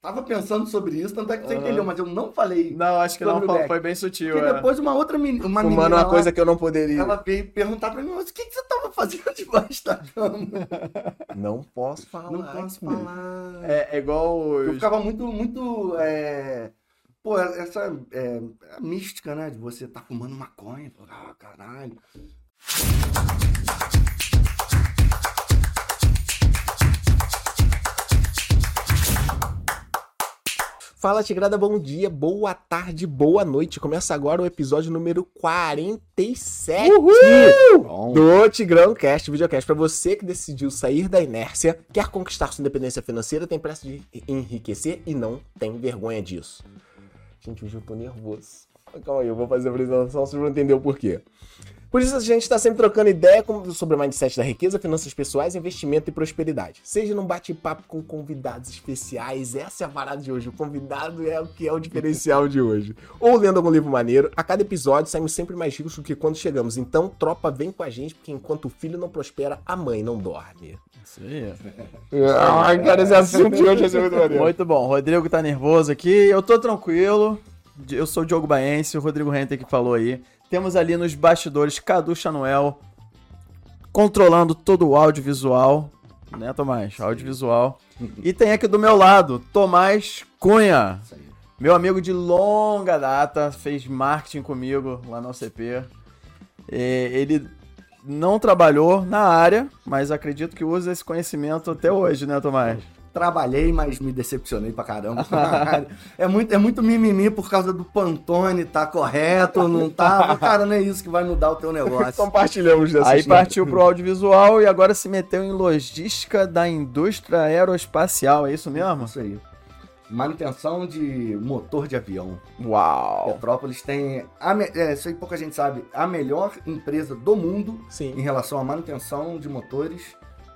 Tava pensando sobre isso, tanto é que você Aham. entendeu, mas eu não falei. Não, acho que não, Sobre o foi, Beck. foi bem E sutil. é. depois uma outra menina. Uma Fumando menina uma lá, coisa que eu não poderia. Ela veio perguntar pra mim, mas o que, que você tava fazendo debaixo da cama? Não posso falar. não posso cara. falar. É, é igual. os- Eu ficava muito, muito. é, Pô, essa é, a mística, né? De você tá fumando maconha. pô, Ah, caralho. Fala, Tigrada, bom dia, boa tarde, boa noite. Começa agora o episódio número 47 do Tigrão Cast, videocast. Pra você que decidiu sair da inércia, quer conquistar sua independência financeira, tem pressa de enriquecer e não tem vergonha disso. Gente, hoje eu tô nervoso. Calma aí, eu vou fazer a apresentação, vocês vão entender o porquê. Por isso a gente está sempre trocando ideia com- sobre o mindset da riqueza, finanças pessoais, investimento e prosperidade. Seja num bate-papo com convidados especiais, essa é a parada de hoje. O convidado é o que é o diferencial de hoje. Ou lendo algum livro maneiro, a cada episódio saímos sempre mais ricos do que quando chegamos. Então, tropa, vem com a gente, porque enquanto o filho não prospera, a mãe não dorme. Isso aí. Ai, Ah, cara, esse assunto de hoje vai ser muito maneiro. Muito bom. Rodrigo tá nervoso aqui. Eu tô tranquilo. Eu sou o Diogo Baense, o Rodrigo Renter que falou aí. Temos ali nos bastidores Cadu Chanuel controlando todo o audiovisual. Né, Tomás? Audiovisual. E tem aqui do meu lado, Tomás Cunha. Isso aí. Meu amigo de longa data, fez marketing comigo lá na OCP. É, ele não trabalhou na área, mas acredito que usa esse conhecimento até hoje, né, Tomás? Trabalhei, mas me decepcionei pra caramba. é, muito, é muito mimimi por causa do Pantone, tá correto, não tá? Cara, não é isso que vai mudar o teu negócio. Compartilhamos dessa Aí história. partiu pro audiovisual e agora se meteu em logística da indústria aeroespacial, é isso mesmo? Isso aí. Manutenção de motor de avião. Uau! Petrópolis tem, a me- é, isso aí pouca gente sabe, a melhor empresa do mundo em Sim. relação à manutenção de motores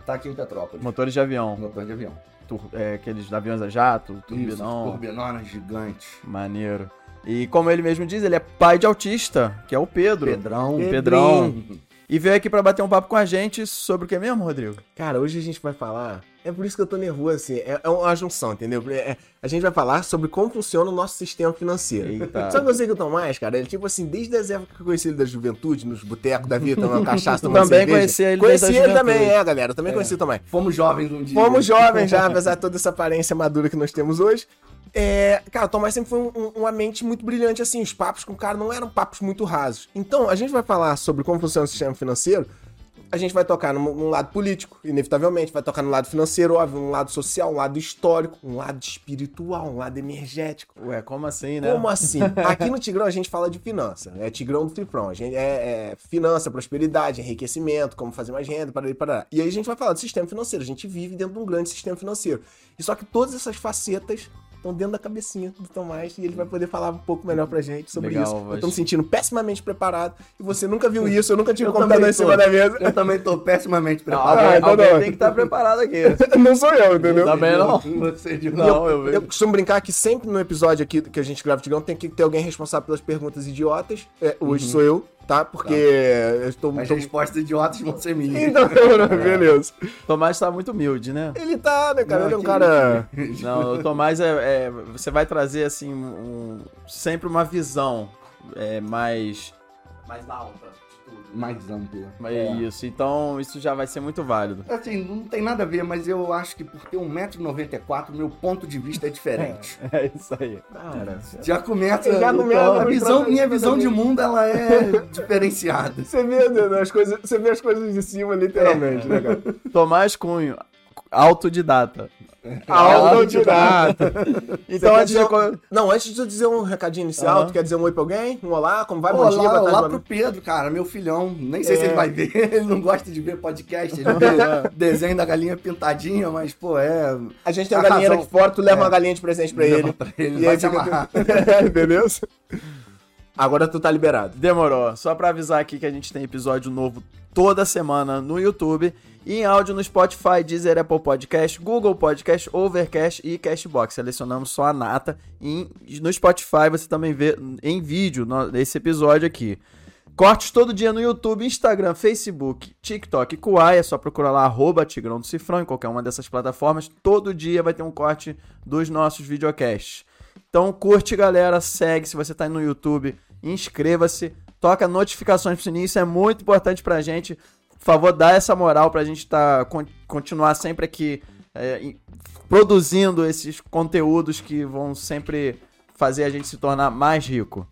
tá aqui em Petrópolis. Motores de avião, Motor de avião. tur- é, aqueles aviões a jato, Isso, turbinão. Turbinonas gigantes. Maneiro. E como ele mesmo diz, ele é pai de autista, que é o Pedro. Pedrão. Pedro. Pedrão. E veio aqui pra bater um papo com a gente sobre o que mesmo, Rodrigo? Cara, hoje a gente vai falar. É por isso que eu tô nervoso, assim. É, é uma junção, entendeu? É- é- a gente vai falar sobre como funciona o nosso sistema financeiro. Eita. Só que eu sei que o Tomás, cara, ele, tipo assim, desde as épocas que eu conheci ele da juventude, nos botecos da vida, tomando cachaça, tomando Também cerveja. conheci ele Conheci desde a ele também, juventude. é, galera. Eu também É. conheci o Tomás. Fomos jovens um dia. Fomos jovens já, apesar de toda essa aparência madura que nós temos hoje. É, cara, o Tomás sempre foi um- um- uma mente muito brilhante, assim. Os papos com o cara não eram papos muito rasos. Então, a gente vai falar sobre como funciona o sistema financeiro. A gente vai tocar num, num lado político, inevitavelmente, vai tocar no lado financeiro, óbvio, um lado social, um lado histórico, um lado espiritual, um lado energético. Ué, como assim, né? Como assim? Aqui no Tigrão a gente fala de finança, é Tigrão do Trifrão. A gente é, é finança, prosperidade, enriquecimento, como fazer mais renda, para parará. E aí a gente vai falar do sistema financeiro. A gente vive dentro de um grande sistema financeiro. E só que todas essas facetas estão dentro da cabecinha do Tomás e ele vai poder falar um pouco melhor pra gente sobre Legal, isso. vai Eu tô me ser. sentindo pessimamente preparado e você nunca viu isso, eu nunca tive Eu um computador também em cima tô. da mesa. Eu também tô pessimamente Não, preparado. alguém, Ah, então alguém não. tem que estar preparado aqui. Não sou eu, entendeu? Também não. Você de novo. Não, eu Eu costumo brincar que sempre no episódio aqui que a gente grava o Tigão tem que ter alguém responsável pelas perguntas idiotas. É, hoje sou eu, tá? Porque eu estou As muito. respostas idiotas vão ser minhas. Então, beleza. Tomás tá muito humilde, né? Ele tá, né, cara? Não, ele é um que cara. Não, o Tomás é, é- Você vai trazer, assim, um- sempre uma visão é, mais. Mais alta de tudo. Mais ampla. É isso, então isso já vai ser muito válido. Assim, não tem nada a ver, mas eu acho que por ter 1,94m, meu ponto de vista é diferente. É isso aí. Cara. Já começa. é. então, Já começa a a visão, mostrar- minha visão de mundo ela é diferenciada. Você vê, né, as coisas, você vê as coisas de cima, literalmente, né, cara? Tomás Cunho, autodidata. É, Autodidata. Então, quer antes de. dizer- co- Não, antes de eu dizer um recadinho inicial, Aham. tu quer dizer um oi pra alguém? Um olá, como vai? Olá, Bom dia, boa tarde, olá boa pro noite. Pedro, cara, meu filhão. Nem sei se É. ele vai ver, ele não gosta de ver podcast, ele vê desenho da galinha pintadinha, mas, pô, é. A gente tem A uma galinheira razão- aqui fora, tu leva É. uma galinha de presente pra ele. Pra ele E vai aí se fica- amarrar. Beleza? Agora tu tá liberado. Demorou. Só pra avisar aqui que a gente tem episódio novo toda semana no YouTube e em áudio no Spotify, Deezer, Apple Podcast, Google Podcast, Overcast e Castbox. Selecionamos só a nata e no Spotify você também vê em vídeo no- esse episódio aqui. Cortes todo dia no YouTube, Instagram, Facebook, TikTok e Kuai. É só procurar lá, arroba Tigrão do Cifrão, em qualquer uma dessas plataformas. Todo dia vai ter um corte dos nossos videocasts. Então curte, galera, segue. Se você tá no YouTube, inscreva-se. Toca notificações pro sininho, isso é muito importante pra gente. Por favor, dá essa moral pra gente tá, con- continuar sempre aqui é, em- produzindo esses conteúdos que vão sempre fazer a gente se tornar mais rico.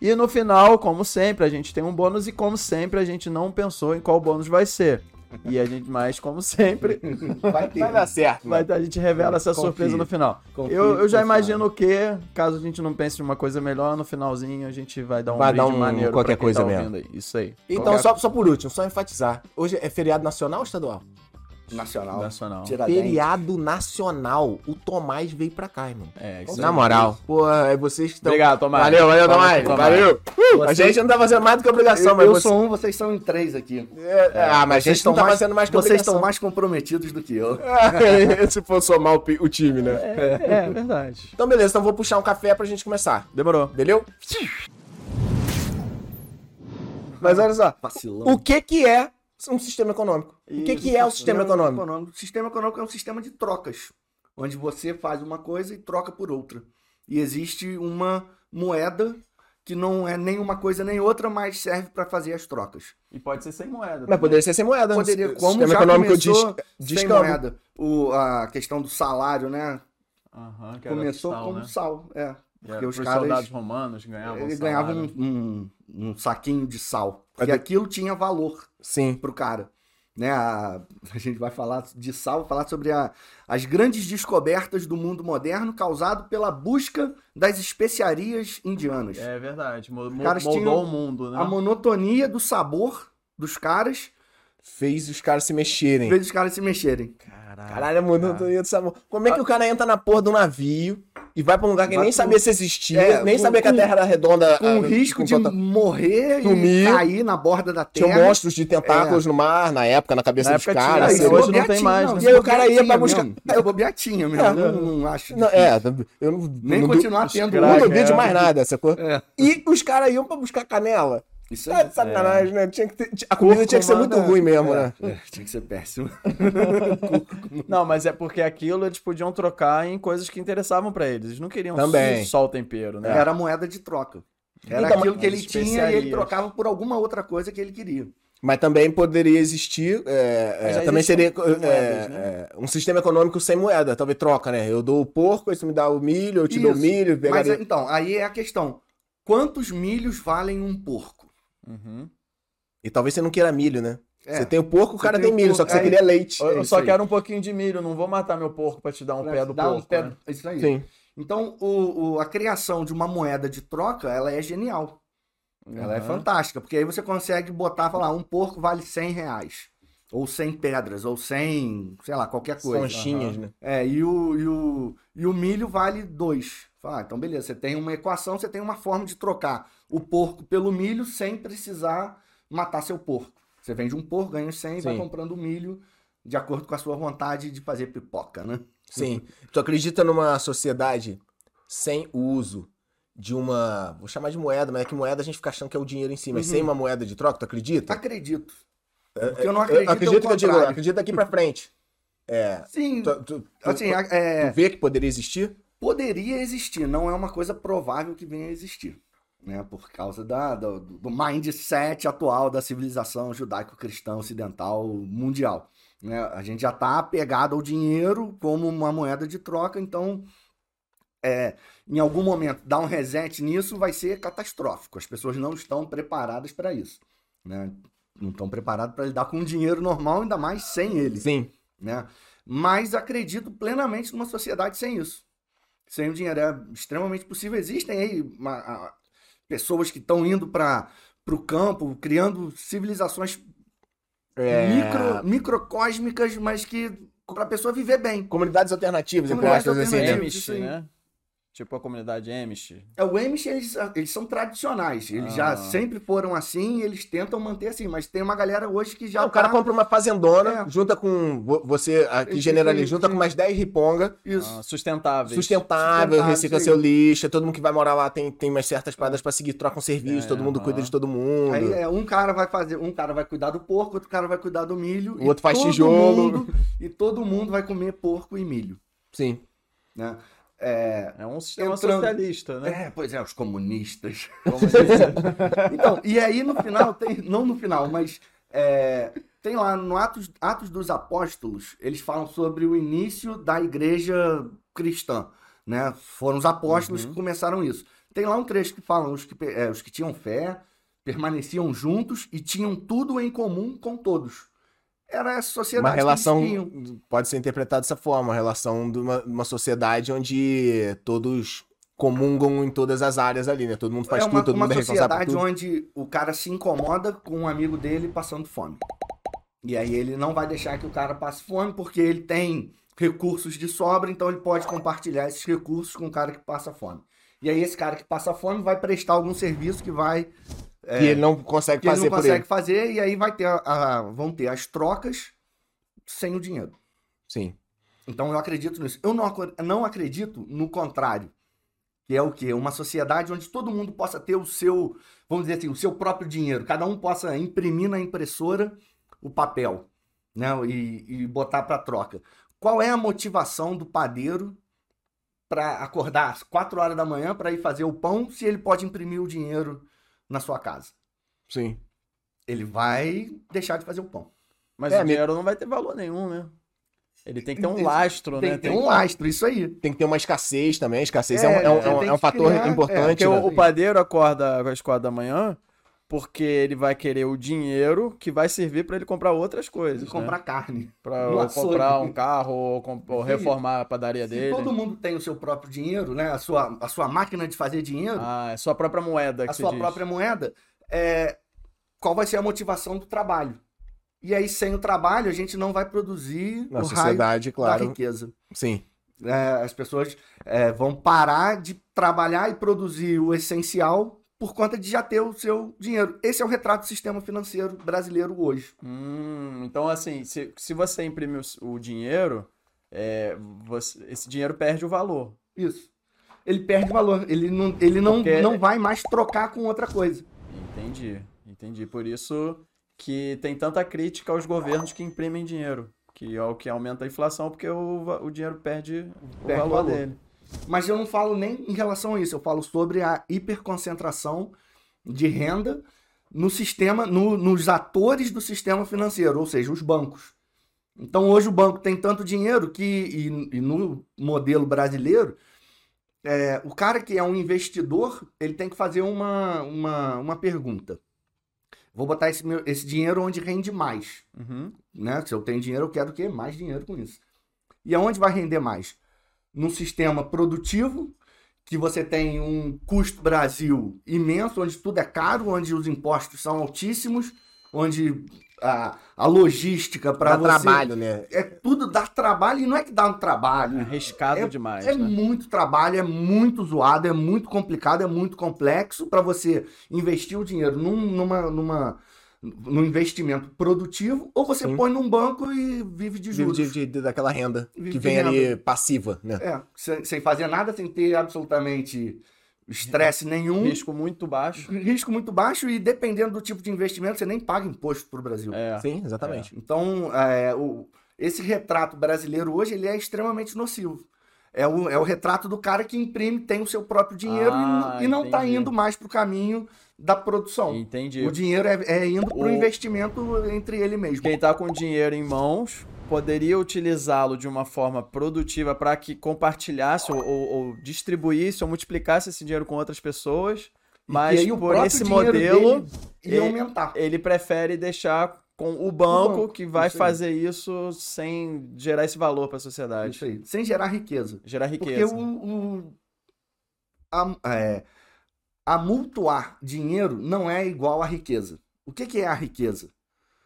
E no final, como sempre, a gente tem um bônus e como sempre a gente não pensou em qual bônus vai ser. E a gente, mas como sempre, Vai ter. Vai dar certo. vai- a gente revela essa Confia. surpresa no final. Confia Eu, eu já que funciona. imagino o que, caso a gente não pense em uma coisa melhor, no finalzinho a gente vai dar um Vai dar brinde um- maneiro qualquer pra quem coisa tá mesmo. ouvindo aí. Isso aí. Então, Qualquer só, só por último, só enfatizar. Hoje é feriado nacional ou estadual? Nacional. nacional. Tá Tiradentes. Feriado nacional. O Tomás veio pra cá, irmão. É, isso Na aí. moral. Pô, é vocês que então. estão. Obrigado, Tomás. Valeu, valeu, Falou, Tomás. Tomás. Valeu. Uh, A Você- gente não tá fazendo mais do que obrigação, Eu, mas eu você. sou um, vocês são em três aqui. É, ah, mas a gente não tá fazendo mais que Vocês obrigação. estão mais comprometidos do que eu. Se for somar o, pi- o time, né? É, é verdade. Então, beleza. Então, vou puxar um café pra gente começar. Demorou. Beleza? Mas olha só. Vacilão. O que que é um sistema econômico? O que que é o sistema econômico? O sistema econômico é um sistema de trocas, onde você faz uma coisa e troca por outra. E existe uma moeda que não é nem uma coisa nem outra, mas serve para fazer as trocas. E pode ser sem moeda. Mas poderia ser sem moeda. Poderia, Então, O como sistema já econômico diz, começou diz é um- sem câmbio. moeda. O, a questão do salário, né? Aham, que era Começou sal, como né? sal, é. E era Porque os pros caras- soldados romanos ganhavam Ele salário. ganhava um, um- um saquinho de sal. Mas E de- aquilo tinha valor. Sim. pro cara. Né? A, a gente vai falar de sal, falar sobre a- as grandes descobertas do mundo moderno causado pela busca das especiarias indianas. né? É verdade. mo- mo- um- caras moldou tinham o mundo, né? A monotonia do sabor dos caras Fez os caras se mexerem. fez os caras se mexerem. Caralho, Caralho, é mano, do Rio de Samu. Como é que o cara entra na porra do navio e vai pra um lugar que Ah. Vai nem pro- sabia se existia, É, nem com- sabia que a com- terra era redonda. Com o ah, risco de planta- morrer e Sumir. cair na borda da Tinha um terra. monstros de tentáculos no mar, na época, na cabeça Na dos época tinha, Ah, caras. e isso se assim. hoje não bobear tem tinha, mais, né? se E aí o cara ia bobear pra tinha buscar- é mesmo. Se bobear tinha mesmo. É. Não, não acho. Não, é, eu não, Nem não, continuar du- tendo Não crack, duvido de é. mais nada, sacou? É. E os caras iam pra buscar canela. Isso é Tá aí. de sacanagem, né? Tinha que ter- a comida tinha que ser muito Curcuma, né? ruim mesmo, né? É, tinha que ser péssimo. Não, mas é porque aquilo eles podiam trocar em coisas que interessavam pra eles. Eles não queriam Também. só o tempero, É. né? Era moeda de troca. Era Então, aquilo mas- que ele As tinha e especiarias. ele trocava por alguma outra coisa que ele queria. Mas também poderia existir. é, Mas é, já também seria existem é, moedas, né? é, um sistema econômico sem moeda. Talvez troca, né? Eu dou o porco, aí você me dá o milho, eu te dou o Isso. milho, Mas pegaria. então, aí é a questão. Quantos milhos valem um porco? Uhum. E talvez você não queira milho, né? É. Você tem o porco, o Você cara tem tem o milho, porco, é. só que você aí- queria leite. Eu, eu isso só aí. quero um pouquinho de milho, não vou matar meu porco pra te dar um pé do Dá porco. um pé- né? Isso aí. Sim. Então, o, o- a criação de uma moeda de troca, ela é genial. Ela é Uhum. fantástica, porque aí você consegue botar, falar, um porco vale 100 reais. Ou 100 pedras, ou 100, sei lá, qualquer coisa. Conchinhas, né? É, e o, e o, e o milho vale 2. Ah, então beleza, você tem uma equação, você tem uma forma de trocar o porco pelo milho sem precisar matar seu porco. Você vende um porco, ganha uns 100 e vai Sim. comprando milho de acordo com a sua vontade de fazer pipoca, né? Sim. Tu acredita numa sociedade sem o uso de uma. Vou chamar de moeda, mas é que moeda a gente fica achando que é o dinheiro em si, mas Uhum. sem uma moeda de troca, tu acredita? Acredito. Porque eu não Eu acredito, é o acredito que eu digo, contrário. acredita aqui pra frente. Sim, Tu, tu- tu- assim, tu a- é, vê que poderia existir? poderia existir, não é uma coisa provável que venha a existir. Né, por causa da, do, do mindset atual da civilização judaico-cristã ocidental mundial. Né? A gente já está apegado ao dinheiro como uma moeda de troca, então é, em algum momento dar um reset nisso vai ser catastrófico. As pessoas não estão preparadas para isso. Né? Não estão preparadas para lidar com o dinheiro normal, ainda mais sem ele Sim. né? Mas acredito plenamente numa sociedade sem isso. Sem o dinheiro é extremamente possível. Existem aí uma- a- pessoas que estão indo para o campo, criando civilizações É, micro, microcósmicas, mas que para a pessoa viver bem. Comunidades alternativas, entre Comunidades aspas, assim, né? alternativas. Amish, É isso aí. né? Tipo a comunidade Amish. É, o Amish, eles, eles são tradicionais. Eles Ah. já sempre foram assim, eles tentam manter assim. Mas tem uma galera hoje que já É, o cara tá- compra uma fazendona, É. junta com vo- você, aqui Ele- generaliza, ele- junta com mais 10 riponga, Isso. Ah, sustentável, sustentáveis. Sustentável, recicla sim. seu lixo, todo mundo que vai morar lá tem, tem umas certas paradas pra seguir, troca um serviço, É, todo mundo aham. cuida de todo mundo. Aí é, um cara vai fazer, um cara vai cuidar do porco, outro cara vai cuidar do milho. O e outro faz todo tijolo. mundo- e todo mundo vai comer porco e milho, Sim. né? É, É um sistema Entrando. socialista, né? é, pois é, os comunistas. então, e aí no final tem, não no final, mas é, tem lá no Atos, Atos dos Apóstolos, eles falam sobre o início da igreja cristã, né? Foram os apóstolos Uhum. que começaram isso. Tem lá um trecho que falam os que, pe- é, os que tinham fé, permaneciam juntos e tinham tudo em comum com todos. Era essa sociedade Uma que é relação eles tinham. pode ser interpretada dessa forma, uma relação de uma, uma sociedade onde todos comungam em todas as áreas ali, né? Todo mundo faz é uma, tudo, todo uma mundo é responsável por sociedade tudo. onde o cara se incomoda com um amigo dele passando fome. E aí ele não vai deixar que o cara passe fome porque ele tem recursos de sobra, então ele pode compartilhar esses recursos com o cara que passa fome. E aí esse cara que passa fome vai prestar algum serviço que vai E ele não consegue é. que ele fazer não por ele. consegue fazer e aí vai ter a- a- vão ter as trocas sem o dinheiro. Sim. Então eu acredito nisso. Eu não, acor- não acredito no contrário. Que é o quê? Uma sociedade onde todo mundo possa ter o seu, vamos dizer assim, o seu próprio dinheiro. Cada um possa imprimir na impressora o papel, né? E, e botar para troca. Qual é a motivação do padeiro para acordar às 4 horas da manhã para ir fazer o pão se ele pode imprimir o dinheiro na sua casa? Sim. Ele vai deixar de fazer o pão. Mas É, o amigo. dinheiro não vai ter valor nenhum, né? Ele tem que ter um Tem- lastro, Tem né? que ter um lastro, isso aí. Tem que ter uma escassez também. A escassez é, É, um- é um, você é um- tem é um que fator criar- é, importante. Porque né? um- o, o padeiro acorda às quatro da manhã porque ele vai querer o dinheiro que vai servir pra ele comprar outras coisas. E né? comprar carne. Pra no ou açougue. comprar um carro ou, comp- ou Sim. reformar a padaria Se dele. todo mundo tem o seu próprio dinheiro, né? A sua, a sua máquina de fazer dinheiro, Ah, é sua própria moeda que a se sua diz. própria moeda, é, qual vai ser a motivação do trabalho? E aí, sem o trabalho, a gente não vai produzir Na o raio sociedade, da claro. riqueza. Sim. É, as pessoas é, vão parar de trabalhar e produzir o essencial por conta de já ter o seu dinheiro. Esse é o retrato do sistema financeiro brasileiro hoje. Hum, então, assim, se, se você imprime o, s- o dinheiro, é, você- esse dinheiro perde o valor. Isso. Ele perde valor, ele não, ele não, Porque- não vai mais trocar com outra coisa. Entendi, entendi. Por isso que tem tanta crítica aos governos que imprimem dinheiro, que é o que aumenta a inflação, porque o, va- o dinheiro perde o Perde valor, o valor. dele. Mas eu não falo nem em relação a isso, eu falo sobre a hiperconcentração de renda no sistema, no- nos atores do sistema financeiro, ou seja, os bancos. Então hoje o banco tem tanto dinheiro que, e, e no modelo brasileiro, é, o cara que é um investidor, ele tem que fazer uma, uma, uma pergunta. Vou botar esse, meu- esse dinheiro onde rende mais Uhum. né? Se eu tenho dinheiro, eu quero o quê? Mais dinheiro com isso. E aonde vai render mais? Num sistema produtivo, que você tem um custo Brasil imenso, onde tudo é caro, onde os impostos são altíssimos, onde a, a logística para Pra você... trabalho, né? É tudo dá trabalho, e não é que dá um trabalho. Arriscado demais, É né? muito trabalho, é muito zoado, é muito complicado, é muito complexo para você investir o dinheiro num, numa, numa, num investimento produtivo ou você Sim. põe num banco e vive de Vive juros. de, de- de- daquela renda Vive que de vem ali passiva, né? É, sem, sem fazer nada, sem ter absolutamente estresse nenhum, risco. Risco muito baixo. muito baixo e dependendo do tipo de investimento, você nem paga imposto para o Brasil. É. Sim, exatamente. Então, é, o- esse retrato brasileiro hoje ele é extremamente nocivo. É o, é o retrato do cara que imprime, tem o seu próprio dinheiro Ah, e, n- e não está entendi. indo mais para o caminho da produção. Entendi. O dinheiro é, é indo para O- o investimento entre ele mesmo. Quem tá com dinheiro em mãos poderia utilizá-lo de uma forma produtiva para que compartilhasse ou, ou- ou distribuísse ou multiplicasse esse dinheiro com outras pessoas, mas e aí, o por próprio esse dinheiro modelo dele é- ia aumentar. ele prefere deixar com o banco, banco, que vai isso aí. fazer isso sem gerar esse valor para a sociedade, Isso aí, sem gerar riqueza. gerar Porque riqueza. o, o- a, é, amultuar dinheiro não é igual à riqueza. O que, que é a riqueza?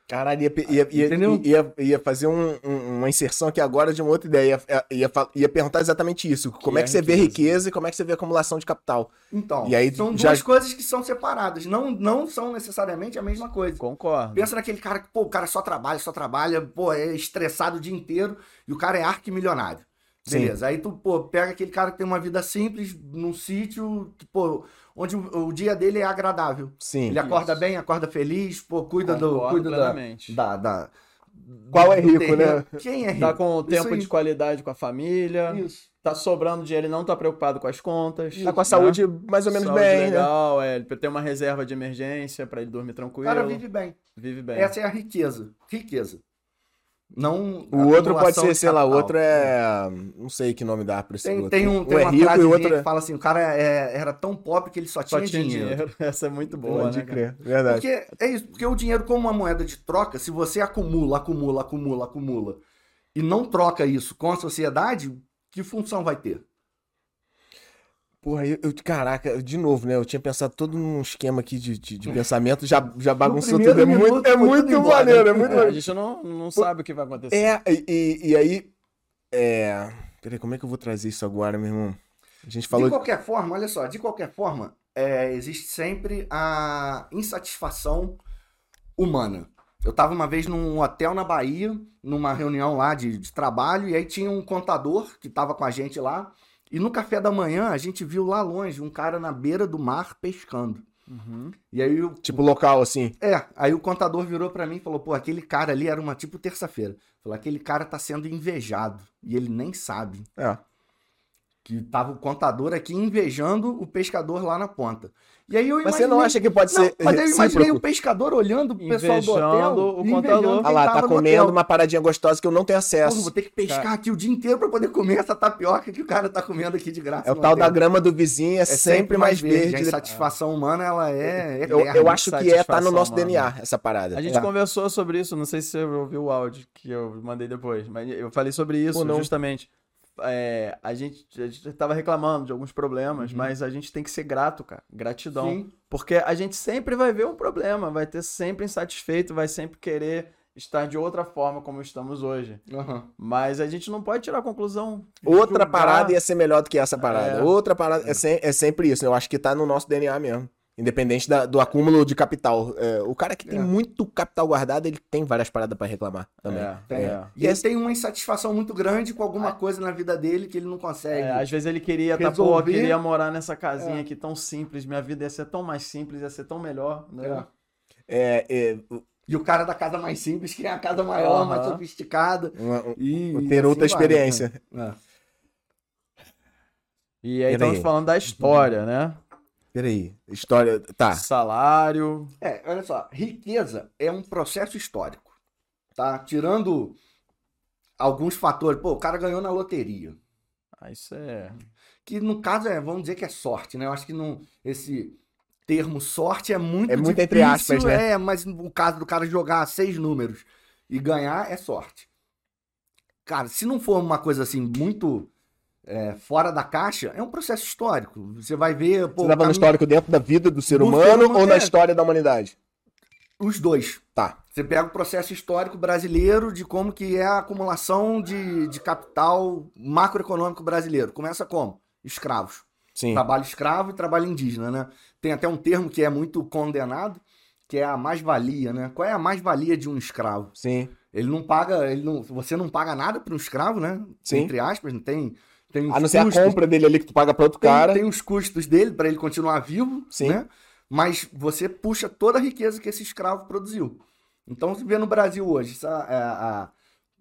Caralho, ia, pe- ia, ia, Entendeu? ia, ia fazer um- um- uma inserção aqui agora de uma outra ideia. Ia, ia, fa- ia perguntar exatamente isso. Como é é que você vê riqueza? riqueza e como é que você vê acumulação de capital? Então, E aí, são já- duas coisas que são separadas. Não, não são necessariamente a mesma coisa. Concordo. Pensa naquele cara que, pô, o cara só trabalha, só trabalha, pô, é estressado o dia inteiro e o cara é arquimilionário. Sim. Beleza. Aí tu, pô, pega aquele cara que tem uma vida simples, num sítio, que, pô, onde o, o dia dele é agradável. Sim. Ele acorda Isso. bem, acorda feliz, pô, cuida do. Concordo Cuida da, plenamente. da, da- Qual é do rico, terreno. né? Quem é rico? Tá com o Isso tempo aí. de qualidade com a família. Isso. Tá sobrando dinheiro e não tá preocupado com as contas. Né? Tá com a saúde mais ou menos Saúde bem, né? legal, é. Ele tem uma reserva de emergência pra ele dormir O tranquilo. cara vive bem. Vive bem. Essa é a riqueza. Riqueza. Não. O outro pode acumulação ser, de sei lá, o capital. outro é. Não sei que nome dá pra esse Tem, outro. tem um, tem é uma rico frase e o minha outro que é. fala assim, o cara é- era tão pobre que ele só Só tinha, dinheiro. Essa é muito boa, Pode né, cara? crer, verdade. Porque é isso, porque o dinheiro como uma moeda de troca, se você acumula, acumula, acumula, acumula e não troca isso com a sociedade, que função vai ter? Porra, eu, eu- caraca, de novo, né? Eu tinha pensado todo num esquema aqui de, de, de pensamento, já, já bagunçou primeiro tudo. É minuto muito, é foi tudo muito embora, maneiro, né? é muito É, a maneiro. gente não, não sabe o que vai acontecer. É, e, e- e aí. É. Peraí, como é que eu vou trazer isso agora, meu irmão? A gente falou. De qualquer forma, olha só, de qualquer forma, é, existe sempre a insatisfação humana. Eu estava uma vez num hotel na Bahia, numa reunião lá de, de trabalho, e aí tinha um contador que estava com a gente lá. E no café da manhã a gente viu lá longe um cara na beira do mar pescando. Uhum. E aí o Tipo, local, assim. É, aí o contador virou pra mim e falou: pô, aquele cara ali era uma tipo terça-feira. Falou: aquele cara tá sendo invejado. E ele nem sabe É. que tava o contador aqui invejando o pescador lá na ponta. E aí eu Mas você não imaginei- acha que pode Não, ser. eh, Mas eu imaginei o recíproco? pescador olhando o pessoal do hotel. Invejando o contador. invejando quem Ah lá, tava tá no comendo hotel. uma paradinha gostosa que eu não tenho Porra, vou acesso. ter que pescar aqui o dia inteiro pra poder comer essa tapioca que o cara tá comendo aqui de graça. É o no tal da hotel. grama do vizinho, é, sempre mais verde. né? A insatisfação humana, ela é. Eu, eterna. eu acho que é, tá no satisfação, nosso mano. DNA essa parada. É. A gente conversou sobre isso, não sei se você ouviu o áudio que eu mandei depois, mas eu falei sobre isso Ou não. justamente. É, a, gente, a gente tava reclamando de alguns problemas, Uhum. mas a gente tem que ser grato, cara. Gratidão. Sim. Porque a gente sempre vai ver um problema, vai ter sempre insatisfeito, vai sempre querer estar de outra forma como estamos hoje. Aham. Mas a gente não pode tirar conclusão. Outra Julgar- parada ia ser melhor do que essa parada. É. Outra parada é. sem- é sempre isso. né? Eu acho que tá no nosso DNA mesmo. Independente da- do acúmulo de capital. É, o cara que tem É. muito capital guardado, ele tem várias paradas pra reclamar também. É, Tem. é. E ele tem uma insatisfação muito grande com alguma Ah. coisa na vida dele que ele não consegue. É, às vezes ele queria, tá, pô, Resolver- queria morar nessa casinha É. aqui tão simples, minha vida ia ser tão mais simples, ia ser tão melhor, né? É. É, é, E o cara da casa mais simples quer a casa maior, Aham. mais sofisticada. uma- um- E, e ter assim vai, outra experiência. né? É. E aí Peraí. estamos falando da história, né? Peraí. História. Tá. Salário. É, olha só, riqueza é um processo histórico, tá? Tirando alguns fatores. Pô, o cara ganhou na loteria. Ah, isso é. Que no caso é, vamos dizer que é sorte, né? Eu acho que não, esse termo sorte é muito É muito entre difícil, aspas, né? É, mas o caso do cara jogar seis números e ganhar é sorte. Cara, se não for uma coisa assim muito é, fora da caixa, é um processo histórico. Você vai ver, pô, Você tá o falando caminho- histórico dentro da vida do ser Do humano, ser humano, ou na é. história da humanidade? os dois. Tá. Você pega o processo histórico brasileiro de como que é a acumulação de, de capital macroeconômico brasileiro. Começa como? Escravos. Sim. Trabalho escravo e trabalho indígena, né? Tem até um termo que é muito condenado, que é a mais-valia, né? Qual é a mais-valia de um escravo? Sim. Ele não paga, ele não, você não paga nada para um escravo, né? Sim. Entre aspas, não tem tem os A não ser a custos, compra dele ali que tu paga pra outro tem, cara. tem os custos dele para ele continuar vivo, Sim. né? Mas você puxa toda a riqueza que esse escravo produziu. Então você vê no Brasil hoje essa- é, a- a-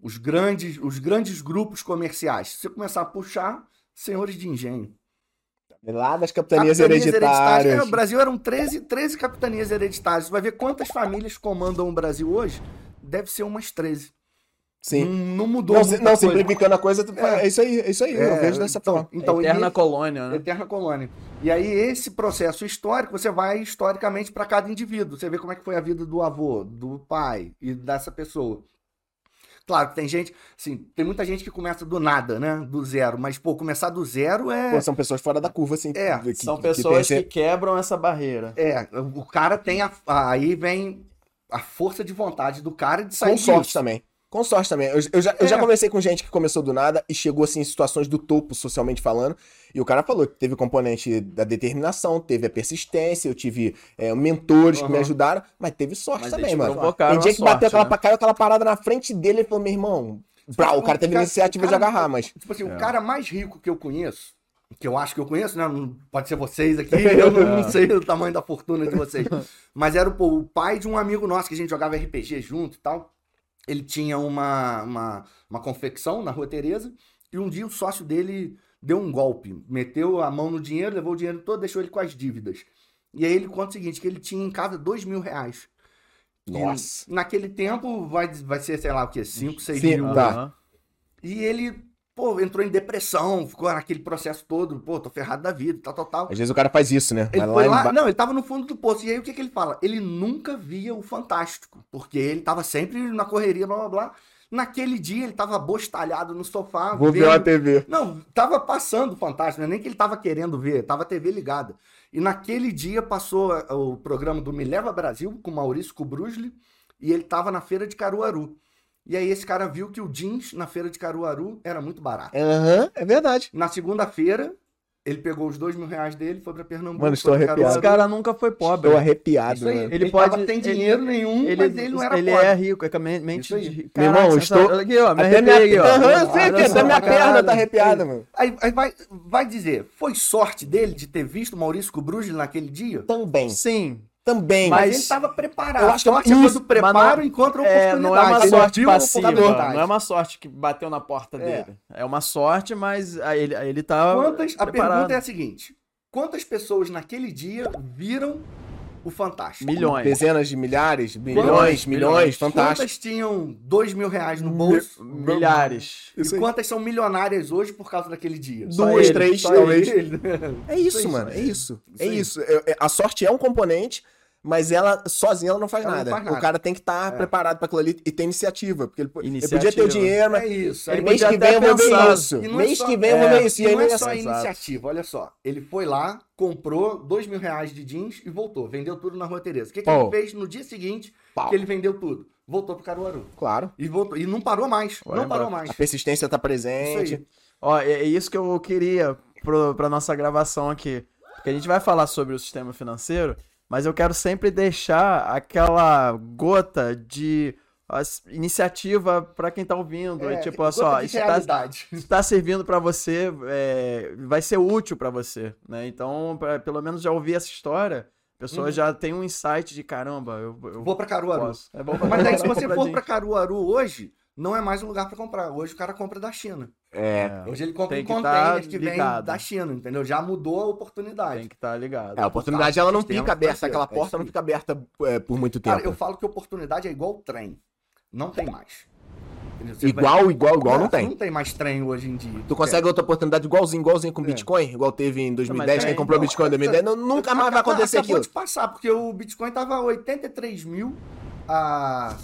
os grandes os grandes grupos comerciais. Se você começar a puxar senhores de engenho Lá das capitanias, hereditárias. é, o Brasil eram 13, 13 capitanias hereditárias. Você vai ver quantas famílias comandam o Brasil hoje? Deve ser umas 13. Sim. Não, não mudou Não, muita se- não, coisa. simplificando a coisa, tu- é. isso aí, é isso aí, eu É, vejo dessa forma. Então, Eterna e- colônia, né? eterna colônia. E aí, esse processo histórico, você vai historicamente para cada indivíduo. Você vê como é que foi a vida do avô, do pai e dessa pessoa. Claro, tem gente, assim, tem muita gente que começa do nada, né? Do zero. Mas, pô, começar do zero é. Pô, são pessoas fora da curva, assim. É, que- São que pessoas que, pensam- quebram essa barreira. É, o cara tem a. Aí vem a força de vontade do cara de sair Com sorte disso. também. Com sorte também. Eu, eu já, eu É. já conversei com gente que começou do nada e chegou assim em situações do topo, socialmente falando. E o cara falou que teve o componente da determinação, teve a persistência, eu tive é, mentores que me Aham. ajudaram, mas teve sorte Mas também, eles mano. provocaram Tem dia a que bateu sorte, aquela, né? pa- caiu aquela parada na frente dele e falou: meu irmão, brau, o cara teve a Cara, iniciativa de cara- agarrar, mas. Tipo assim, É. o cara mais rico que eu conheço, que eu acho que eu conheço, né? Não- Pode ser vocês aqui, eu não, É. não sei o tamanho da fortuna de vocês. Mas era o, pô, o pai de um amigo nosso que a gente jogava RPG junto e tal. Ele tinha uma, uma, uma confecção na Rua Tereza e um dia o sócio dele deu um golpe. Meteu a mão no dinheiro, levou o dinheiro todo, deixou ele com as dívidas. E aí ele conta o seguinte, que ele tinha em casa dois mil reais. E Nossa. naquele tempo vai, vai ser, sei lá o quê, cinco, seis Sim, mil. tá. né? Aham. E ele, pô, entrou em depressão, ficou naquele processo todo, pô, tô ferrado da vida, tal, tal, tal. Às vezes o cara faz isso, né? Ele Vai foi lá, emba- não, ele tava no fundo do poço. E aí o que que ele fala? Ele nunca via o Fantástico, porque ele tava sempre na correria, blá, blá, blá. Naquele dia ele tava abostalhado no sofá. Vou ver vendo- uma TV. Não, tava passando o Fantástico, não é nem que ele tava querendo ver, tava a TV ligada. E naquele dia passou eh, o programa do Me Leva Brasil com Maurício Cubrugli e ele tava na feira de Caruaru. E aí esse cara viu que o jeans na feira de Caruaru era muito barato. Aham, é verdade. Na segunda-feira, ele pegou os dois mil reais dele, foi pra Pernambuco. Mano, estou foi pra arrepiado. Esse cara nunca foi pobre. Tô arrepiado, Isso aí, mano. ele, Ele pode tava pode- sem ele- dinheiro nenhum, Ele, mas ele não era ele pobre. é rico, é com a men- mente Isso aí. de rico. Meu irmão, Caraca, eu estou- sensacional. Aqui, ó, Tá me Até minha, arrepiei aqui, ó. Aham, eu sei, Olha que só, até minha caralho. perna tá arrepiada, mano. Aí, aí vai, vai dizer, foi sorte dele de ter visto Maurício Cubrugli naquele dia? Também. Sim. Também. Mas- Mas, tá ele estava preparado. Eu acho que sorte isso- é quando o mas preparo não- encontra a É, oportunidade. não é uma Ele sorte viu a passiva, oportunidade. não é uma sorte que bateu na porta É. dele. É uma sorte, mas aí ele, aí ele tá Quantas, a preparado. pergunta é a seguinte: quantas pessoas naquele dia viram o Fantástico? Milhões. Dezenas de milhares, milhões, milhões, Milhões, milhões. fantástico. Quantas tinham dois mil reais no bolso? Milhares. E quantas são milionárias hoje por causa daquele dia? Só Duas, ele, três, só talvez. Ele- É isso, mano, é isso. É Isso isso. É- é- A sorte é um componente, mas ela sozinha ela não faz, Ela não nada. faz nada. O cara tem que estar preparado pra aquilo ali e ter iniciativa. Porque ele, po- ele Iniciativa. podia ter o dinheiro, mas É isso. Ele aí- mês podia que até vem eu vou ver pensar. isso. E não é Mês só- que vem eu vou é, ver isso. E E aí não é ele só a exato. iniciativa, olha só. Ele foi lá, comprou dois mil reais de jeans e voltou. Vendeu tudo na Rua Tereza. O que, que Pau. ele fez no dia seguinte Pau. que ele vendeu tudo? Voltou pro Caruaru. Claro. E, voltou, e não parou mais. Olha, não parou A mais. persistência tá Isso presente. aí. Ó, é é isso que eu queria pro, pra nossa gravação aqui. Porque a gente vai falar sobre o sistema financeiro, mas eu quero sempre deixar aquela gota de as- iniciativa pra quem tá ouvindo. É, tipo, ó, só, isso isso é tá, realidade. isso tá servindo pra você, é, vai ser útil pra você, né? Então, pra- pelo menos já ouvir essa história, a pessoa Uhum. já tem um insight de caramba, eu, eu Vou pra Caruaru. posso. É bom pra Mas aí, caramba se você comprar for jeans. pra Caruaru hoje, não é mais um lugar pra comprar. Hoje o cara compra da China. É. Hoje ele compra Tem em que tá containers que vem ligado. da China, entendeu? Já mudou a Tem oportunidade. que estar tá ligado. É, a oportunidade ela não Sistema fica aberta, financeiro, aquela é isso porta não aí. fica aberta é, por muito tempo. Cara, eu falo que oportunidade é igual trem. Não tem mais. Entendeu? Você vai- Igual, igual, igual não tem. Não tem mais trem hoje em dia. Tu consegue outra oportunidade igualzinho, igualzinho com É. Bitcoin, igual teve em 2010, mas quem aí- comprou não, Bitcoin em é- 2010, não- nunca mais vai Acabou- acontecer acabou aquilo. de passar, porque o Bitcoin tava 83 mil há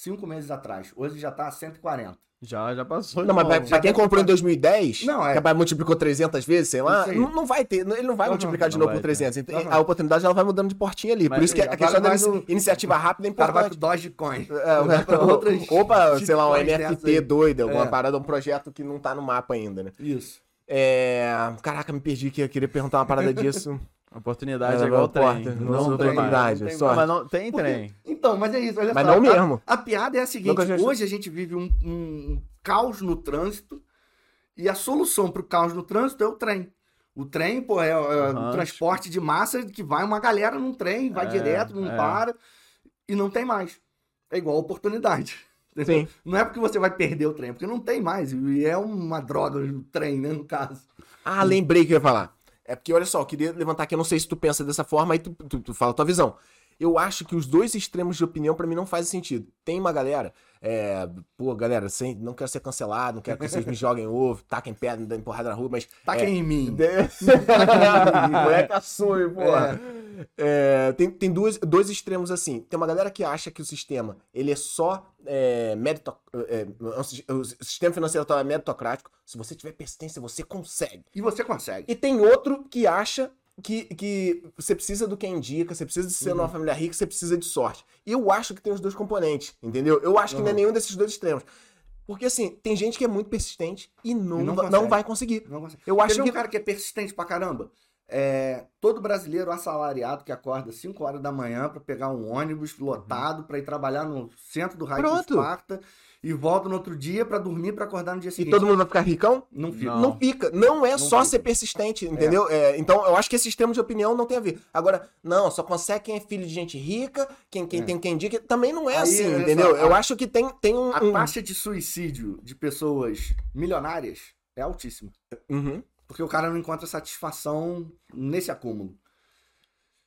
cinco meses atrás. Hoje já tá a 140. Já, já passou. Não, mas pra, pra já quem deve comprou em tá- 2010, Não, é. que vai multiplicou 300 vezes, sei lá, Isso aí. não, não vai ter, não- ele não vai Aham, multiplicar de não novo vai por 300. Então, Aham. A oportunidade ela vai mudando de portinha ali. Mas por isso que a agora questão da vai inici- no- iniciativa rápida é O cara vai importante. pro Dogecoin. É, vai pra outras Opa, sei lá, um shitcoins dessas NFT aí. doido, alguma É. parada, um projeto que não tá no mapa ainda, né? Isso. É... Caraca, me perdi que eu queria perguntar uma parada disso. Oportunidade Ela é igual vai pra trem. porta, Não, não não tem tem mais. oportunidade, Não tem- sorte. Mas não tem Por quê? trem. Então, mas é isso. Olha Mas só, não a- mesmo. A, piada é a seguinte: Nunca já- hoje a gente vive um, um caos no trânsito e a solução pro caos no trânsito é o trem. O trem, pô, é, é Aham. o transporte de massa que vai uma galera num trem, vai É, direto, não é. para e não tem mais. É igual a oportunidade. Sim. Não é porque você vai perder o trem, porque não tem mais. E é uma droga o trem, né, no caso. Ah, lembrei que eu ia falar. É porque, olha só, eu queria levantar aqui, eu não sei se tu pensa dessa forma, aí tu, tu, tu fala a tua visão. Eu acho que os dois extremos de opinião pra mim não fazem sentido. Tem uma galera, é, pô, galera, sem, não quero ser cancelado, não quero que vocês me joguem ovo, taquem pedra, me dão empurrada na rua, mas. Tá é, quem em mim. Moleque assume, porra. É, tem tem duas, dois extremos assim. Tem uma galera que acha que o sistema ele é só é, merito, é, é, o sis- o sistema financeiro é meritocrático. Se você tiver persistência, você consegue. E você consegue. E tem outro que acha que, que você precisa do que indica, você precisa de ser Uhum. numa família rica, você precisa de sorte. E eu acho que tem os dois componentes, entendeu? Eu acho que não é Uhum. nenhum desses dois extremos. Porque, assim, tem gente que é muito persistente e não, E não va- não, consegue. vai conseguir. Não consegue. Eu acho Quer ver que. um cara que é persistente pra caramba. É, todo brasileiro assalariado que acorda 5 horas da manhã pra pegar um ônibus lotado pra ir trabalhar no centro do raio Uhum. Pronto. de Esparta e volta no outro dia pra dormir pra acordar no dia E seguinte. todo mundo vai ficar ricão? Não fica. Não fica. Não é Não só fica. ser persistente, entendeu? É, então, eu acho que esse extremo de opinião não tem a ver. Agora, não, só consegue quem é filho de gente rica, quem, quem É. tem quem indica. Também não é Aí, assim, olha entendeu? só, eu a- acho que tem, tem um. A um- taxa de suicídio de pessoas milionárias é altíssima. Uhum. Porque o cara não encontra satisfação nesse acúmulo.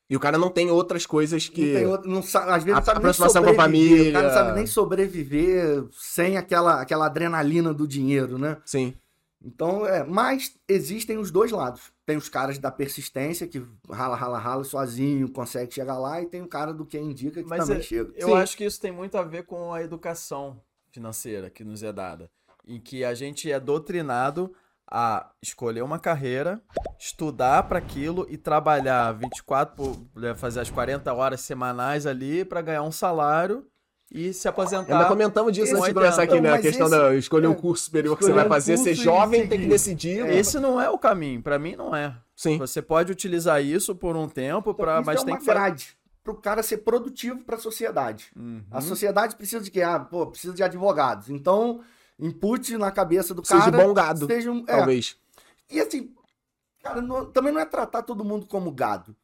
E o cara não tem outras coisas que. Não tem outro- não sa- às vezes A- não sabe nem aproximação com a sobreviver, família. O cara não sabe nem sobreviver sem aquela, aquela adrenalina do dinheiro, né? Sim. Então, é, mas existem os dois lados. Tem os caras da persistência, que rala, rala, rala sozinho, consegue chegar lá, e tem o cara do que indica que Mas também é- chega. Eu Sim. acho que isso tem muito a ver com a educação financeira que nos é dada. Em que a gente é doutrinado a escolher uma carreira, estudar para aquilo e trabalhar 24, por- eh, fazer as 40 horas semanais ali para ganhar um salário e Ainda se aposentar. comentamos disso Esse antes de oitenta. começar aqui, né? Não, A Tá. mas questão esse- da escolher um é, curso superior que você escolher vai um fazer, curso ser e jovem, tem que seguir. decidir. né? É. Esse não é o caminho, para mim não é. Sim. Você pode utilizar isso por um tempo, Então, pra, isso mas é tem uma que fazer. grade para o cara ser produtivo para a sociedade. Uhum. A sociedade precisa de quê? Ah, pô, precisa de advogados. Então, input na cabeça do Seja cara. bom gado, seja um- é, talvez. E assim, cara, não- também não é tratar todo mundo como gado.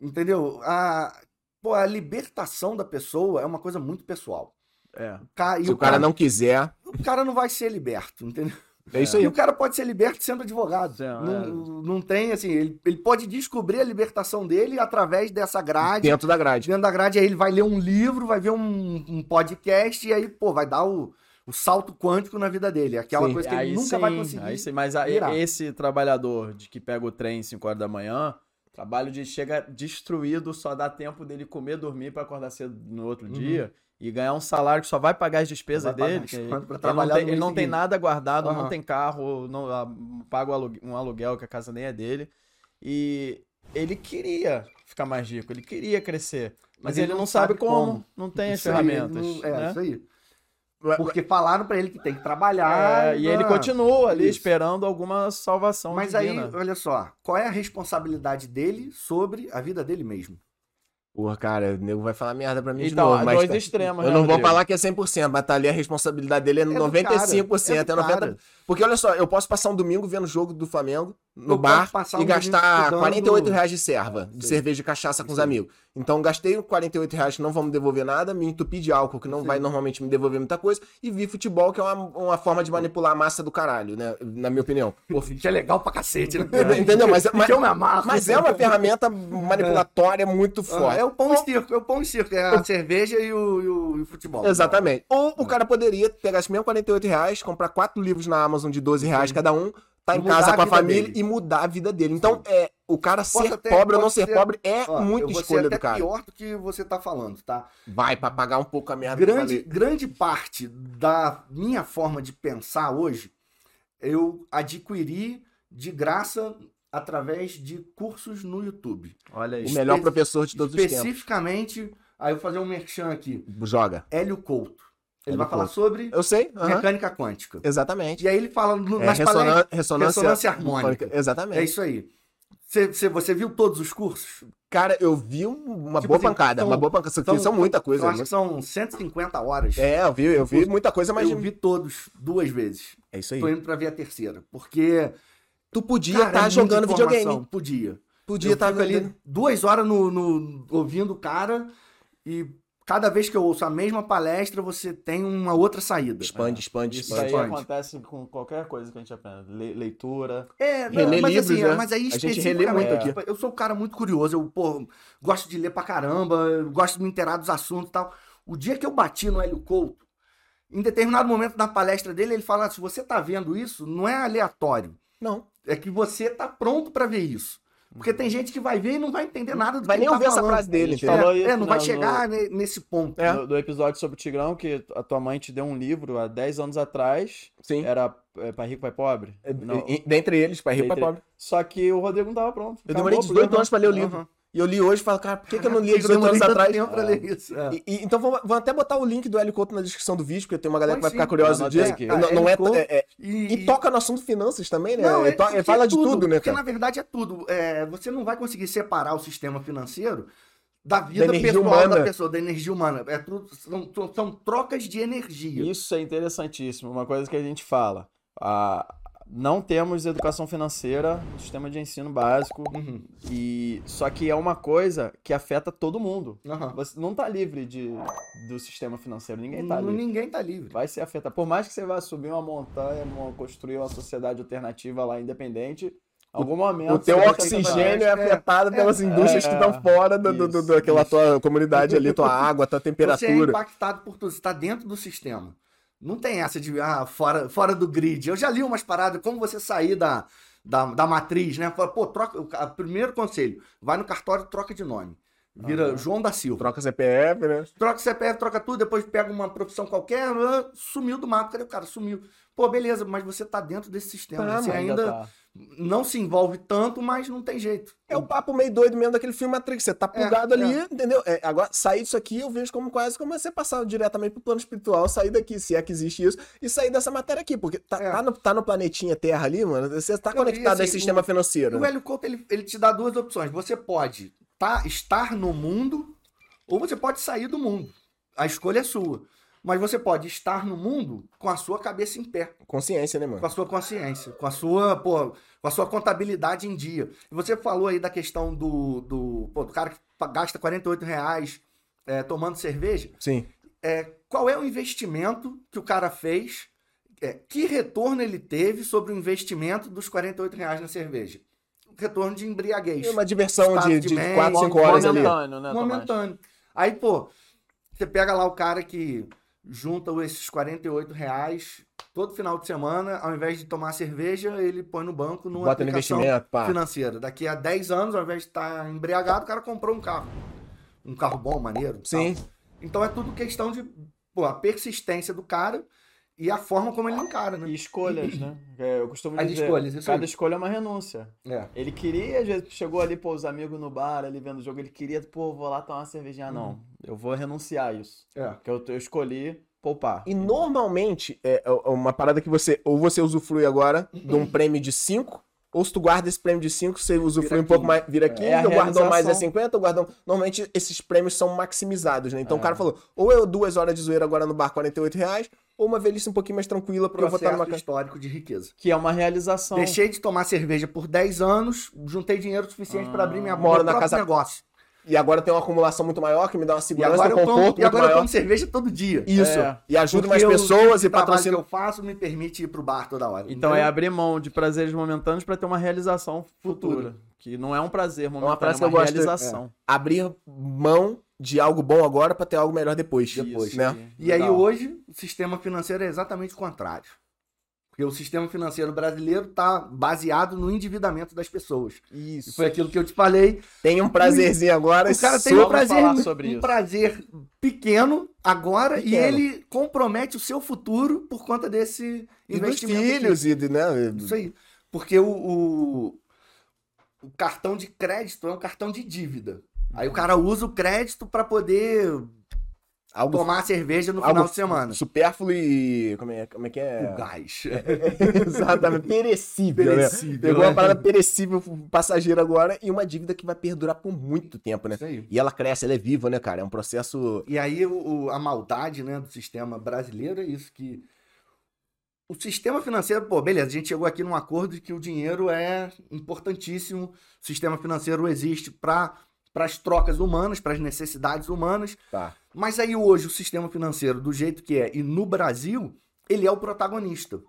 Entendeu? A, pô, a libertação da pessoa é uma coisa muito pessoal. É. O ca- e Se o cara não quiser, o cara não vai ser liberto, entendeu? é isso E aí. o cara pode ser liberto sendo advogado. É, não, não tem, assim, ele, ele pode descobrir a libertação dele através dessa grade. Dentro da grade. Dentro da grade, aí ele vai ler um livro, vai ver um, um podcast, e aí, pô, vai dar o, o salto quântico na vida dele. É Aquela Sim. coisa que ele Aí nunca sim, vai conseguir. Aí sim, mas a- virar. esse trabalhador de que pega o trem 5 horas da manhã, trabalho de chega destruído, só dá tempo dele comer, dormir pra acordar cedo no outro Uhum. dia e ganhar um salário que só vai pagar as despesas Vai pagar dele. as que ele- contas pra ele não trabalhar tem, no ele mês não tem seguinte. nada guardado, não Aham. tem carro, não a- paga o alu- um aluguel que a casa nem é dele. E ele queria ficar mais rico, ele queria crescer. Mas, ele, não sabe como, não tem as Isso aí, ele ferramentas. não- é, né? isso aí. Porque falaram pra ele que tem que trabalhar. É, e ele ah, continua ali isso. esperando alguma salvação. Mas aí, divina. olha só, qual é a responsabilidade dele sobre a vida dele mesmo? Porra, cara, o nego vai falar merda pra mim de Então, novo, há mas dois tá- extremos, Eu né, não vou Rodrigo? falar que é 100%, mas tá ali a responsabilidade dele é do cara, 95%, é é do 90%. cara. Porque olha só, eu posso passar um domingo vendo o jogo do Flamengo no Eu bar posso passar e um domingo gastar estudando- 48 reais de serva, de Sei. cerveja e cachaça com os Sei. amigos. Então gastei 48 reais que não vão me devolver nada, me entupi de álcool que não vai normalmente me devolver muita coisa e vi futebol que é uma, uma forma de manipular a massa do caralho, né, na minha opinião. Pô, gente, é legal pra cacete, né? Entendeu? Mas, mas, eu me amarro. mas é uma ferramenta manipulatória muito Ah, forte. é o pão e circo, é o pão e circo, é a cerveja e o, e o- e o futebol. Exatamente. Ou Hum. o cara poderia pegar esses mesmos 48 reais, comprar quatro livros na Amazon de 12 reais cada um, tá E em mudar casa a com a vida família dele. e mudar a vida dele. Então, é, o cara ser até- pobre ou não posso ser ser- pobre é Ó, eu muita vou ser escolha até do cara. pior do que você tá falando, tá? Vai, pra pagar um pouco a merda que eu grande, falei. grande parte da minha forma de pensar hoje eu adquiri de graça através de cursos no YouTube. Olha O isso. melhor espe- professor de todos os tempos. Especificamente, aí eu vou fazer um merchan aqui, Joga. Hélio Couto. Ele Hélio vai falar Couto. sobre Eu sei. aham. mecânica quântica. Exatamente. E aí ele fala no, É, nas ressonan- palestras. ressonância, ressonância harmônica. Exatamente. É isso aí. Cê, cê- você viu todos os cursos? Cara, eu vi um- uma Tipo boa assim, pancada. são- uma boa pancada. São, são muita coisa. né? Eu acho que são 150 horas. É, eu vi, eu vi muita coisa, mas eu vi todos duas vezes. é isso Tô aí. indo pra ver a terceira. Porque Tu podia Cara, estar é muita jogando videogame. informação. Podia. Podia tá Podia estar estar ali duas horas no, no- ouvindo o cara e cada vez que eu ouço a mesma palestra, você tem uma outra saída. Expande, expande, Isso expande. aí Pode. acontece com qualquer coisa que a gente aprende. Le- leitura. É, não, Reler mas livros, assim, né? mas aí A gente relê especificamente, muito aqui. tipo, eu sou um cara muito curioso, eu pô, gosto de ler pra caramba, eu gosto de me inteirar dos assuntos e tal. O dia que eu bati no Hélio Couto, em determinado momento na palestra dele, ele fala, se você tá vendo isso, não é aleatório. Não. é que você tá pronto pra ver isso. Porque tem gente que vai ver e não vai entender nada do Vai que ele nem tá ouvir essa falando. frase dele, É, entendeu? Falou isso é, não vai na- chegar ne- nesse ponto. É. No- do episódio sobre o Tigrão, que a tua mãe te deu um livro há 10 anos atrás. Sim. Era é, Pai Rico, Pai Pobre? Não. E- e- dentre eles, pai rico, pai Dentre- pobre. Só que o Rodrigo não tava pronto. Eu demorei 18 anos pra ler o livro. E eu li hoje e falo, cara, por É que, que eu não li há 18 demorei anos tanto atrás? tempo pra ler isso. É. E- e- então vamos, vamos até botar o link do Hélio Couto na descrição do vídeo, porque tem uma galera que vai Pois ficar sim. curiosa Anota disso. aí, Não, não é, Hélio Couto. é- é- E, E toca no assunto finanças também, né? Não, é Ele to- porque ele fala de tudo, né, Porque cara? na verdade é tudo. É, você não vai conseguir separar o sistema financeiro da vida Da energia pessoal humana. da pessoa, da energia humana. É tudo, são, são- são trocas de energia. Isso é interessantíssimo. Uma coisa que a gente fala. Ah, não temos educação financeira no sistema de ensino básico. Uhum. e Só que é uma coisa que afeta todo mundo. Aham. Você não tá livre de, do sistema financeiro. Ninguém tá Não- livre. Ninguém tá livre. Vai ser afetado. Por mais que você vá subir uma montanha, uma- construir uma sociedade alternativa lá independente, em algum momento. O teu você vai ter que oxigênio é é, afetado pelas indústrias que estão fora do, do, do- isso, daquela isso. tua comunidade ali, tua água, tua Você é temperatura. impactado por tudo. Você tá dentro do sistema. Não tem essa de, ah, fora, fora do grid. Eu já li umas paradas, como você sair da, da, da matriz, né? Fala, Pô, troca. o ca- Primeiro conselho: vai no cartório, troca de nome. Vira Aham. João da Silva. Troca CPF, né? Troca CPF, troca tudo, depois pega uma profissão qualquer, ah, sumiu do mapa. Cadê o cara? Sumiu. Pô, beleza, mas você tá dentro desse sistema. Tá, você Ainda, ainda tá. não se envolve tanto, mas não tem jeito. É o papo meio doido mesmo daquele filme Matrix. Você tá plugado é. ali, entendeu? É, agora, sair disso aqui, eu vejo como quase como é você passar diretamente pro plano espiritual, sair daqui, se é que existe isso, e sair dessa matéria aqui. Porque tá, É. tá no, tá no planetinha Terra ali, mano, você tá Eu conectado vi, a esse assim, sistema E financeiro. o né? Hélio Couto, ele, ele te dá duas opções. Você pode tá, estar no mundo ou você pode sair do mundo. A escolha é sua. Mas você pode estar no mundo com a sua cabeça em pé, Consciência, né, com mano? a sua consciência, com a sua, pô, com a sua contabilidade em dia. E você falou aí da questão do, do, pô, do cara que pa- gasta 48 reais é, tomando cerveja. Sim. É, qual é o investimento que o cara fez? é, que retorno ele teve sobre o investimento dos 48 reais na cerveja? Retorno de embriaguez. É uma diversão Estado de, de de bem, 4, 5 horas ali. Momentâneo, né, Tomás? momentâneo. Aí, pô, você pega lá o cara que junta esses 48 reais todo final de semana, ao invés de tomar cerveja, ele põe no banco numa Bota no aplicação investimento, pá. financeira. Daqui a 10 anos, ao invés de estar embriagado, o cara comprou um carro. Um carro bom, maneiro. tal. Sim. Então é tudo questão de pô, a persistência do cara e a forma como ele encara, E né? escolhas, né? É, Eu costumo As dizer, escolhas, isso cada aí. escolha é uma renúncia. É. Ele queria, às vezes, chegou ali, pô, os amigos no bar, ali vendo o jogo, ele queria, pô, vou lá tomar uma cervejinha. Uhum. Ah, Não, eu vou renunciar a isso. É. Porque eu, eu escolhi poupar. E normalmente é é uma parada que você ou você usufrui agora de um prêmio de 5, ou se tu guarda esse prêmio de 5, você Vira usufrui um pouco 15. mais, vira É, 15, é a o guardão mais é realização. 50, o guardão. Normalmente esses prêmios são maximizados, né? Então o É. cara falou: ou eu duas horas de zoeira agora no bar, 48 reais, ou uma velhice um pouquinho mais tranquila pra eu votar Processo numa casa. histórico de riqueza. Que é uma um. realização. Deixei de tomar cerveja por 10 anos, juntei dinheiro suficiente pra abrir minha Moro meu Ah, na próprio casa- negócio. E agora tem uma acumulação muito maior que me dá uma E segurança, agora, eu um conforto tomo, muito e agora eu maior. tomo cerveja todo dia. Isso. É. E ajudo mais Porque eu- pessoas e o trabalho que patrocino. eu faço me permite ir pro bar toda hora. Então é entendeu? abrir mão de prazeres momentâneos pra ter uma realização futura. Que não é um prazer momentâneo, é frase que uma, eu gosto, realização. Abrir mão de algo bom agora pra ter algo melhor depois. Depois, né? E aí Legal. hoje o sistema financeiro é exatamente o contrário. Porque o sistema financeiro brasileiro tá baseado no endividamento das pessoas. E Isso. foi aquilo que eu te falei, Tem um prazerzinho agora. O cara tem só- um vamos prazer, falar sobre um isso. prazer pequeno agora e Pequeno. ele compromete o seu futuro por conta desse E dos investimento. filhos, e, de- né? aqui. Isso aí. Porque o, o, o cartão de crédito é um cartão de dívida. Aí o cara usa o crédito para poder Algo, tomar a cerveja no algo final de semana. supérfluo e. Como é, como é que é? né? O gás. Exatamente. Perecível. né? Perecível, Pegou uma né? parada perecível passageira agora e uma dívida que vai perdurar por muito tempo, né? Isso aí. E ela cresce, ela é viva, né, cara? É um processo. E aí o- o- a maldade né, do sistema brasileiro é isso, que o sistema financeiro, pô, beleza, a gente chegou aqui num acordo de que o dinheiro é importantíssimo, o sistema financeiro existe para as trocas humanas, para as necessidades humanas, Tá. mas aí hoje o sistema financeiro, do jeito que é, e no Brasil, ele é o protagonista.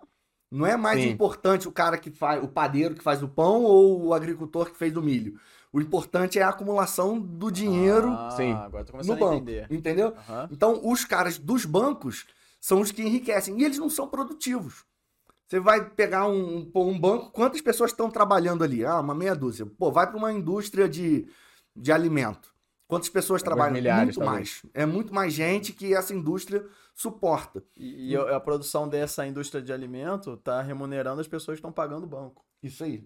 Não é mais Sim. importante o cara que faz, o padeiro que faz o pão ou o agricultor que fez o milho. O importante é a acumulação do dinheiro Ah, sim. Agora tô no começando a banco. Uhum. entender. Entendeu? Aham. Então, os caras dos bancos são os que enriquecem. E eles não são produtivos. Você vai pegar um, pô, um banco, quantas pessoas estão trabalhando ali? Ah, uma meia dúzia. Pô, vai para uma indústria de, de alimento. Quantas pessoas Alguns trabalham? milhares, muito talvez. mais. É muito mais gente que essa indústria suporta. E, e a a produção dessa indústria de alimento tá remunerando as pessoas que estão pagando o banco. Isso aí.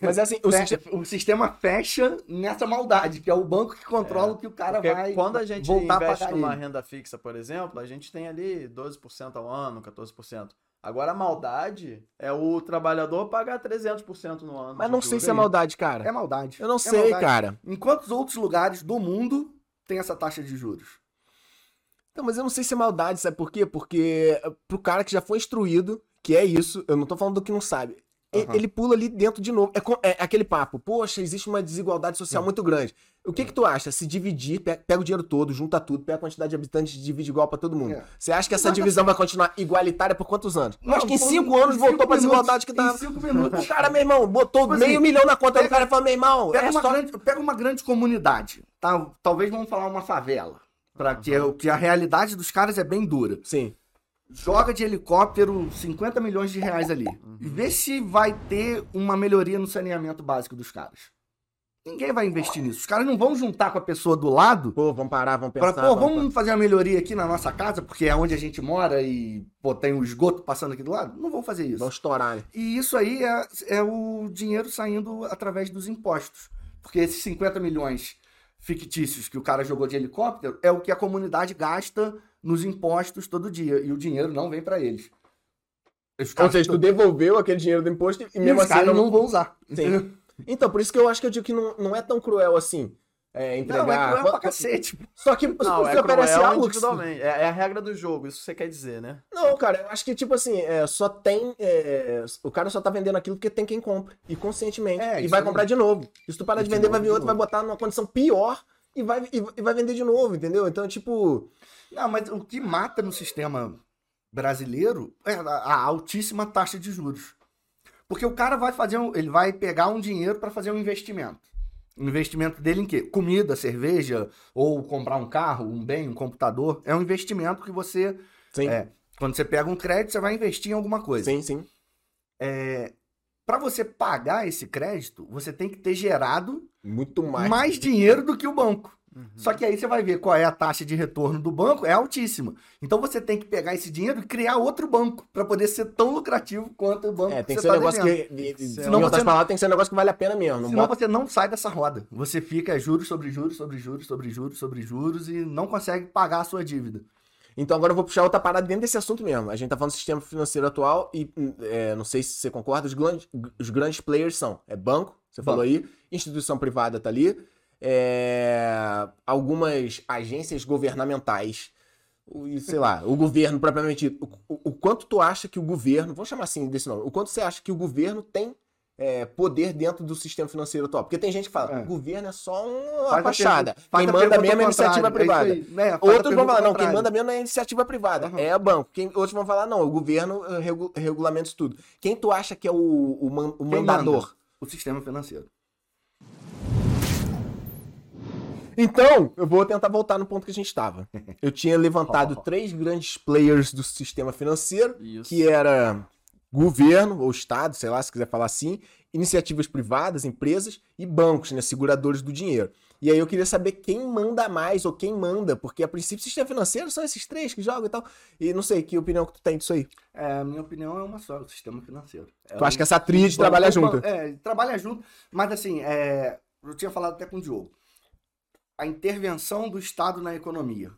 Mas assim, o Fecha- sistema... o sistema fecha nessa maldade, que é o banco que controla o que o cara Porque vai quando a gente voltar a investe pagar numa ele. renda fixa, por exemplo, a gente tem ali 12% ao ano, 14%. Agora a maldade é o trabalhador pagar 300% no ano. Mas de não sei juros. se é maldade, cara. É maldade. Eu não É sei, maldade. cara. Em quantos outros lugares do mundo tem essa taxa de juros? Então, mas eu não sei se é maldade, sabe por quê? Porque eh, pro cara que já foi instruído, que é isso, eu não tô falando do que não sabe. e- Aham. Ele pula ali dentro de novo. É, co- é aquele papo. Poxa, existe uma desigualdade social muito grande. O que que tu acha? Se dividir, pe- pega o dinheiro todo, junta tudo, pega a quantidade de habitantes e divide igual pra todo mundo. É. Você acha que essa divisão vai continuar igualitária por quantos anos? Eu acho que em Não, cinco em anos cinco voltou minutos- pra desigualdade que em tava. cinco O minutos. cara, meu irmão, botou Tipo assim, meio milhão na conta do pega- cara e falou: meu irmão, Pega é uma, só. grande, pega uma grande comunidade, tá? Talvez vamos falar uma favela, para que, é- que a realidade dos caras é bem dura. Sim. Joga de helicóptero 50 milhões de reais ali e vê se vai ter uma melhoria no saneamento básico dos caras. Ninguém vai investir nisso. Os caras não vão juntar com a pessoa do lado Pô, vamos parar, vamos Pra, pensar. pô, vamos fazer uma melhoria aqui na nossa casa, porque é onde a gente mora e pô, tem um esgoto passando aqui do lado. Não vão fazer isso. Vamos estourar, né? E isso aí é, é o dinheiro saindo através dos impostos. Porque esses 50 milhões fictícios que o cara jogou de helicóptero é o que a comunidade gasta nos impostos todo dia. E o dinheiro não vem pra eles. Os Ou caras, seja, tu devolveu aquele dinheiro do imposto e mesmo os assim caras não... não vão usar. entendeu? Sim. Então, por isso que eu acho que eu digo que não, não é tão cruel assim. É, Não, é entregar. cruel pra cacete. Só que Não, você é oferece cruel algo que. individualmente. É, é a regra do jogo, isso você quer dizer, né? Não, cara, eu acho que, tipo assim, é, só tem. é, o cara só tá vendendo aquilo porque tem quem compra. E conscientemente. É, e isso vai aí. comprar de novo. E se tu parar de, E de vender, vai novo, vir é de outro, vai novo. botar numa condição pior e vai, e, e vai vender de novo, entendeu? Então, tipo. Não, Ah, mas o que mata no sistema brasileiro é a, a altíssima taxa de juros. Porque o cara vai fazer um, ele vai pegar um dinheiro para fazer um investimento. O investimento dele em quê? Comida, cerveja, ou comprar um carro, um bem, um computador. É um investimento que você, Sim, É, quando você pega um crédito, você vai investir em alguma coisa. sim, sim. Para você pagar esse crédito, você tem que ter gerado Muito mais. mais dinheiro do que o banco. Só que aí você vai ver qual é a taxa de retorno do banco, é altíssima. Então você tem que pegar esse dinheiro e criar outro banco para poder ser tão lucrativo quanto o banco É, tem que você ser um tá negócio devendo. que. e- e- Senão Em outras você- palavras, tem que ser um negócio que vale a pena mesmo. Não Senão bota- você não sai dessa roda. Você fica juros sobre juros, sobre juros, sobre juros, sobre juros e não consegue pagar a sua dívida. Então agora eu vou puxar outra parada dentro desse assunto mesmo. A gente tá falando do sistema financeiro atual e hum, é, não sei se você concorda, os grandes, os grandes players são é banco, você falou aí, instituição privada tá ali, é, algumas agências governamentais, o- e sei lá, o governo propriamente dito. O, o- o quanto tu acha que o governo, vamos chamar assim desse nome, o quanto você acha que o governo tem é, poder dentro do sistema financeiro atual? Porque tem gente que fala, É. governo é só uma Faz a fachada, pergunta- faz quem a manda pergunta ao mesmo é a contrário, iniciativa é isso privada. aí, né? Faz a Outros vão pergunta falar, ao não, quem contrário. manda mesmo é a iniciativa privada, Aham. é banco. Quem, outros vão falar, não, o governo eh, regu- regulamenta isso tudo. Quem tu acha que é o, o, man- o Quem mandador? manda? O sistema financeiro. Então, eu vou tentar voltar no ponto que a gente estava. Eu tinha levantado três grandes players do sistema financeiro, Isso. que era governo ou Estado, sei lá, se quiser falar assim, iniciativas privadas, empresas e bancos, né, seguradores do dinheiro. E aí eu queria saber quem manda mais ou quem manda, porque a princípio sistema financeiro são esses três que jogam e tal. E não sei, que opinião que tu tem disso aí? É, a minha opinião é uma só, o sistema financeiro. É Tu acha um- que essa tríade Bom, trabalha bom, junto? bom, É, trabalha junto. Mas assim, é, eu tinha falado até com o Diogo. A intervenção do Estado na economia.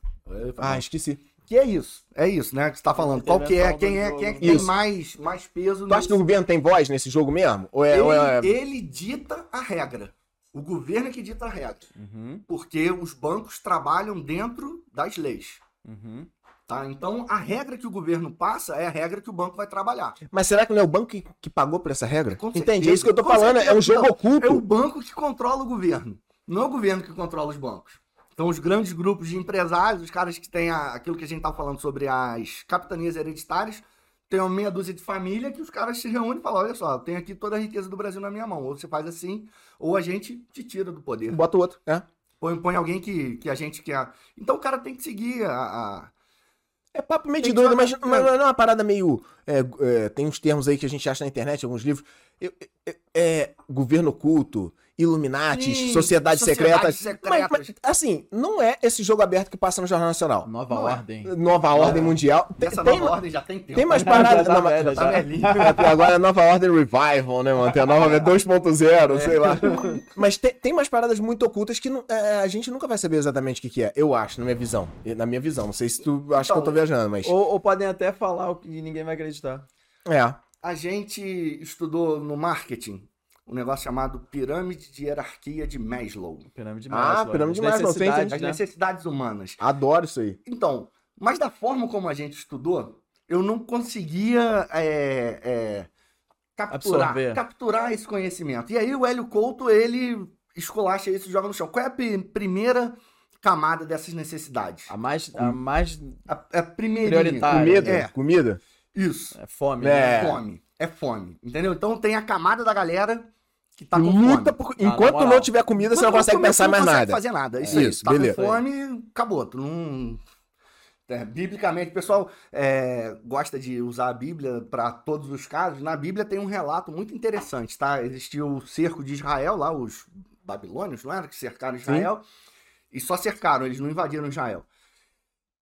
Ah, esqueci. que é isso. É isso, né? Que você tá falando. Qual que é? Quem é, quem é que tem Isso. mais, mais peso Tu acha que o governo tem voz nesse jogo mesmo? Ou é. ele, ou é- ele dita a regra. O governo é que dita a regra. Uhum, Porque os bancos trabalham dentro das leis. uhum. Tá? Então, a regra que o governo passa é a regra que o banco vai trabalhar. Mas será que não é o banco que, que pagou por essa regra? Com Entende? certeza, É isso que eu tô com falando. É um certeza. jogo Não, oculto. É o banco que controla o governo. Não é o governo que controla os bancos. Então, os grandes grupos de empresários, os caras que têm a- aquilo que a gente tá falando sobre as capitanias hereditárias, tem uma meia dúzia de família que os caras se reúnem e falam: olha só, eu tenho aqui toda a riqueza do Brasil na minha mão. Ou você faz assim, ou a gente te tira do poder. Bota o outro, né? Põe, põe alguém que, que a gente quer. Então, o cara tem que seguir a. a- É papo meio de Tem que doido, mas, jogar- mas não é uma parada meio. é, é, tem uns termos aí que a gente acha na internet, alguns livros. Eu- é, é, governo oculto, Illuminati, Sim, sociedades sociedades secretas. secretas. Mas, mas, assim, não é esse jogo aberto que passa no Jornal Nacional. Nova Não é. ordem. Nova Ordem Mundial. Tem, Dessa tem- nova ordem já tem tempo. tem um mais Já paradas. tá não, velho, mas- já. é, porque agora é Nova Ordem Revival, né, mano? Tem a nova 2.0, sei lá. É. Mas tem, tem umas paradas muito ocultas que não- é, a gente nunca vai saber exatamente o que, que é, eu acho, na minha visão. Na minha visão. Não sei se tu acha que eu tô viajando, mas. Ou, ou podem até falar o que ninguém vai acreditar. É. A gente estudou no marketing um negócio chamado pirâmide de hierarquia de Maslow. Pirâmide de Ah, Maslow, né? pirâmide as de Maslow, sim, As necessidades, né? necessidades humanas. Adoro isso aí. Então, mas da forma como a gente estudou, eu não conseguia é, é, capturar, Absorver. capturar esse conhecimento. E aí o Hélio Couto, ele escolacha isso e joga no chão. Qual é a pri- primeira camada dessas necessidades? né? A mais, Hum. a mais A, a primeirinha. Prioritária. Ah, Comida? é. Comida? Isso. é fome, É. É. Fome. É fome. Entendeu? Então tem a camada da galera que tá com fome. Luta por... na Enquanto moral. não tiver comida, é você não Quando consegue comer, pensar tu mais não consegue nada. fazer nada. Isso, É. aí. Isso, tá beleza. com fome, acabou. Tu não... É, biblicamente, o pessoal é, gosta de usar a Bíblia para todos os casos. Na Bíblia tem um relato muito interessante, tá? Existia o cerco de Israel, lá os babilônios, não era? Que cercaram Israel. E só cercaram, eles não invadiram Israel.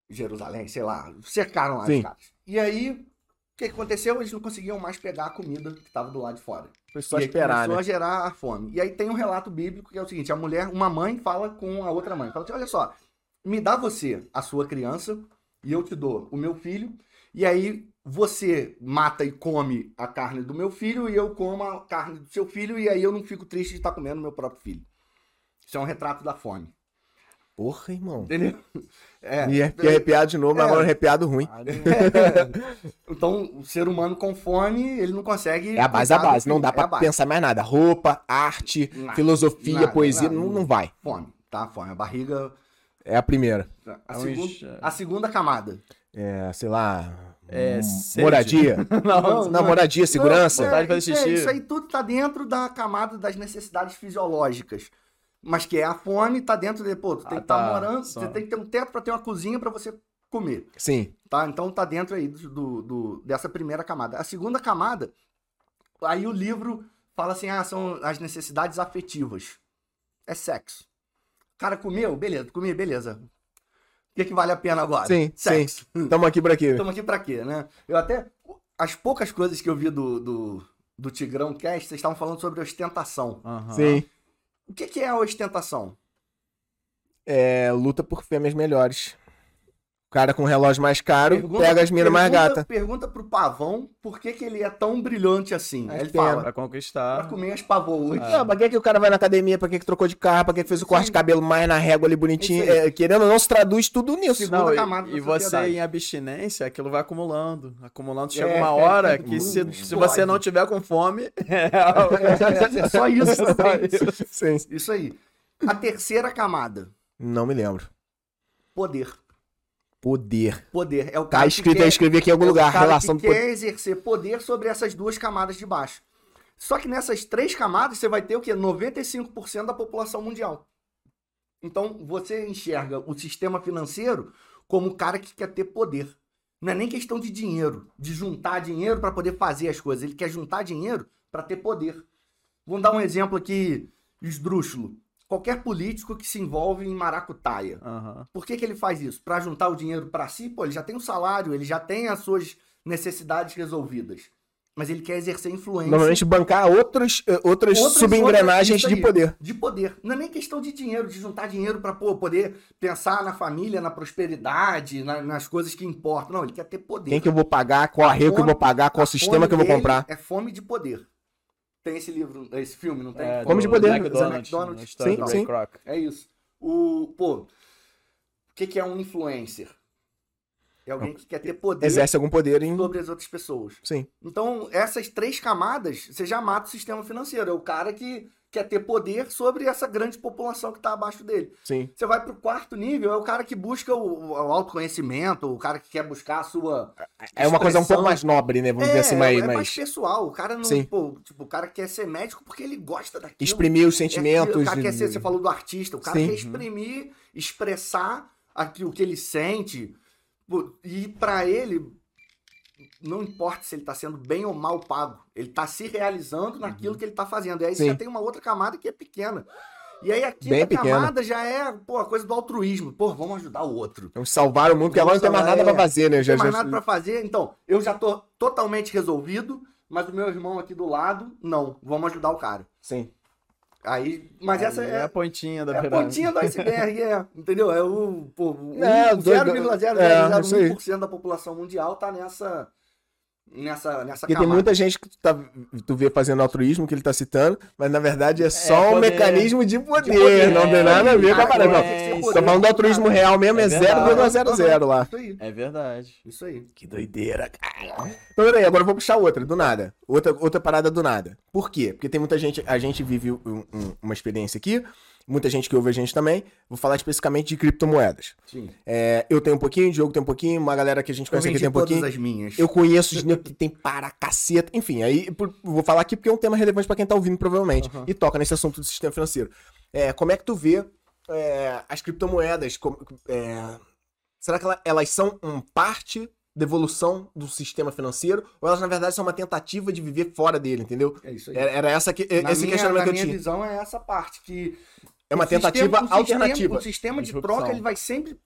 Jerusalém, sei lá. Cercaram lá Sim. os caras. E aí, o que aconteceu? Eles não conseguiam mais pegar a comida que estava do lado de fora. Foi só E aí esperar, começou né? a gerar a fome. E aí tem um relato bíblico que é o seguinte: a mulher, uma mãe fala com a outra mãe, fala assim: olha só, me dá você a sua criança e eu te dou o meu filho. E aí você mata e come a carne do meu filho e eu como a carne do seu filho e aí eu não fico triste de estar comendo meu próprio filho. Isso é um retrato da fome. Porra, irmão. Entendeu? É. E arrepi- arrepiado de novo, mas É. agora arrepiado ruim. Então, o ser humano com fome, ele não consegue. É a base da cuidar do base, não filho. dá É a pra base. pensar mais nada. Roupa, arte, Nada, filosofia, nada, poesia, nada. não, não vai. Fome, tá? Fome. A barriga. É a primeira. A, É um segun- ixi, é. a segunda camada. É, sei lá. É, hum, sede. moradia. Não, não, moradia, segurança. Vontade de Não, isso, fazer é- isso, xixi. é- isso aí tudo tá dentro da camada das necessidades fisiológicas. Mas que é a fome, tá dentro de, pô, tu tem Ah, que estar tá. morando, Só. você tem que ter um teto pra ter uma cozinha pra você comer, Sim. tá? Então tá dentro aí do, do- do- dessa primeira camada. A segunda camada, aí o livro fala assim, ah, são as necessidades afetivas. É sexo. O cara comeu, beleza, comi, beleza. O que, que vale a pena agora? Sim, sexo. Tamo aqui por aqui. Estamos aqui pra quê, né? Eu até. As poucas coisas que eu vi do, do, do Tigrão Cast, vocês estavam falando sobre ostentação. Aham. Sim. O que, que é a ostentação? É, luta por fêmeas melhores. O cara com o relógio mais caro Pergunta- pega as minas mais pergunta- gata. Pergunta pro Pavão por que, que ele é tão brilhante assim. Aí ele tem fala: Pra pra conquistar. comer as pavões. Não, Ah, pra que, que o cara vai na academia? Pra que, que trocou de carro? Pra que, que fez o corte de cabelo mais na régua ali bonitinho? Isso aí. É, querendo ou não, se traduz tudo nisso. Segunda Não, e- camada da e, você sociedade. em abstinência, aquilo vai acumulando. Acumulando, chega É, uma é, hora é, que é, se, explode. se você não tiver com fome, É só isso. Sim. isso aí. A terceira camada: Não me lembro. poder. Poder. Poder. É o cara Tá que escrito, quer- eu escrevi aqui em algum É o lugar. cara Relação do que poder. quer exercer poder sobre essas duas camadas de baixo. Só que nessas três camadas você vai ter o quê? 95% da população mundial. Então você enxerga o sistema financeiro como o cara que quer ter poder. Não é nem questão de dinheiro, de juntar dinheiro para poder fazer as coisas. Ele quer juntar dinheiro para ter poder. Vamos dar um exemplo aqui esdrúxulo. Qualquer político que se envolve em maracutaia. Aham. Por que, que ele faz isso? Para juntar o dinheiro para si? Pô, ele já tem um salário, ele já tem as suas necessidades resolvidas. Mas ele quer exercer influência Normalmente bancar outros, eh, outras, Outras- outras- subengrenagens isso de aí. poder. de poder. Não é nem questão de dinheiro, de juntar dinheiro para poder pensar na família, na prosperidade, na- nas coisas que importam. Não, ele quer ter poder. Quem que eu vou pagar, qual arrego que eu fome- vou pagar, qual A sistema fome que eu vou dele comprar. É fome de poder. Tem esse livro, esse filme, não tem? É, Fome de do poder. McDonald's, né? McDonald's. na história Sim, do Ray sim. Kroc. É isso. O, pô, o que, que é um influencer? É alguém que quer ter poder Exerce algum poder em. sobre as outras pessoas. Sim. Então, essas três camadas, você já mata o sistema financeiro. É o cara que quer ter poder sobre essa grande população que está abaixo dele. Sim. Você vai para o quarto nível, é o cara que busca o, o autoconhecimento, o cara que quer buscar a sua. É uma coisa um expressão. pouco mais nobre, né? Vamos é, dizer assim, mais. é mais mais pessoal. O cara não. Sim. Pô, tipo, o cara quer ser médico porque ele gosta daquilo. Exprimir os É aquilo, sentimentos. o cara quer ser, você falou do artista, o cara Sim. quer exprimir, expressar aqui, o que ele sente. Pô, E pra ele, não importa se ele tá sendo bem ou mal pago, ele tá se realizando naquilo que ele tá fazendo. E aí Uhum. Sim. você já tem uma outra camada que é pequena. E aí a Bem quinta pequena. camada já é, pô, a coisa do altruísmo. Pô, vamos ajudar o outro. Então salvaram o mundo, porque agora não tem mais nada pra fazer, né? é, Não tem Já, mais já- nada pra fazer, então, eu já tô totalmente resolvido, mas o meu irmão aqui do lado, não, vamos ajudar o cara. Sim. Aí, mas essa Aí é, a pontinha da é a pirâmide. pontinha do iceberg, é, entendeu? É o, pô, o É, dois- 0,001% é, isso aí. da população mundial tá nessa nessa nessa Porque tem camada. muita gente que tu, tá, tu vê fazendo altruísmo, que ele tá citando, mas na verdade é só um poder. mecanismo de poder, poder, não tem é, nada a Ah, ver com a cara, parada. Não, não. Tô Tá falando do altruísmo real mesmo, é É verdade. 0,00 lá. Tá, Isso aí. É verdade. Isso aí. Que doideira, cara. Então, peraí, agora eu vou puxar outra, do nada. Outra, outra parada do nada. Por quê? Porque tem muita gente, a gente vive um- um- uma experiência aqui, muita gente que ouve a gente também. Vou falar especificamente de criptomoedas. Sim. É, eu tenho um pouquinho, o Diogo tem um pouquinho, uma galera que a gente Eu conhece aqui vendi tem um todas pouquinho. as minhas. Eu conheço os nego que tem para caceta. Enfim, aí por- vou falar aqui porque é um tema relevante pra quem tá ouvindo, provavelmente. Aham. E toca nesse assunto do sistema financeiro. É, como é que tu vê é, as criptomoedas? Como- é, será que ela- elas são um parte da evolução do sistema financeiro? Ou elas, na verdade, são uma tentativa de viver fora dele, entendeu? É isso aí. Era, era essa que, Na esse minha, questionamento na que eu minha tinha. visão é essa parte que É uma O sistema- tentativa o sistema- alternativa. o sistema de Disrupção. troca ele vai sempre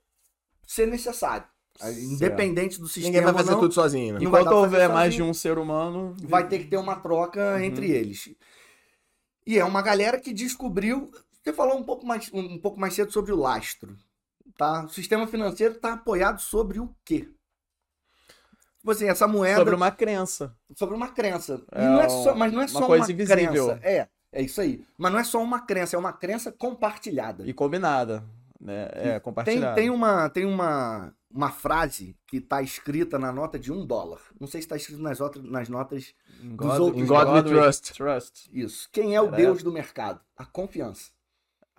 ser necessário. Independente do sistema. Ninguém vai fazer ou não, tudo sozinho, né? Não vai dar Enquanto pra fazer houver mais de sozinho. um ser humano, Vai ter que ter uma troca Uhum. entre eles. E é uma galera que descobriu. Você falou um pouco mais, um um pouco mais cedo sobre o lastro. Tá? O sistema financeiro está apoiado sobre o quê? Tipo assim, essa moeda sobre uma crença. sobre uma crença. E É não é um- só, mas não é uma só coisa uma invisível. crença. É, é isso aí. Mas não é só uma crença, é uma crença compartilhada. E combinada. Né? É, Tem, compartilhada. tem um uma, tem uma, uma frase que tá escrita na nota de um dólar. Não sei se tá escrito nas, outras, nas notas. In dos outros. In God we trust. Trust. Isso. Quem é o Era Deus do mercado? A confiança.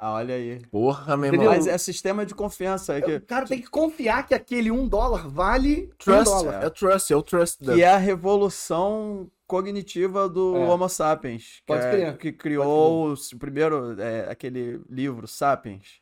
Ah, olha aí. Porra, meu irmão. Entendeu? Mas é sistema de confiança. É que, O cara tem que confiar que aquele um dólar vale um Trust, dólar. é o trust, é o trust. da- que é a revolução cognitiva do É. Homo sapiens. Que Pode é- crer. Que criou o primeiro, é, aquele livro, Sapiens.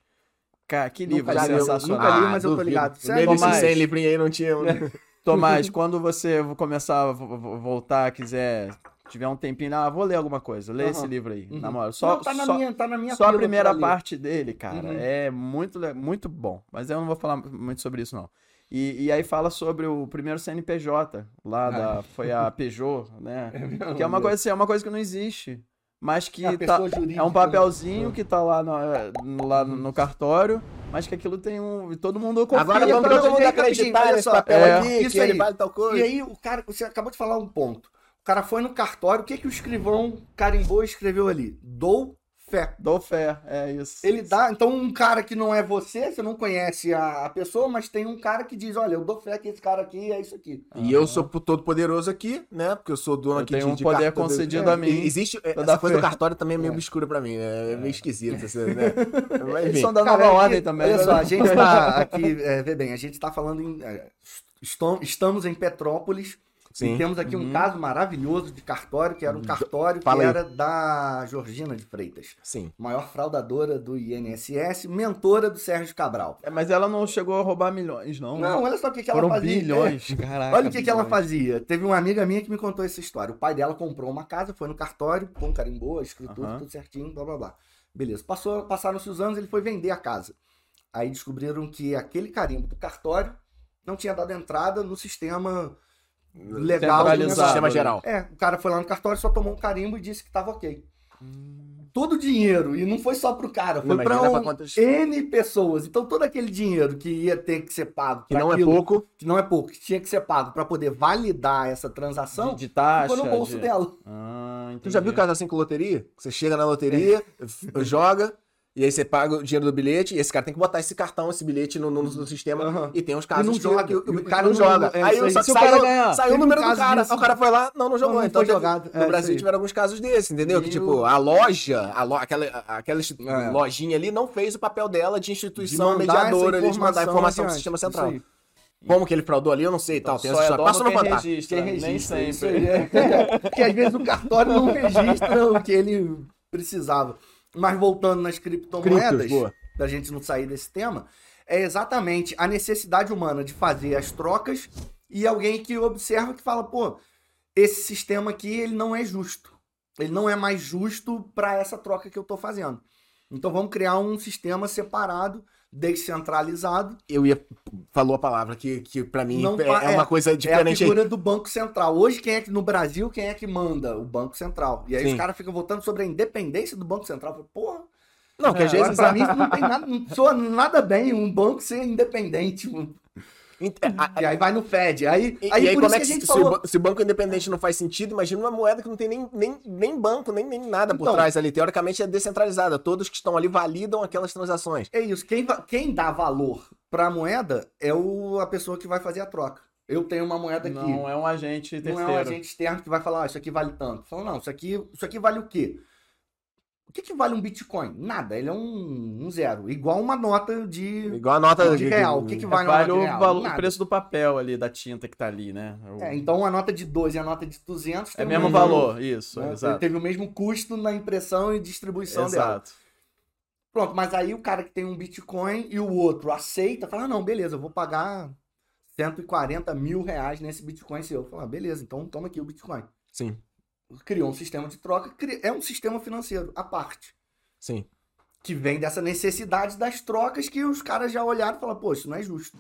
Cara, que é livro Nunca li, eu- sensacional. nunca li, mas eu tô ligado. No Sério? meio desses Tomás. 100 livrinhos aí não tinha. um, né? Tomás, quando você começar a vo- vo- voltar, quiser, tiver um tempinho, ah, vou ler alguma coisa, lê esse Aham. livro aí, Uhum. na moral. Só, Não, tá na só- minha, tá na minha só a fila pra primeira ler. parte dele, cara, Uhum. é muito, le- muito bom. Mas eu não vou falar muito sobre isso, não. E, e aí fala sobre o primeiro CNPJ, Ah. lá da, foi a Peugeot, né? Que é uma coisa, assim, é uma coisa que não existe, mas que É a tá, pessoa é jurídica. um Hum. papelzinho que tá lá, na- no, lá no cartório, mas que aquilo tem um... Todo mundo confia. Agora vamos então, todo gente, mundo rapidinho, acreditar olha nesse só, papel é, aqui, isso que ele aí. vale tal coisa. E aí, o cara, você acabou de falar um ponto. O cara foi no cartório, o que, que o escrivão carimbou e escreveu ali? Dou fé. Dou fé, é isso. Ele dá. Então, um cara que não é você, você não conhece a, a pessoa, mas tem um cara que diz: olha, eu dou fé que esse cara aqui é isso aqui. E eu sou pro todo poderoso aqui, né? Porque eu sou dono Eu aqui tenho de, um de poder cartão- concedido a mim. E- Existe. Pra Essa dar coisa do fé. cartório também é meio obscura pra mim, né? É meio esquisito. Assim, né? Mas, Eles enfim. são da Cara, nova aqui- ordem também. Olha né? só, a gente tá aqui, é, vê bem, a gente tá falando em. é, estom- estamos em Petrópolis e Sim. temos aqui um Uhum. caso maravilhoso de cartório, que era um cartório Fala que aí. era da Georgina de Freitas, Sim. maior fraudadora do INSS, mentora do Sérgio Cabral. É, Mas ela não chegou a roubar milhões, Então, não. né? Não, olha só o que, que Foram ela fazia. é. bilhões, caraca. né? Olha o que, que ela bilhões. fazia. Teve uma amiga minha que me contou essa história. O pai dela comprou uma casa, foi no cartório, pum, carimbou, a escritura, Aham. tudo certinho, blá blá blá. Beleza. Passou, passaram-se os anos, ele foi vender a casa. Aí descobriram que aquele carimbo do cartório não tinha dado entrada no sistema legal. do Centralizado. negócio. né, Sistema geral. É, o cara foi lá no cartório, só tomou um carimbo e disse que tava ok. Todo o dinheiro, e não foi só pro cara, Não, foi mas pra, não é um, pra quantas- N pessoas. Então todo aquele dinheiro que ia ter que ser pago Que pra não é aquilo, pouco. que não é pouco, que tinha que ser pago para poder validar essa transação, de, de taxa. ficou no bolso de... dela. Ah, entendi. Tu já viu caso assim com loteria? Você chega na loteria, f- joga. E aí você paga o dinheiro do bilhete, e esse cara tem que botar esse cartão, esse bilhete no, no- no sistema. Aham. E tem uns casos não que, joga, que e o o cara cara não, não- joga. é aí isso aí. só Se o saiu, cara saiu ganhar, o teve um número do caso cara. disso. Aí o cara foi lá, não, não jogou. Não, não então foi teve- jogado. no É, isso Brasil aí. tiveram alguns casos desses, entendeu? Que E tipo, a loja, a lo- aquela, aquela insti- É. lojinha ali não fez o papel dela de mandar instituição mediadora, essa ali, de mandar informação pro adiante. sistema Isso central. aí. Como que ele fraudou ali, eu não sei e Então, tal. Tem essa história. Passa Só não é dono quem contar. registra, Quem nem registra sempre. isso aí. É. Porque às vezes o cartório não registra o que ele precisava. Mas voltando nas criptomoedas, Criptos, boa. pra gente não sair desse tema, é exatamente a necessidade humana de fazer as trocas e alguém que observa que fala, pô, esse sistema aqui ele não é justo. Ele não é mais justo para essa troca que eu estou fazendo. Então vamos criar um sistema separado, descentralizado. é Eu ia. Falou a palavra que, que para mim Não é, pa- é uma é, coisa É a diferente. figura do Banco Central. Hoje, quem é que no Brasil, quem é que manda? O Banco Central. E aí Sim. os caras ficam votando sobre a independência do Banco Central. Eu falo, Porra, Não, que às É, Agora, vezes. pra mim, isso não tem nada, não soa nada bem um banco ser independente. um- Ent- é- a- E aí vai no Fed. Aí, E e aí, aí, por isso como que é que, a se, gente se o falou. ban- se o banco independente não faz sentido, imagina uma moeda que não tem nem, nem, nem banco, nem, nem nada por Então. trás ali. Teoricamente é descentralizada. Todos que estão ali validam aquelas transações. É isso. Quem, va- quem dá valor pra moeda é o, a pessoa que vai fazer a troca. Eu tenho uma moeda aqui. Não é um agente terceiro. Não é um agente externo que vai falar, ah, isso aqui vale tanto. Fala, não, isso aqui, isso aqui vale o quê? O que, que vale um Bitcoin? Nada, ele é um, um zero. Igual uma nota de, Igual a nota de real. O que, que vale, uma Vale nota de o, real? valor, o Nada. É preço do papel ali, da tinta que tá ali, né? O- É, então a nota de 2 e a nota de 200 É tem o mesmo um- valor, isso, né? exato. Teve o mesmo custo na impressão e distribuição dela. Exato. Pronto, mas aí o cara que tem um Bitcoin e o outro aceita, fala, ah, não, beleza, eu vou pagar 140 mil reais nesse Bitcoin seu. Fala, ah, beleza, então toma aqui o Bitcoin. Sim, Criou um sistema de troca, cri- é um sistema financeiro à parte, sim. que vem dessa necessidade das trocas que os caras já olharam e falaram, pô, isso não é justo.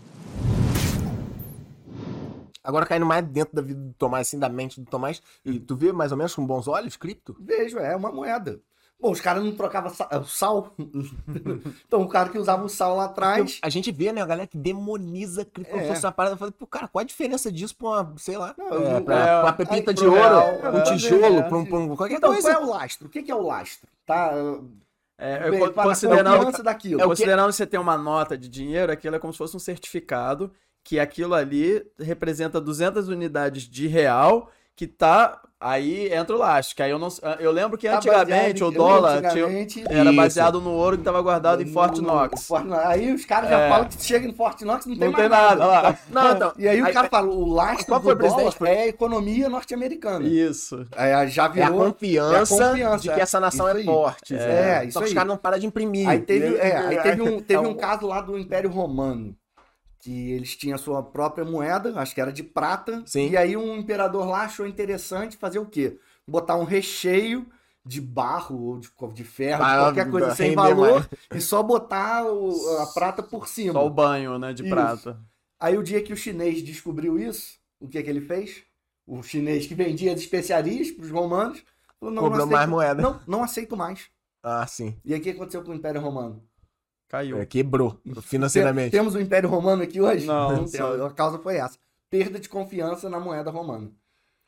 Agora caindo mais dentro da vida do Tomás, assim, da mente do Tomás, Hum. e tu vê mais ou menos com bons olhos, cripto? Vejo, é uma moeda. Bom, os caras não trocavam sa- é, o sal. então o cara que usava o sal lá atrás. A gente vê, né, a galera que demoniza cripto como É. se fosse uma parada. Eu falei, pô, cara, qual a diferença disso pra uma, sei lá, Não, então, pra, eu- pra é, uma pepita aí, de pro ouro, real, um é, tijolo, é, pra um, pra um- qualquer Então, coisa. qual é o lastro? O que que é o lastro? Tá? É, eu Bem, con- fala a considerando, confiança daquilo. é, o quê? considerando que você tem uma nota de dinheiro, aquilo é como se fosse um certificado, que aquilo ali representa 200 unidades de real, que tá... Aí entra o elástico. Aí eu, não, eu lembro que Tá antigamente baseado o em- dólar tinha- antigamente, era Isso. baseado no ouro que estava guardado em no- Fort no- Knox. Fort Knox. Aí os caras já É. falam que chega em Fort Knox não tem Não mais tem nada lá. Não, então, E aí o Aí- cara fala, o lastro Qual do foi o dólar presidente? é a economia norte-americana. Isso. É, já É a virou... é confiança, a confiança, de que essa nação é. é Isso aí. forte. É, né? isso Só que os aí. caras não param de imprimir. Aí teve, né? é, aí teve um, teve um Então, caso lá do Império Romano, que eles tinham a sua própria moeda, acho que era de prata, Sim. e aí um imperador lá achou interessante fazer o quê? Botar um recheio de barro ou de, co- de ferro, de Pra qualquer coisa sem render valor, e só botar o- a prata por cima. Só o banho, né, de Isso. prata. Aí o dia que o chinês descobriu isso, o que, que ele fez? O chinês que vendia as especiarias para os romanos, falou, não, não Cobrou aceito, mais moeda. não, não aceito mais. Ah, sim. E aí o que aconteceu com o Império Romano? Caiu. É, quebrou Tem- financeiramente. Temos o Império Romano aqui hoje? Não, Não tem. só- A causa foi essa. Perda de confiança na moeda romana.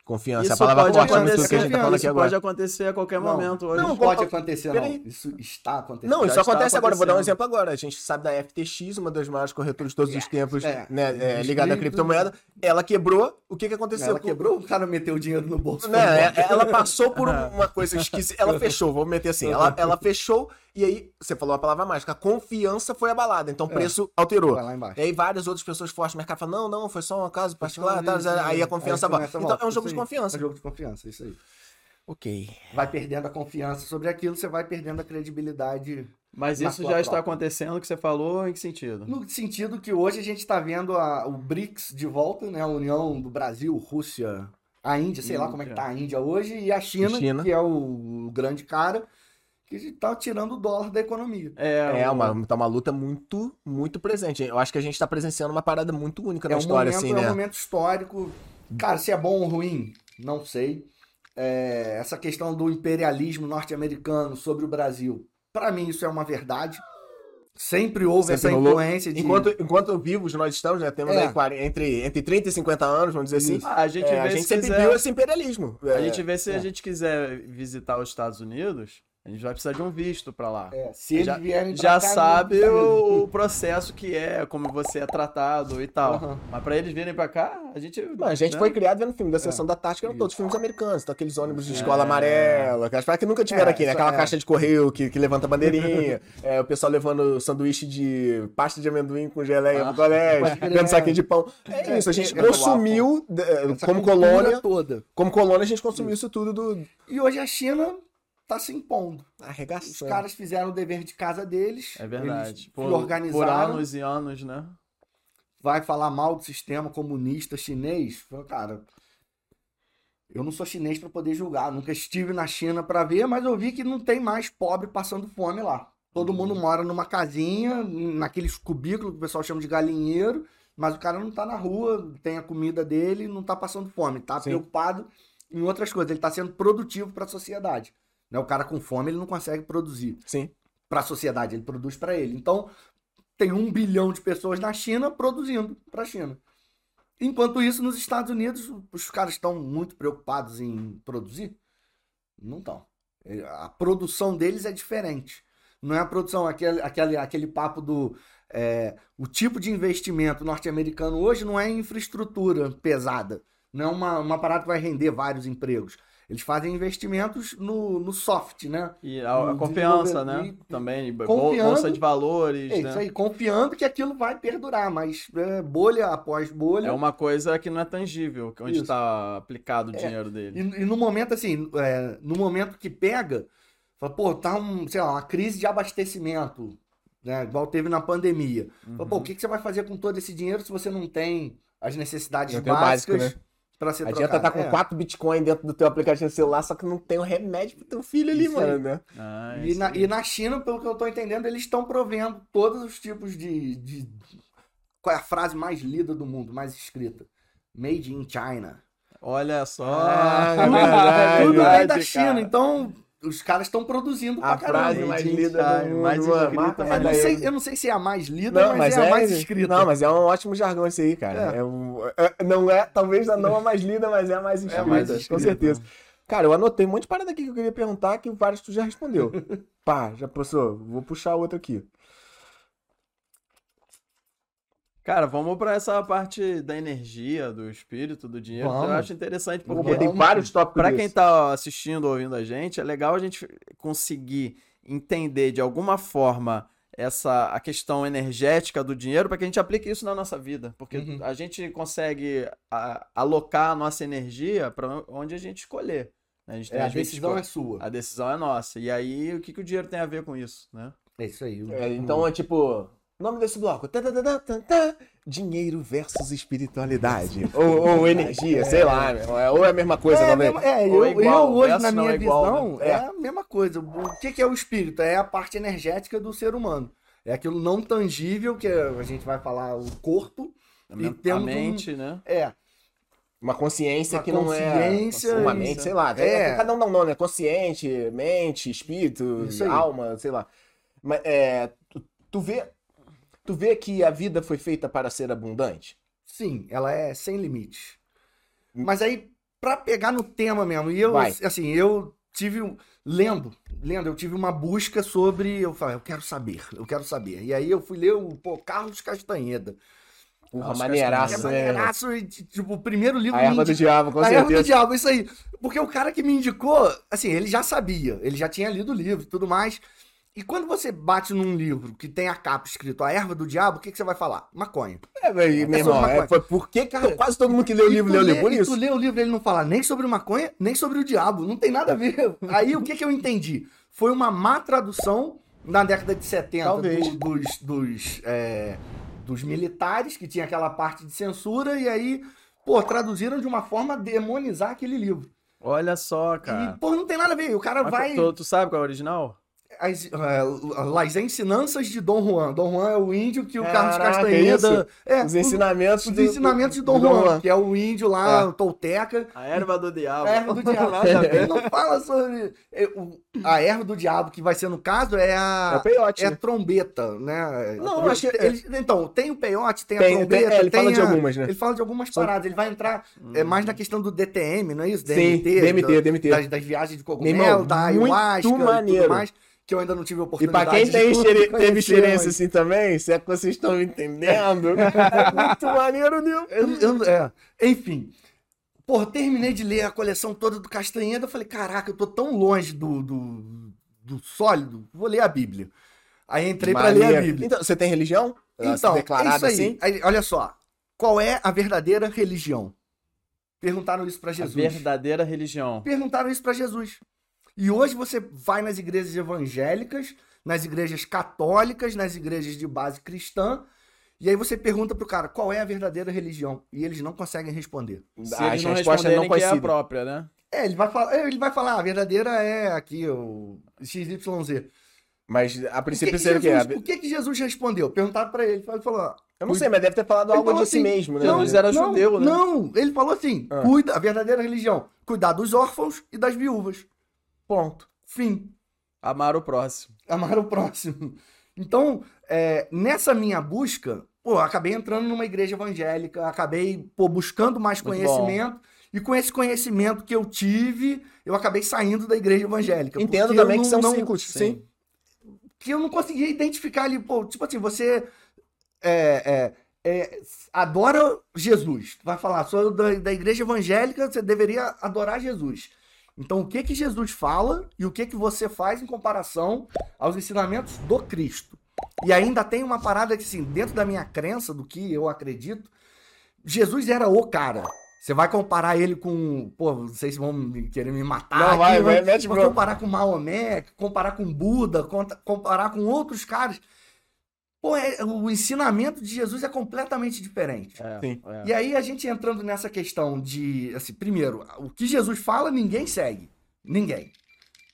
Confiança. Isso Então, a palavra pode forte é muito tudo que a gente acontecer, tá falando aqui isso agora. pode acontecer a É qualquer Não, momento hoje. Não, Não, pode pô, acontecer, não. peraí. Isso está acontecendo. Não, Já isso está acontece agora. Vou dar um acontecendo. exemplo agora. A gente sabe da FTX, uma das maiores corretoras de todos os tempos, É. né, é, Dos ligada à criptos. criptomoeda. Ela quebrou. O que, que aconteceu? Ela quebrou, o cara meteu o dinheiro no bolso. Né, foi embora. é- ela passou por uma coisa esquisita. Ela fechou, vou meter assim. Ela, ela fechou e aí, você falou a palavra mágica, a confiança foi abalada. Então o preço alterou. É. Vai lá embaixo. E aí várias outras pessoas fortes no mercado falam, não, não, foi só um caso particular, tá, Então, aí a aí confiança vai. começa a Então volta, é um jogo de isso aí. É confiança. um jogo de confiança, isso aí. Ok. Vai perdendo a confiança sobre aquilo, você vai perdendo a credibilidade. Mas Na isso sua já está própria. acontecendo, o que você falou, em que sentido? No sentido que hoje a gente está vendo a- o BRICS de volta, né? A União do Brasil, Rússia, a Índia, sei lá como é que tá a Índia hoje, e a China, China. que é o grande cara, que tá tirando o dólar da economia. É um- uma, tá uma luta muito, muito presente. Eu acho que a gente tá presenciando uma parada muito única na é um história, momento, assim, é um né? momento histórico. Cara, se é bom ou ruim, não sei. É, essa questão do imperialismo norte-americano sobre o Brasil, para mim isso é uma verdade. Sempre houve Sempre essa rolou. influência de Enquanto, enquanto vivos nós estamos, né? Temos É. aí 40 entre, entre 30 e 50 anos, vamos dizer assim. Isso. Ah, a gente é, vê a gente se sempre quiser. viu esse imperialismo. A gente vê se é. a gente quiser visitar os Estados Unidos, a gente vai precisar de um visto para lá. É, se eles Já- vierem pra Já cá, né? sabe não- o, o processo que é, como você é tratado e tal. Aham. Mas para eles virem para cá, a gente. Não, a gente né? foi criado vendo filme da sessão da tarde, que eram Isso. todos filmes americanos. Então, aqueles ônibus de É. escola amarela, aquelas paradas que nunca tiveram É, aqui, né? isso Aquela é. caixa de correio que, que levanta a bandeirinha, é, o pessoal levando sanduíche de pasta de amendoim com geleia Ah, pro colégio, pode crer. dando saquinho de pão. É É, isso, a gente é, é, consumiu, é, essa como cultura colônia, toda. como colônia, a gente consumiu isso tudo do... E hoje a China tá se impondo. Arregaçando. Os caras fizeram o dever de casa deles. É verdade. Eles se Por, por organizaram. anos e anos, né? Vai falar mal do sistema comunista chinês? Fala, Cara, eu não sou chinês para poder julgar. Nunca estive na China para ver, mas eu vi que não tem mais pobre passando fome lá. Todo mundo mora numa casinha, naqueles cubículos que o pessoal chama de galinheiro, mas o cara não tá na rua, tem a comida dele, não tá passando fome, tá Sim. preocupado em outras coisas. Ele tá sendo produtivo para a sociedade. Né? O cara com fome, ele não consegue produzir Sim. para a sociedade, ele produz para ele. Então, tem um bilhão de pessoas na China produzindo para a China. Enquanto isso, nos Estados Unidos, os caras estão muito preocupados em produzir? Não estão. Eh, A produção deles é diferente. Não é a produção, aquele, aquele, aquele papo do. eh, o tipo de investimento norte-americano hoje não é em infraestrutura pesada. Não é uma, uma parada que vai render vários empregos. Eles fazem investimentos no, no soft, né? E a, a No confiança, né? desenvolver- e- Também, e bo- confiando- bolsa de valores, É né? isso aí, confiando que aquilo vai perdurar, mas é, bolha após bolha. É uma coisa que não é tangível, que onde Isso. É. está aplicado o dinheiro E, dele. e no momento, assim, é, no momento que pega, fala, pô, tá um, sei lá, uma crise de abastecimento, né? Igual teve na pandemia. Uhum. Fala, Uhum. pô, o que, que você vai fazer com todo esse dinheiro se você não tem as necessidades Não tem o básico, né? básicas pra ser Adianta trocado? estar com É. 4 Bitcoin dentro do teu aplicativo de celular, só que não tem o remédio pro teu filho ali, Isso mano, aí. né? Ah, E isso na, aí. e na China, pelo que eu tô entendendo, eles estão provendo todos os tipos de, de- Qual é a frase mais lida do mundo, mais escrita? Made in China. Olha só. Ah, é Caralho, Tudo vem da cara. China, então os caras estão produzindo A pra caramba. frase tá, mais gente, lida cara, do mundo, mais mano. escrita, Marca Eu mais não, aí. sei, eu não sei se é a mais lida, Não, mas, é, a mais escrita. Não, mas é um ótimo jargão esse aí, cara. É. um- é- não é, talvez a não a mais lida, mas é a mais escrita, mais com escrita. certeza. Cara, eu anotei um monte de parada aqui que eu queria perguntar que vários tu já respondeu. Pá, já, professor, vou puxar outro aqui. Cara, vamos pra essa parte da energia, do espírito, do dinheiro. que Eu Vamos. acho interessante Eu porque botei vários tópicos Pra quem desse. tá assistindo ou ouvindo a gente, é legal a gente conseguir entender de alguma forma essa a questão energética do dinheiro para que a gente aplique isso na nossa vida, porque Uhum. a gente consegue a- alocar a nossa energia para onde a gente escolher. né? A gente tem É, a às vezes, decisão é escolha- sua. a decisão é nossa. E aí, o que, que o dinheiro tem a ver com isso, né? É isso aí. o- É, então é tipo, nome desse bloco, tá, tá, tá, tá, tá, tá. dinheiro versus espiritualidade, ou, ou energia, sei lá, meu irmão. É, ou é a mesma coisa É, a também. mesma- é, Ou eu, é igual, eu hoje, essa na não minha é igual, visão, né? é a mesma coisa. O que, que é o espírito? É a parte energética do ser humano. É aquilo não tangível, que a gente vai falar o corpo. A, E men- a temos um- mente, né? É, Uma consciência Uma que não consciência, é. Uma isso. mente, sei lá. É. É. Cada um dá um nome, né? Consciente, mente, espírito, Isso aí. alma, sei lá. Mas é, tu, tu vê. Tu vê que a vida foi feita para ser abundante? sim, ela é sem limite. Hum. Mas aí, pra pegar no tema mesmo, e eu, Vai. assim, eu tive um. Lendo, lendo, eu tive uma busca sobre. Eu falei, eu quero saber, eu quero saber. E aí eu fui ler o pô, Carlos Castanheda. Porra, Nossa, Que é maneiraça. né? maneiraço, e, tipo, o primeiro livro A me erva do diabo, com a erva do certeza. diabo, isso aí. Porque o cara que me indicou, assim, ele já sabia, ele já tinha lido o livro e tudo mais. E quando você bate num livro que tem a capa escrito A Erva do Diabo, o que, que você vai falar? Maconha. É, mas, meu irmão, sobre é, foi porque cara, quase todo mundo que leu o E livro é tu leu o livro lê- por e isso. tu lê o livro, ele não fala nem sobre maconha, nem sobre o diabo. Não tem nada a ver. Aí o que, que eu entendi? Foi uma má tradução na década de 70 Talvez. do- dos, dos, é, dos militares, que tinha aquela parte de censura, e aí, pô, traduziram de uma forma a demonizar aquele livro. Olha só, cara. E, pô, não tem nada a ver. O cara Mas vai. tu, tu sabe qual é o original? As, é, las ensinanças de Dom Juan. Dom Juan é o índio que o Carlos Caraca, Castaneda. É, Os o- ensinamentos. os do- ensinamentos de Dom, do Dom Juan, Juan. que é o índio lá, É. o tolteca. A erva do diabo. A erva do diabo. Nada a ver. Ele não fala sobre. é, o- A erva do diabo, que vai ser no caso, é É o a. peiote. É a né? trombeta, né? Não, eu acho que- Ele- então, tem o peiote, tem, a Tem, tem, trombeta. é, ele tem fala de a- algumas, né? Ele fala de algumas São- paradas. Ele vai entrar é, mais na questão do DTM, não é isso? Sim, DMT, DMT. das, das viagens de cogumelo, Meu irmão, da muito ayahuasca e maneiro. tudo mais, que eu ainda não tive a E pra oportunidade quem de tem experi- teve conhecer, experiência mas- assim também, se é que vocês estão me entendendo, é muito maneiro, Nil. Eu- eu- é, Enfim. Porra, terminei de ler a coleção toda do Castanheda, eu falei, caraca, eu tô tão longe do, do, do sólido, vou ler a Bíblia. Aí entrei pra ler a Maneiro. Bíblia. Então, você tem religião? Ela se Então, é declarada isso aí. assim? Aí, Olha só, qual é a verdadeira religião? Perguntaram isso pra Jesus. A verdadeira religião. Perguntaram isso pra Jesus. E hoje você vai nas igrejas evangélicas, nas igrejas católicas, nas igrejas de base cristã, e aí você pergunta pro cara qual é a verdadeira religião, e eles não conseguem responder. Se Ah, eles a não resposta não responderem que é a coincide. própria, né? É, ele vai falar, ele vai falar, a verdadeira é aqui o XYZ. Mas a O que princípio que seria o quê? Jesus, o que que Jesus respondeu? Perguntaram pra ele, ele falou, Eu não sei, mas deve ter falado Ele algo falou de si assim, mesmo, né? Jesus era não, judeu, né? Não, ele falou assim: Ah. cuida, a verdadeira religião, cuidar dos órfãos e das viúvas. Ponto. Fim. Amar o próximo. Amar o próximo. Então, é, nessa minha busca, pô, acabei entrando numa igreja evangélica, acabei pô, buscando mais Muito conhecimento. E com esse conhecimento que eu tive, eu acabei saindo da igreja evangélica. Entendo porque também eu que não- são não- ciclos. Sim. que eu não conseguia identificar ali, pô, tipo assim, você é, é, é, adora Jesus. Tu vai falar, sou da, da igreja evangélica, você deveria adorar Jesus. Então, o que que Jesus fala e o que que você faz em comparação aos ensinamentos do Cristo? E ainda tem uma parada que, assim, dentro da minha crença, do que eu acredito, Jesus era o cara. Você vai comparar ele com. Pô, não sei se vão me- querer me matar. Não, aqui, vai, mas- vai, mete mas bronca. comparar com Maomé, comparar com Buda, conta- comparar com outros caras. Pô, é- o ensinamento de Jesus é completamente diferente. É, Sim. é. E aí a gente entrando nessa questão de, assim, primeiro, o que Jesus fala, ninguém segue. Ninguém.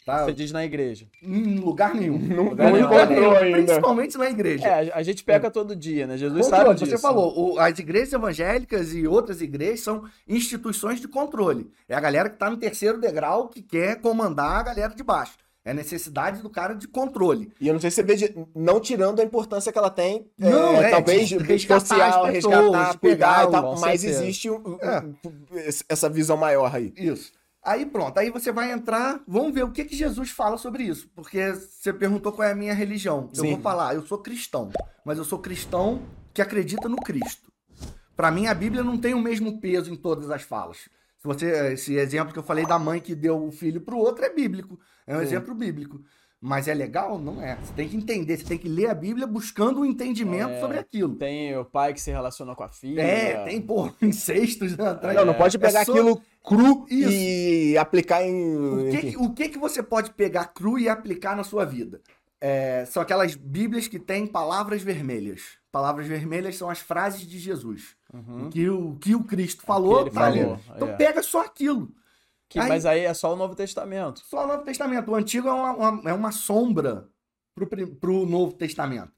Tá? Você diz na igreja. Em lugar nenhum. Em não encontrou ainda. Principalmente na igreja. É, a gente peca todo dia, né? Jesus Controle, sabe disso. Você falou, o- as igrejas evangélicas e outras igrejas são instituições de controle. É a galera que está no terceiro degrau que quer comandar a galera de baixo. É a necessidade do cara de controle. E eu não sei se você vê, de- não tirando a importância que ela tem, Não, é, talvez de de resgatar social, as pessoas, resgatar, cuidar pegar, e tal, com mas certeza. existe um- um- esse- essa visão maior aí. Isso. Aí pronto, aí você vai entrar, vamos ver o que, que Jesus fala sobre isso. Porque você perguntou qual é a minha religião. Eu Sim. vou falar, eu sou cristão, mas eu sou cristão que acredita no Cristo. Pra mim, a Bíblia não tem o mesmo peso em todas as falas. Se você, esse exemplo que eu falei da mãe que deu o filho pro outro é bíblico. É um Sim. exemplo bíblico. Mas é legal? Não é. Você tem que entender, você tem que ler a Bíblia buscando o entendimento É. sobre aquilo. Tem o pai que se relaciona com a filha. É, tem, pô, incestos né, atrás. Não, não pode É pegar só- aquilo cru Isso. e aplicar em... O que, enfim. que- o que que você pode pegar cru e aplicar na sua vida? É, são aquelas bíblias que têm palavras vermelhas. Palavras vermelhas são as frases de Jesus. Uhum. O, que, o que o Cristo falou, ele tá ali. falou, Então é. pega só aquilo. Que- Aí- Mas aí é só o Novo Testamento. Só o Novo Testamento. O Antigo é uma, uma- é uma sombra pro, pri- pro Novo Testamento.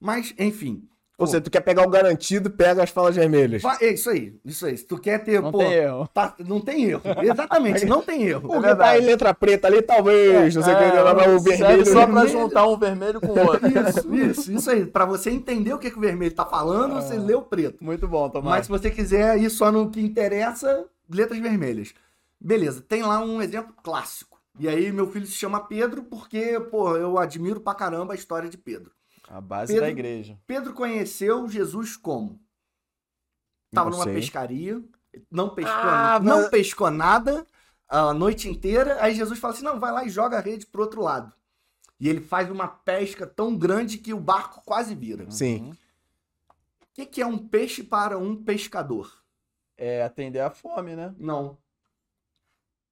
Mas, enfim. Ou seja, tu quer pegar o garantido, pega as falas vermelhas. va- é isso aí. Isso aí. Se tu quer ter, Não pô, tem erro. tá- não tem erro. Exatamente, não tem erro. Porque tá em letra preta ali, talvez, não sei o que, É, lá vai o serve vermelho. só pra Vermelho. juntar um vermelho com o outro. É Isso, isso, isso aí. Pra você entender o que, que o vermelho tá falando, É. você lê o preto. Muito bom, Mas Tomás. se você quiser ir só no que interessa, letras vermelhas. Beleza, tem lá um exemplo clássico. E aí meu filho se chama Pedro porque, pô, eu admiro pra caramba a história de Pedro. A base Pedro- da igreja. Pedro conheceu Jesus como? Tava numa pescaria, não pescou, Ah, não mas- pescou nada a noite inteira. Aí Jesus fala assim: "Não, vai lá e joga a rede pro outro lado". E ele faz uma pesca tão grande que o barco quase vira. O Sim. que que é um peixe para um pescador? É atender à fome, né? Não.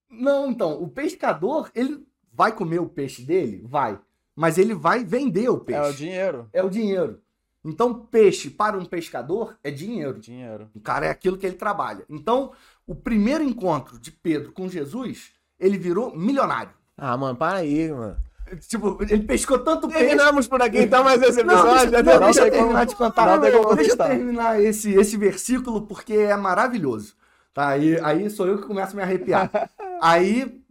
Não, então, o pescador, ele vai comer o peixe dele? Vai. Mas ele vai vender o peixe. É o dinheiro. É o dinheiro. Então, peixe para um pescador é dinheiro. Dinheiro. O cara é aquilo que ele trabalha. Então, o primeiro encontro de Pedro com Jesus, ele virou milionário. Ah, mano, para aí, mano. Tipo, ele pescou tanto peixe. Terminamos por aqui, então, mais esse Não, deixa, episódio. não, Até deixa mais. eu terminar de contar. um não tem como deixa eu conquistar. terminar esse, esse versículo porque é maravilhoso. Tá, aí, aí sou eu que começo a me arrepiar. Aí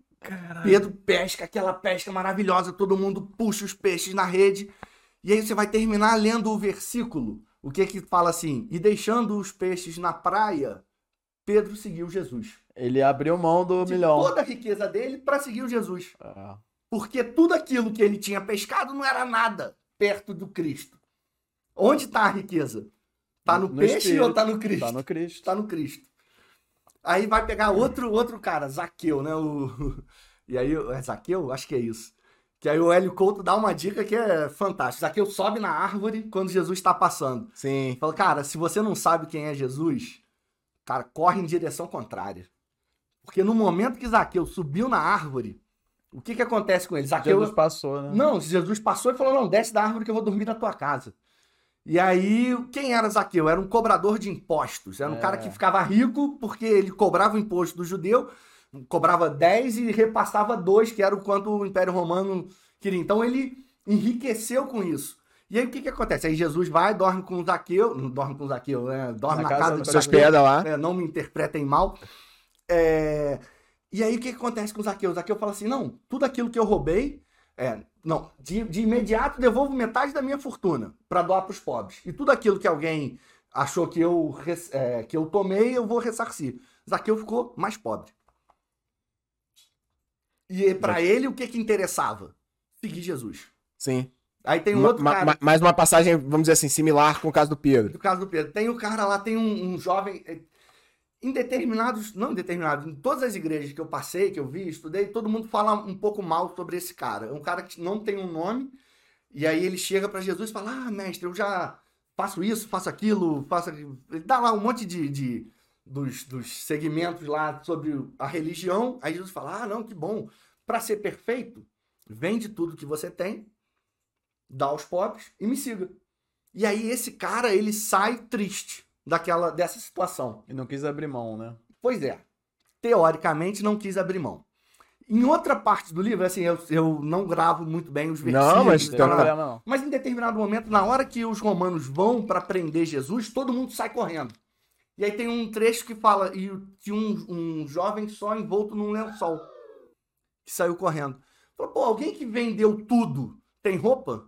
Pedro pesca aquela pesca maravilhosa, todo mundo puxa os peixes na rede. E aí você vai terminar lendo o versículo. O que que fala assim? E deixando os peixes na praia, Pedro seguiu Jesus. Ele abriu mão do De milhão. toda a riqueza dele para seguir o Jesus. É. Porque tudo aquilo que ele tinha pescado não era nada perto do Cristo. Onde está a riqueza? Está no, No peixe espírito. ou está no Cristo? Tá no Está Cristo. no... Cristo. Aí vai pegar outro outro cara, Zaqueu, né? O... E aí, é Zaqueu? Acho que é isso. Que aí o Hélio Couto dá uma dica que é fantástica. Zaqueu sobe na árvore quando Jesus está passando. Sim. Fala, cara, se você não sabe quem é Jesus, cara, corre em direção contrária. Porque no momento que Zaqueu subiu na árvore, O que que acontece com ele? Zaqueu Jesus passou, né? não, Jesus passou e falou: não, desce da árvore que eu vou dormir na tua casa. E aí, quem era Zaqueu? Era um cobrador de impostos. Era um É. cara que ficava rico porque ele cobrava o imposto do judeu, cobrava 10 e repassava 2, que era o quanto o Império Romano queria. Então ele enriqueceu com isso. E aí o que, que acontece? Aí Jesus vai, dorme com Zaqueu, não dorme com Zaqueu, né? Dorme Na na, casa casa, do do Se Zaqueu. hospeda lá. É, não me interpretem mal. É, E aí o que que acontece com o Zaqueu? O Zaqueu fala assim: não, tudo aquilo que eu roubei, é, não, de, de imediato devolvo metade da minha fortuna para doar para os pobres. E tudo aquilo que alguém achou que eu, res- é, que eu tomei, eu vou ressarcir. Zaqueu ficou mais pobre. E para ele, o que que interessava? Seguir Jesus. Sim. Aí tem um Ma- outro ma- cara. ma- mais uma passagem, vamos dizer assim, similar com o caso do Pedro. Do caso do Pedro. Tem o cara lá, tem um, um jovem. eh, Em determinados. Não em determinados, em todas as igrejas que eu passei, que eu vi, estudei, todo mundo fala um pouco mal sobre esse cara. É um cara que não tem um nome. E aí ele chega pra Jesus e fala: Ah, mestre, eu já faço isso, faço aquilo, faço. aquilo." Ele dá lá um monte de. de- dos, dos segmentos lá sobre a religião. Aí Jesus fala: Ah, não, que bom. Pra ser perfeito, vende tudo que você tem, dá aos pobres e me siga. E aí esse cara, ele sai triste daquela dessa situação. E não quis abrir mão, né? Pois é. Teoricamente não quis abrir mão. Em outra parte do livro, assim, eu, eu não gravo muito bem os versículos. Não, mas e Não tem um Então tal. tá. problema, não. Mas em determinado momento, na hora que os romanos vão para prender Jesus, todo mundo sai correndo. E aí tem um trecho que fala e o- de um, um jovem só envolto num lençol que saiu correndo. Falou, pô, alguém que vendeu tudo tem roupa?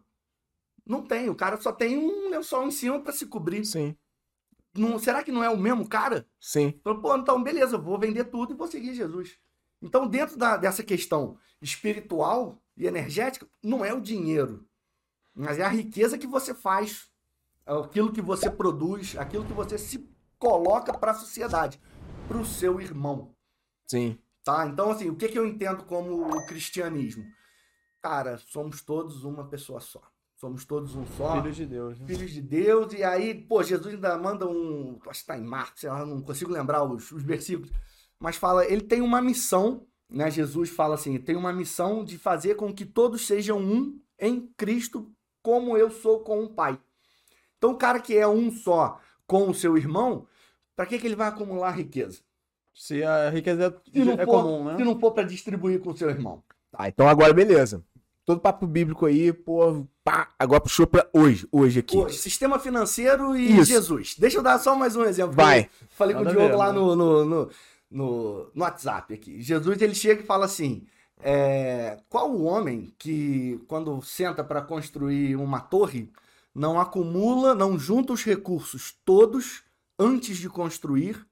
Não tem, o cara só tem um lençol em cima para se cobrir. Sim. Não- será que não é o mesmo cara? Sim. Falou, pô, então beleza, eu vou vender tudo e vou seguir Jesus. Então, dentro da- dessa questão espiritual e energética, não é o dinheiro, mas é a riqueza que você faz, é aquilo que você produz, aquilo que você se coloca para a sociedade, para o seu irmão. Sim. Tá? Então, assim, o que, que eu entendo como o cristianismo? Cara, somos todos uma pessoa só. Somos todos um só Filhos de Deus. né? filhos de Deus, e aí, pô, Jesus ainda manda um. Acho que tá em Marcos, sei lá, não consigo lembrar os, os versículos. Mas fala, ele tem uma missão, né? Jesus fala assim: tem uma missão de fazer com que todos sejam um em Cristo, como eu sou com o Pai. Então, o cara que é um só com o seu irmão, para que, que ele vai acumular riqueza? Se a riqueza Se não é, é for- comum, né? Se não for para distribuir com o seu irmão. Tá, então agora beleza. Todo papo bíblico aí, pô, pá, agora puxou pra hoje, hoje aqui. Pô, sistema financeiro e Isso. Jesus. Deixa eu dar só mais um exemplo. Vai. Falei com Nada o Diogo mesmo, lá né? no, no, no, no- no WhatsApp aqui. Jesus ele chega e fala assim: é, qual o homem que, quando senta para construir uma torre, não acumula, não junta os recursos todos antes de construir,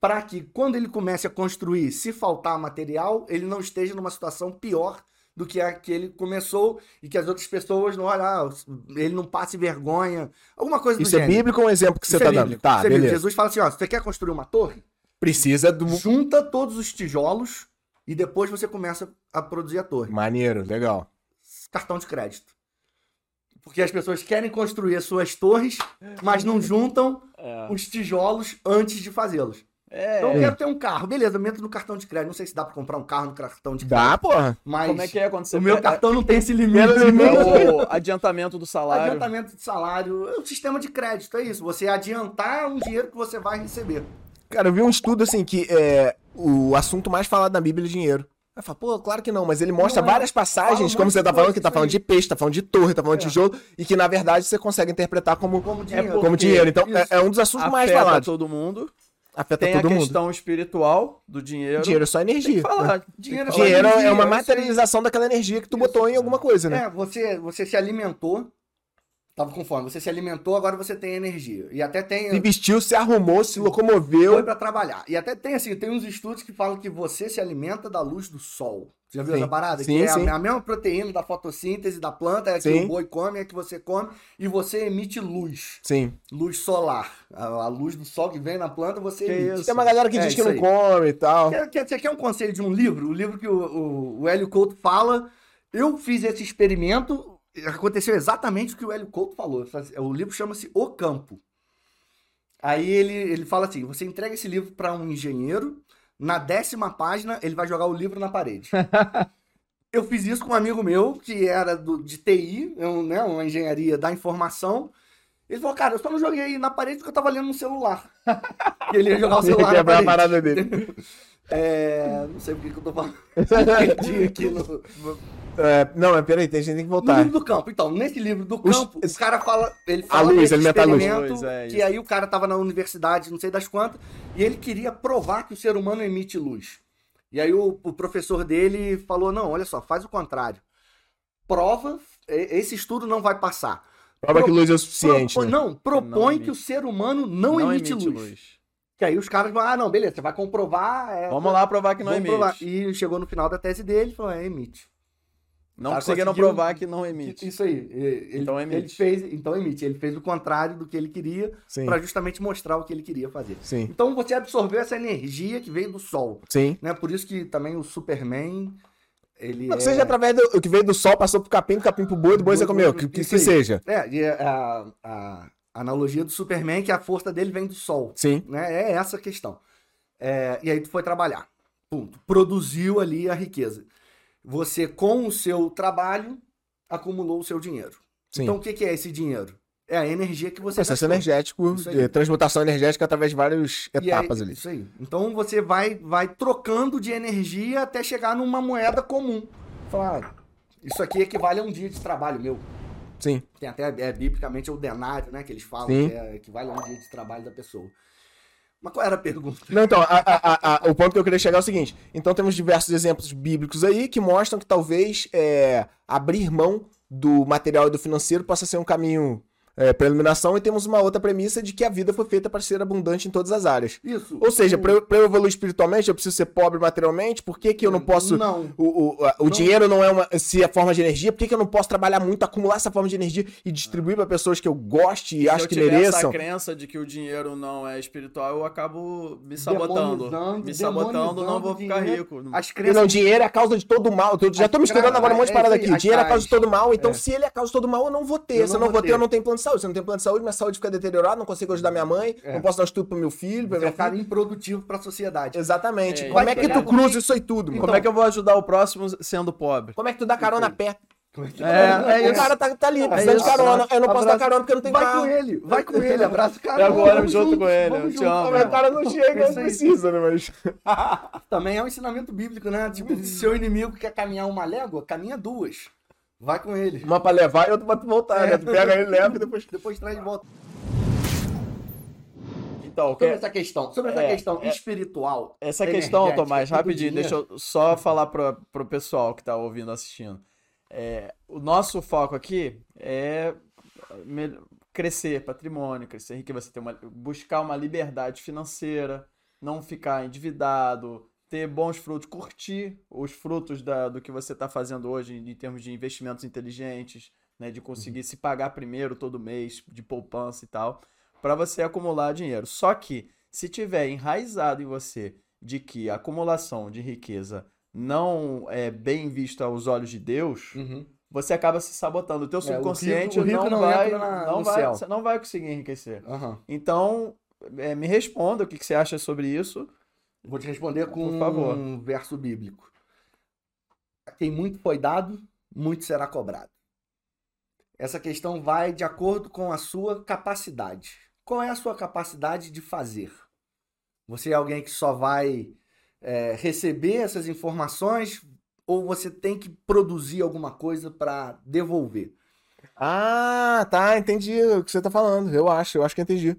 para que quando ele comece a construir, se faltar material, ele não esteja numa situação pior do que a que ele começou e que as outras pessoas não olha, ah, ele não passe vergonha, alguma coisa do Isso é gênero. bíblico ou um exemplo que você Isso tá é dando? bíblico, Tá, isso é bíblico. beleza. Jesus fala assim: ó, você quer construir uma torre? Precisa do. Junta todos os tijolos e depois você começa a produzir a torre. Maneiro, legal. Cartão de crédito. Porque as pessoas querem construir as suas torres, mas não juntam É. os tijolos antes de fazê-los. É, Então eu quero ter um carro. Beleza, eu meto no cartão de crédito. Não sei se dá pra comprar um carro no cartão de crédito, Dá, porra. mas como é que é quando você o meu pega- cartão não tem esse limite. né? Pelo é menos- o adiantamento do salário. Adiantamento de salário, é um sistema de crédito, é isso. Você adiantar um dinheiro que você vai receber. Cara, eu vi um estudo assim que é, o assunto mais falado na Bíblia é dinheiro. Aí fala, pô, claro que não, mas ele mostra Não é. várias Fala passagens, um como monte você de tá coisa, falando, que tá isso falando aí. de peixe, tá falando de torre, tá falando de É. tijolo, e que na verdade você consegue interpretar como, Como É dinheiro. como porque dinheiro. Então é, isso é um dos assuntos mais Afeta falados. todo mundo. Afeta Tem a todo mundo. questão espiritual do dinheiro. Dinheiro é só Tem que energia. né? falar. Dinheiro, que falar Dinheiro de é dinheiro, uma isso aí. materialização daquela energia que tu botou em alguma coisa, né? É, você, você se alimentou, tava com fome, você se alimentou, agora você tem energia. E até Se tem. vestiu, se arrumou, se Foi locomoveu. pra trabalhar. E até tem, assim, tem uns estudos que falam que você se alimenta da luz do sol. Você já viu Sim. essa parada? Sim, que é a- sim. a, mesma proteína da fotossíntese da planta, é a que Sim. o boi come, é a que você come, e você emite luz. Sim. Luz solar. A, a luz do sol que vem na planta, você Que emite. isso. Tem uma galera que É, diz que isso não aí. come e tal. Quer, quer, você quer um conselho de um livro? O livro que o, o, o Hélio Couto fala. Eu fiz esse experimento, aconteceu exatamente o que o Hélio Couto falou. O livro chama-se O Campo. Aí ele, ele fala assim: você entrega esse livro para um engenheiro, na décima página ele vai jogar o livro na parede. Eu fiz isso com um amigo meu, que era do, de TI, um, né, uma engenharia da informação. Ele falou, cara, eu só não joguei na parede porque eu tava lendo no celular. e ele ia jogar o celular na Quebrar parede. a parada dele. É, não sei por que que eu tô falando. Perdi aqui no- É, não, mas peraí, tem gente que tem que No voltar. livro do campo. Então, nesse livro do Os- campo, o cara fala. Ele fala luz, desse ele mete a luz. experimento Luz, é que isso. aí o cara tava na universidade, não sei das quantas, e ele queria provar que o ser humano emite luz. E aí o, o professor dele falou: não, olha só, faz o contrário. Prova, e- esse estudo não vai passar. Prova que luz é o suficiente. Propo- né? Não, Não propõe emite. que o ser humano não, emite, luz. Que aí os caras vão, ah, não, beleza, você vai comprovar. é, Vamos lá provar que não vamos emite. provar. E chegou no final da tese dele e falou: é, emite. Não Tá, conseguiram conseguiu- provar que não emite. Isso aí. Ele, Então emite. ele fez, então emite. Ele fez o contrário do que ele queria Sim, para justamente mostrar o que ele queria fazer. sim, Então você absorveu essa energia que veio do sol, sim. né? Por isso que também o Superman ele Não, é... Seja através do o que veio do sol, passou pro capim, do capim pro boi, do boi você Boi, comeu. boi, Que, que, isso que aí. seja. É, e a, a analogia do Superman é que a força dele vem do sol, Sim. né? É essa a questão. É, e aí tu foi trabalhar. Ponto. Produziu ali a riqueza. Você com o seu trabalho acumulou o seu dinheiro. Sim. Então, o que, que é esse dinheiro? É a energia que você Processo gastou. energético, Isso aí. eh, transmutação energética através de várias E aí- etapas ali. Isso aí. Então, você vai, vai trocando de energia até chegar numa moeda comum. Falar, "Ah, isso aqui equivale a um dia de trabalho meu. Sim. Tem até, é, biblicamente, é o denário, né? Que eles falam Sim. que é, equivale a um dia de trabalho da pessoa. Mas qual era a pergunta? Não, então, a- a- a- a- o ponto que eu queria chegar é o seguinte. Então temos diversos exemplos bíblicos aí que mostram que talvez é, abrir mão do material e do financeiro possa ser um caminho é, para iluminação e temos uma outra premissa de que a vida foi feita para ser abundante em todas as áreas. Isso. Ou seja, o- para eu, pra eu evoluir espiritualmente, eu preciso ser pobre materialmente? Por que, que eu não posso... Não. O, o, a- o Não. dinheiro não é uma se é forma de energia, por que, que eu não posso trabalhar muito, acumular essa forma de energia e distribuir para pessoas que eu goste e Se acho eu que tiver mereçam? essa crença de que o dinheiro não é espiritual, eu acabo me sabotando. Demonizando, Me sabotando, não vou demonizando ficar dinheiro. rico. As E crenças não, dinheiro é a causa de todo mal. Eu já tô As misturando tra- agora um monte de é parada isso aí, aqui. as Dinheiro é a causa trais. de todo mal, então É. se ele é a causa de todo mal, eu não vou ter. Eu se eu não não vou vou ter, eu ter. não tenho plano de saúde. Se eu não tenho plano de saúde, minha saúde fica deteriorada, não consigo ajudar minha mãe, É. não posso dar um estudo pro meu filho, pra é minha um cara filha. improdutivo para a sociedade. Exatamente. É, Como vai é que pegar tu cruza isso aí tudo, mano? Então- Como é que eu vou ajudar o próximo sendo pobre? Como é que tu dá carona a pé? Como é que É, é o cara tá, tá ali, precisa de isso. carona. Eu não posso dar Abraço. carona porque eu não tenho Vai com carro. ele, vai com ele, abraça o cara. E agora, vamos junto com ele, vamos eu te junto. amo. Agora, O cara não chega, Isso não aí. precisa, né? Mas. Também é um ensinamento bíblico, né? Tipo, se seu inimigo quer caminhar uma légua, caminha duas. Vai com ele. Uma pra levar e outra pra tu voltar, né? Tu pega ele, leva e depois. Depois traz de volta. É. Então, Sobre essa questão, sobre essa É, questão espiritual. Essa energética questão, Tomás, e do rapidinho, dinheiro, deixa eu só falar para pro pessoal que tá ouvindo, assistindo. É, o nosso foco aqui é me- crescer patrimônio, crescer riqueza, você ter uma, buscar uma liberdade financeira, não ficar endividado, ter bons frutos, curtir os frutos da- do que você está fazendo hoje em, em termos de investimentos inteligentes, né, de conseguir Uhum. se pagar primeiro todo mês, de poupança e tal, para você acumular dinheiro. Só que se tiver enraizado em você de que a acumulação de riqueza não é bem vista aos olhos de Deus, Uhum. você acaba se sabotando. O teu É, o rico- subconsciente o rico não, não vai, entra na- não no vai- céu. você não vai conseguir enriquecer. Aham. Então, é, me responda o que, que você acha sobre isso. Vou te responder com Por favor. um verso bíblico. A quem muito foi dado, muito será cobrado. Essa questão vai de acordo com a sua capacidade. Qual é a sua capacidade de fazer? Você é alguém que só vai é, receber essas informações ou você tem que produzir alguma coisa para devolver? Ah, tá, entendi o que você tá falando. Eu acho, eu acho que eu entendi.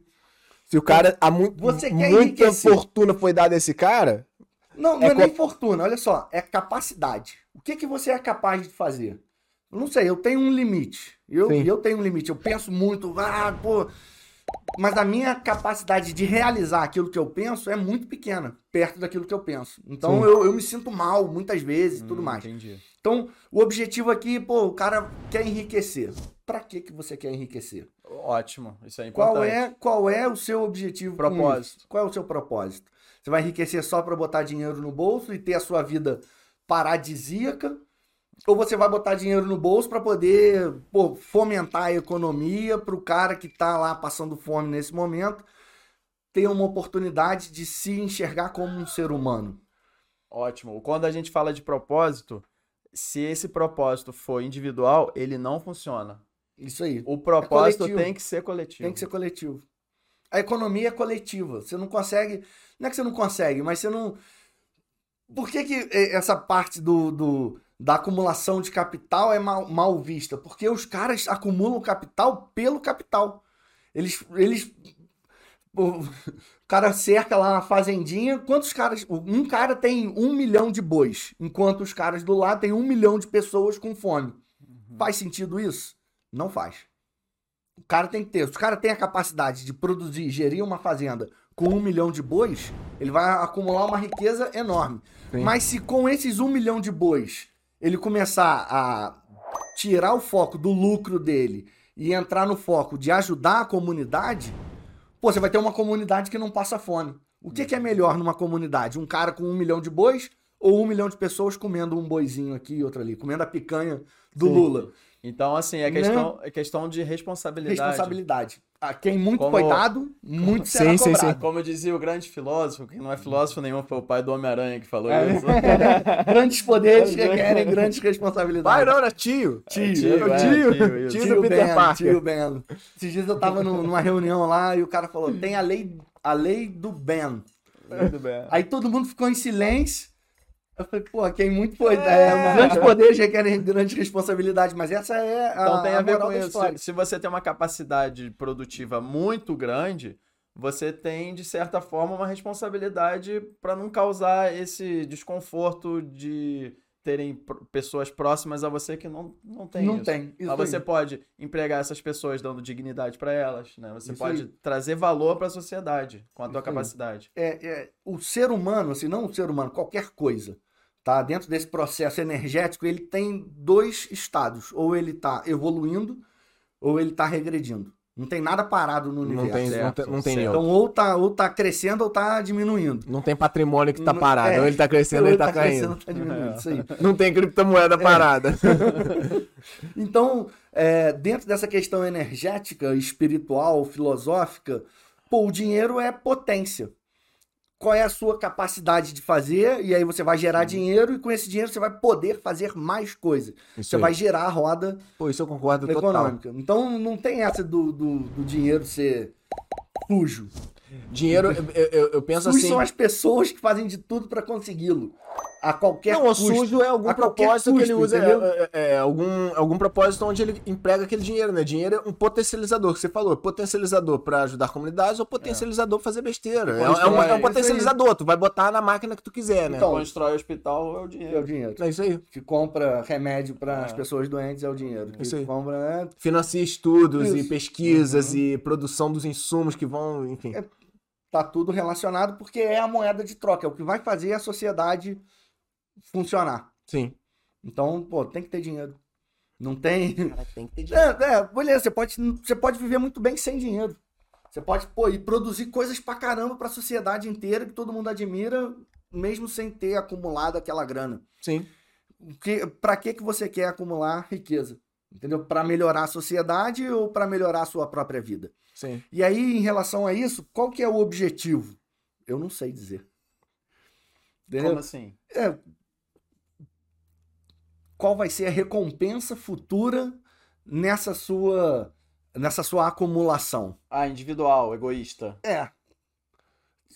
Se o cara. Há mu Você quer muita enriquecer. fortuna foi dada a esse cara. Não, não É é nem fortuna, olha só, é capacidade. O que, que você é capaz de fazer? Eu Não sei, eu tenho um limite. Eu, Sim. eu tenho um limite, eu penso muito, ah, pô. Mas a minha capacidade de realizar aquilo que eu penso é muito pequena, perto daquilo que eu penso. Então Sim. eu, eu me sinto mal muitas vezes e tudo Hum, mais. Entendi. Então, o objetivo aqui, pô, o cara quer enriquecer. Pra que, que você quer enriquecer? Ótimo. Isso é importante. Qual é, qual é o seu objetivo? com Propósito. isso? Qual é o seu propósito? Você vai enriquecer só para botar dinheiro no bolso e ter a sua vida paradisíaca? Ou você vai botar dinheiro no bolso para poder pô, fomentar a economia para o cara que está lá passando fome nesse momento ter uma oportunidade de se enxergar como um ser humano? Ótimo. Quando a gente fala de propósito, se esse propósito for individual, ele não funciona. Isso aí. O propósito coletivo. tem que ser coletivo. Tem que ser coletivo. A economia é coletiva. Você não consegue. Não é que você não consegue, mas você não. Por que, que eh, essa parte do, do- da acumulação de capital é mal, mal vista? Porque os caras acumulam capital pelo capital. Eles. eles o cara cerca lá uma fazendinha. Quantos caras. Um cara tem um milhão de bois, enquanto os caras do lado têm um milhão de pessoas com fome. Faz sentido isso? Não faz. O cara tem que ter. Se o cara tem a capacidade de produzir e gerir uma fazenda com um milhão de bois, ele vai acumular uma riqueza enorme. Sim. Mas se com esses um milhão de bois ele começar a tirar o foco do lucro dele e entrar no foco de ajudar a comunidade, pô, você vai ter uma comunidade que não passa fome. O que, que é melhor numa comunidade? Um cara com um milhão de bois ou um milhão de pessoas comendo um boizinho aqui e outro ali, comendo a picanha do Sim. Lula? Então, assim, é questão, é questão de responsabilidade. responsabilidade. A quem muito Como- coitado, muito será Sim, sim, cobrado. Ah, Como dizia o grande filósofo, que não é filósofo nenhum, foi o pai do Homem-Aranha que falou É. isso. Grandes poderes requerem grandes responsabilidades. Pai, não, era tio. Tio, Tio, é, tio, tio, isso. tio do Peter Ben, Parker. tio Ben. Esses dias eu tava num- numa reunião lá e o cara falou, tem a lei, a lei do Ben. Muito bem. Aí todo mundo ficou em silêncio. Eu falei, pô, quem muito coitado. É, grandes poderes requerem grandes responsabilidades, mas essa é a, Então tem a ver moral com da isso. história. Se, se você tem uma capacidade produtiva muito grande, você tem, de certa forma, uma responsabilidade para não causar esse desconforto de terem pr- pessoas próximas a você que não, não tem Não isso. tem. Isso Mas você aí. pode empregar essas pessoas dando dignidade para elas, né? Você Isso pode aí. trazer valor para a sociedade com a tua Isso aí. capacidade. é, é, o ser humano, assim, não o ser humano, qualquer coisa, tá? Dentro desse processo energético, ele tem dois estados. Ou ele tá evoluindo, ou ele tá regredindo. Não tem nada parado no Não universo. tem, não tem, não tem Certo. nenhum. Então, ou tá, ou tá crescendo, ou tá diminuindo. Não tem patrimônio que tá Não- parado. é. Ou ele tá crescendo, ou ele tá É. crescendo, caindo. tá diminuindo. Isso aí. Não tem criptomoeda parada. Então, é, dentro dessa questão energética, espiritual, filosófica, pô, o dinheiro é potência. Qual é a sua capacidade de fazer? E aí você vai gerar Uhum. dinheiro e com esse dinheiro você vai poder fazer mais coisas. Isso Você aí. vai gerar a roda Pô, isso eu concordo total. econômica. Então não tem essa do, do, do dinheiro ser sujo. Dinheiro, eu, eu- eu- eu penso Sujo assim. são as pessoas que fazem de tudo para consegui-lo. A qualquer Não, o custo. sujo é algum a qualquer propósito que ele custo, usa. entendeu? É, é- é algum, algum propósito onde ele emprega aquele dinheiro, né? Dinheiro é um potencializador, que você falou. é Potencializador pra ajudar comunidades ou potencializador pra fazer besteira. É, é constrói- um, é um isso aí. potencializador, tu vai botar na máquina que tu quiser, né? Então, Constrói hospital é É o o dinheiro. dinheiro. é isso aí. que compra remédio para as É. pessoas doentes é o dinheiro. Que Isso aí. compra, né? Financia estudos e Isso. Uhum. pesquisas e produção dos insumos que vão, enfim. É. tá tudo relacionado porque é a moeda de troca, é o que vai fazer a sociedade funcionar. Sim. Então, pô, tem que ter dinheiro. Não tem. tem que ter É, é, beleza, você pode, você pode viver muito bem sem dinheiro. Você pode, pô, e produzir coisas pra caramba pra sociedade inteira que todo mundo admira, mesmo sem ter acumulado aquela grana. Sim. O que, pra que, que você quer acumular riqueza? Entendeu? Pra melhorar a sociedade ou pra melhorar a sua própria vida? Sim. E aí, em relação a isso, qual que é o objetivo? Eu não sei dizer. Entendeu? Como assim? Qual vai ser a recompensa futura nessa sua nessa sua acumulação? Ah, individual, egoísta. É,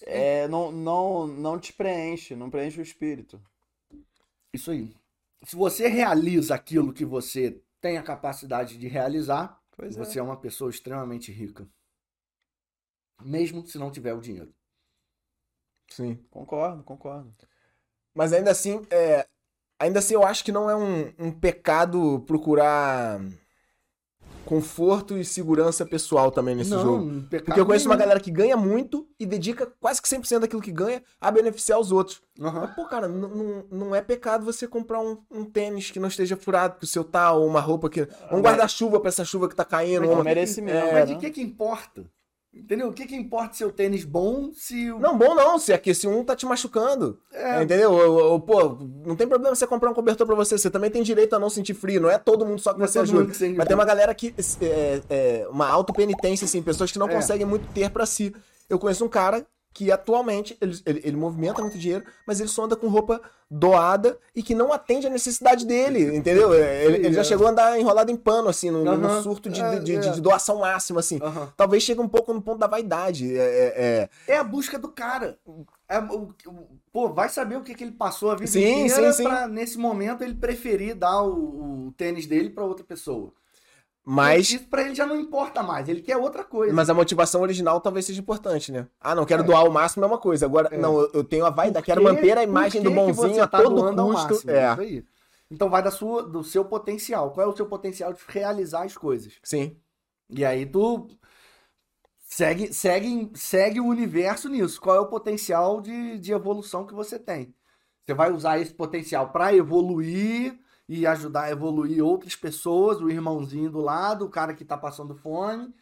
É, não, não, não te preenche, não preenche o espírito. isso aí. Se você realiza aquilo que você tem a capacidade de realizar, Pois você é uma pessoa extremamente rica. Mesmo se não tiver o dinheiro. Sim. Concordo, concordo. Mas ainda assim, é, ainda assim eu acho que não é um, um pecado procurar conforto e segurança pessoal também nesse jogo. pecado Porque eu conheço uma nenhum. galera que ganha muito e dedica quase que 100% daquilo que ganha a beneficiar os outros. Aham. Mas, pô, cara, n- n- não é pecado você comprar um, um tênis que não esteja furado, que o seu tá, ou uma roupa que. Um mas- guarda-chuva pra essa chuva que tá caindo. Mas uma- merecimento, é, Mas de né? que que importa? Entendeu? O que que importa se o tênis bom, se o... Não, bom não, se aqui se um tá te machucando. É. Entendeu? Ou, ou- ou, pô, não tem problema você comprar um cobertor pra você, você também tem direito a não sentir frio, não é todo mundo só que Não é você todo ajuda. mundo que se- Mas tem uma galera que. É, é, uma autopenitência, assim, pessoas que não É. conseguem muito ter pra si. Eu conheço um cara que atualmente ele, ele, ele movimenta muito dinheiro, mas ele só anda com roupa doada e que não atende à necessidade dele, entendeu? É, Ele, ele já chegou a andar enrolado em pano, assim, num, num Aham. surto de, É, de- é. de- de doação máxima, assim. Aham. Talvez chegue um pouco no ponto da vaidade. É, é, É a busca do cara. É o- o- pô, vai saber o que, que ele passou a vida Sim, inteira sim, sim. pra, nesse momento, ele preferir dar o, o tênis dele pra outra pessoa. Mas, Isso pra ele já não importa mais, ele quer outra coisa. mas a motivação original talvez seja importante, né? Ah, não, quero doar o máximo é uma coisa. Agora, É. não, eu, eu tenho a vaidade, quero Por que- manter a por imagem que do que bonzinho você a tá todo doando ao custo. máximo? É, Isso aí. Então vai da sua, do seu potencial. Qual é o seu potencial de realizar as coisas? sim. E aí tu segue, segue, segue o universo nisso. Qual é o potencial de, de evolução que você tem? Você vai usar esse potencial para evoluir e ajudar a evoluir outras pessoas, o irmãozinho do lado, o cara que tá passando fome.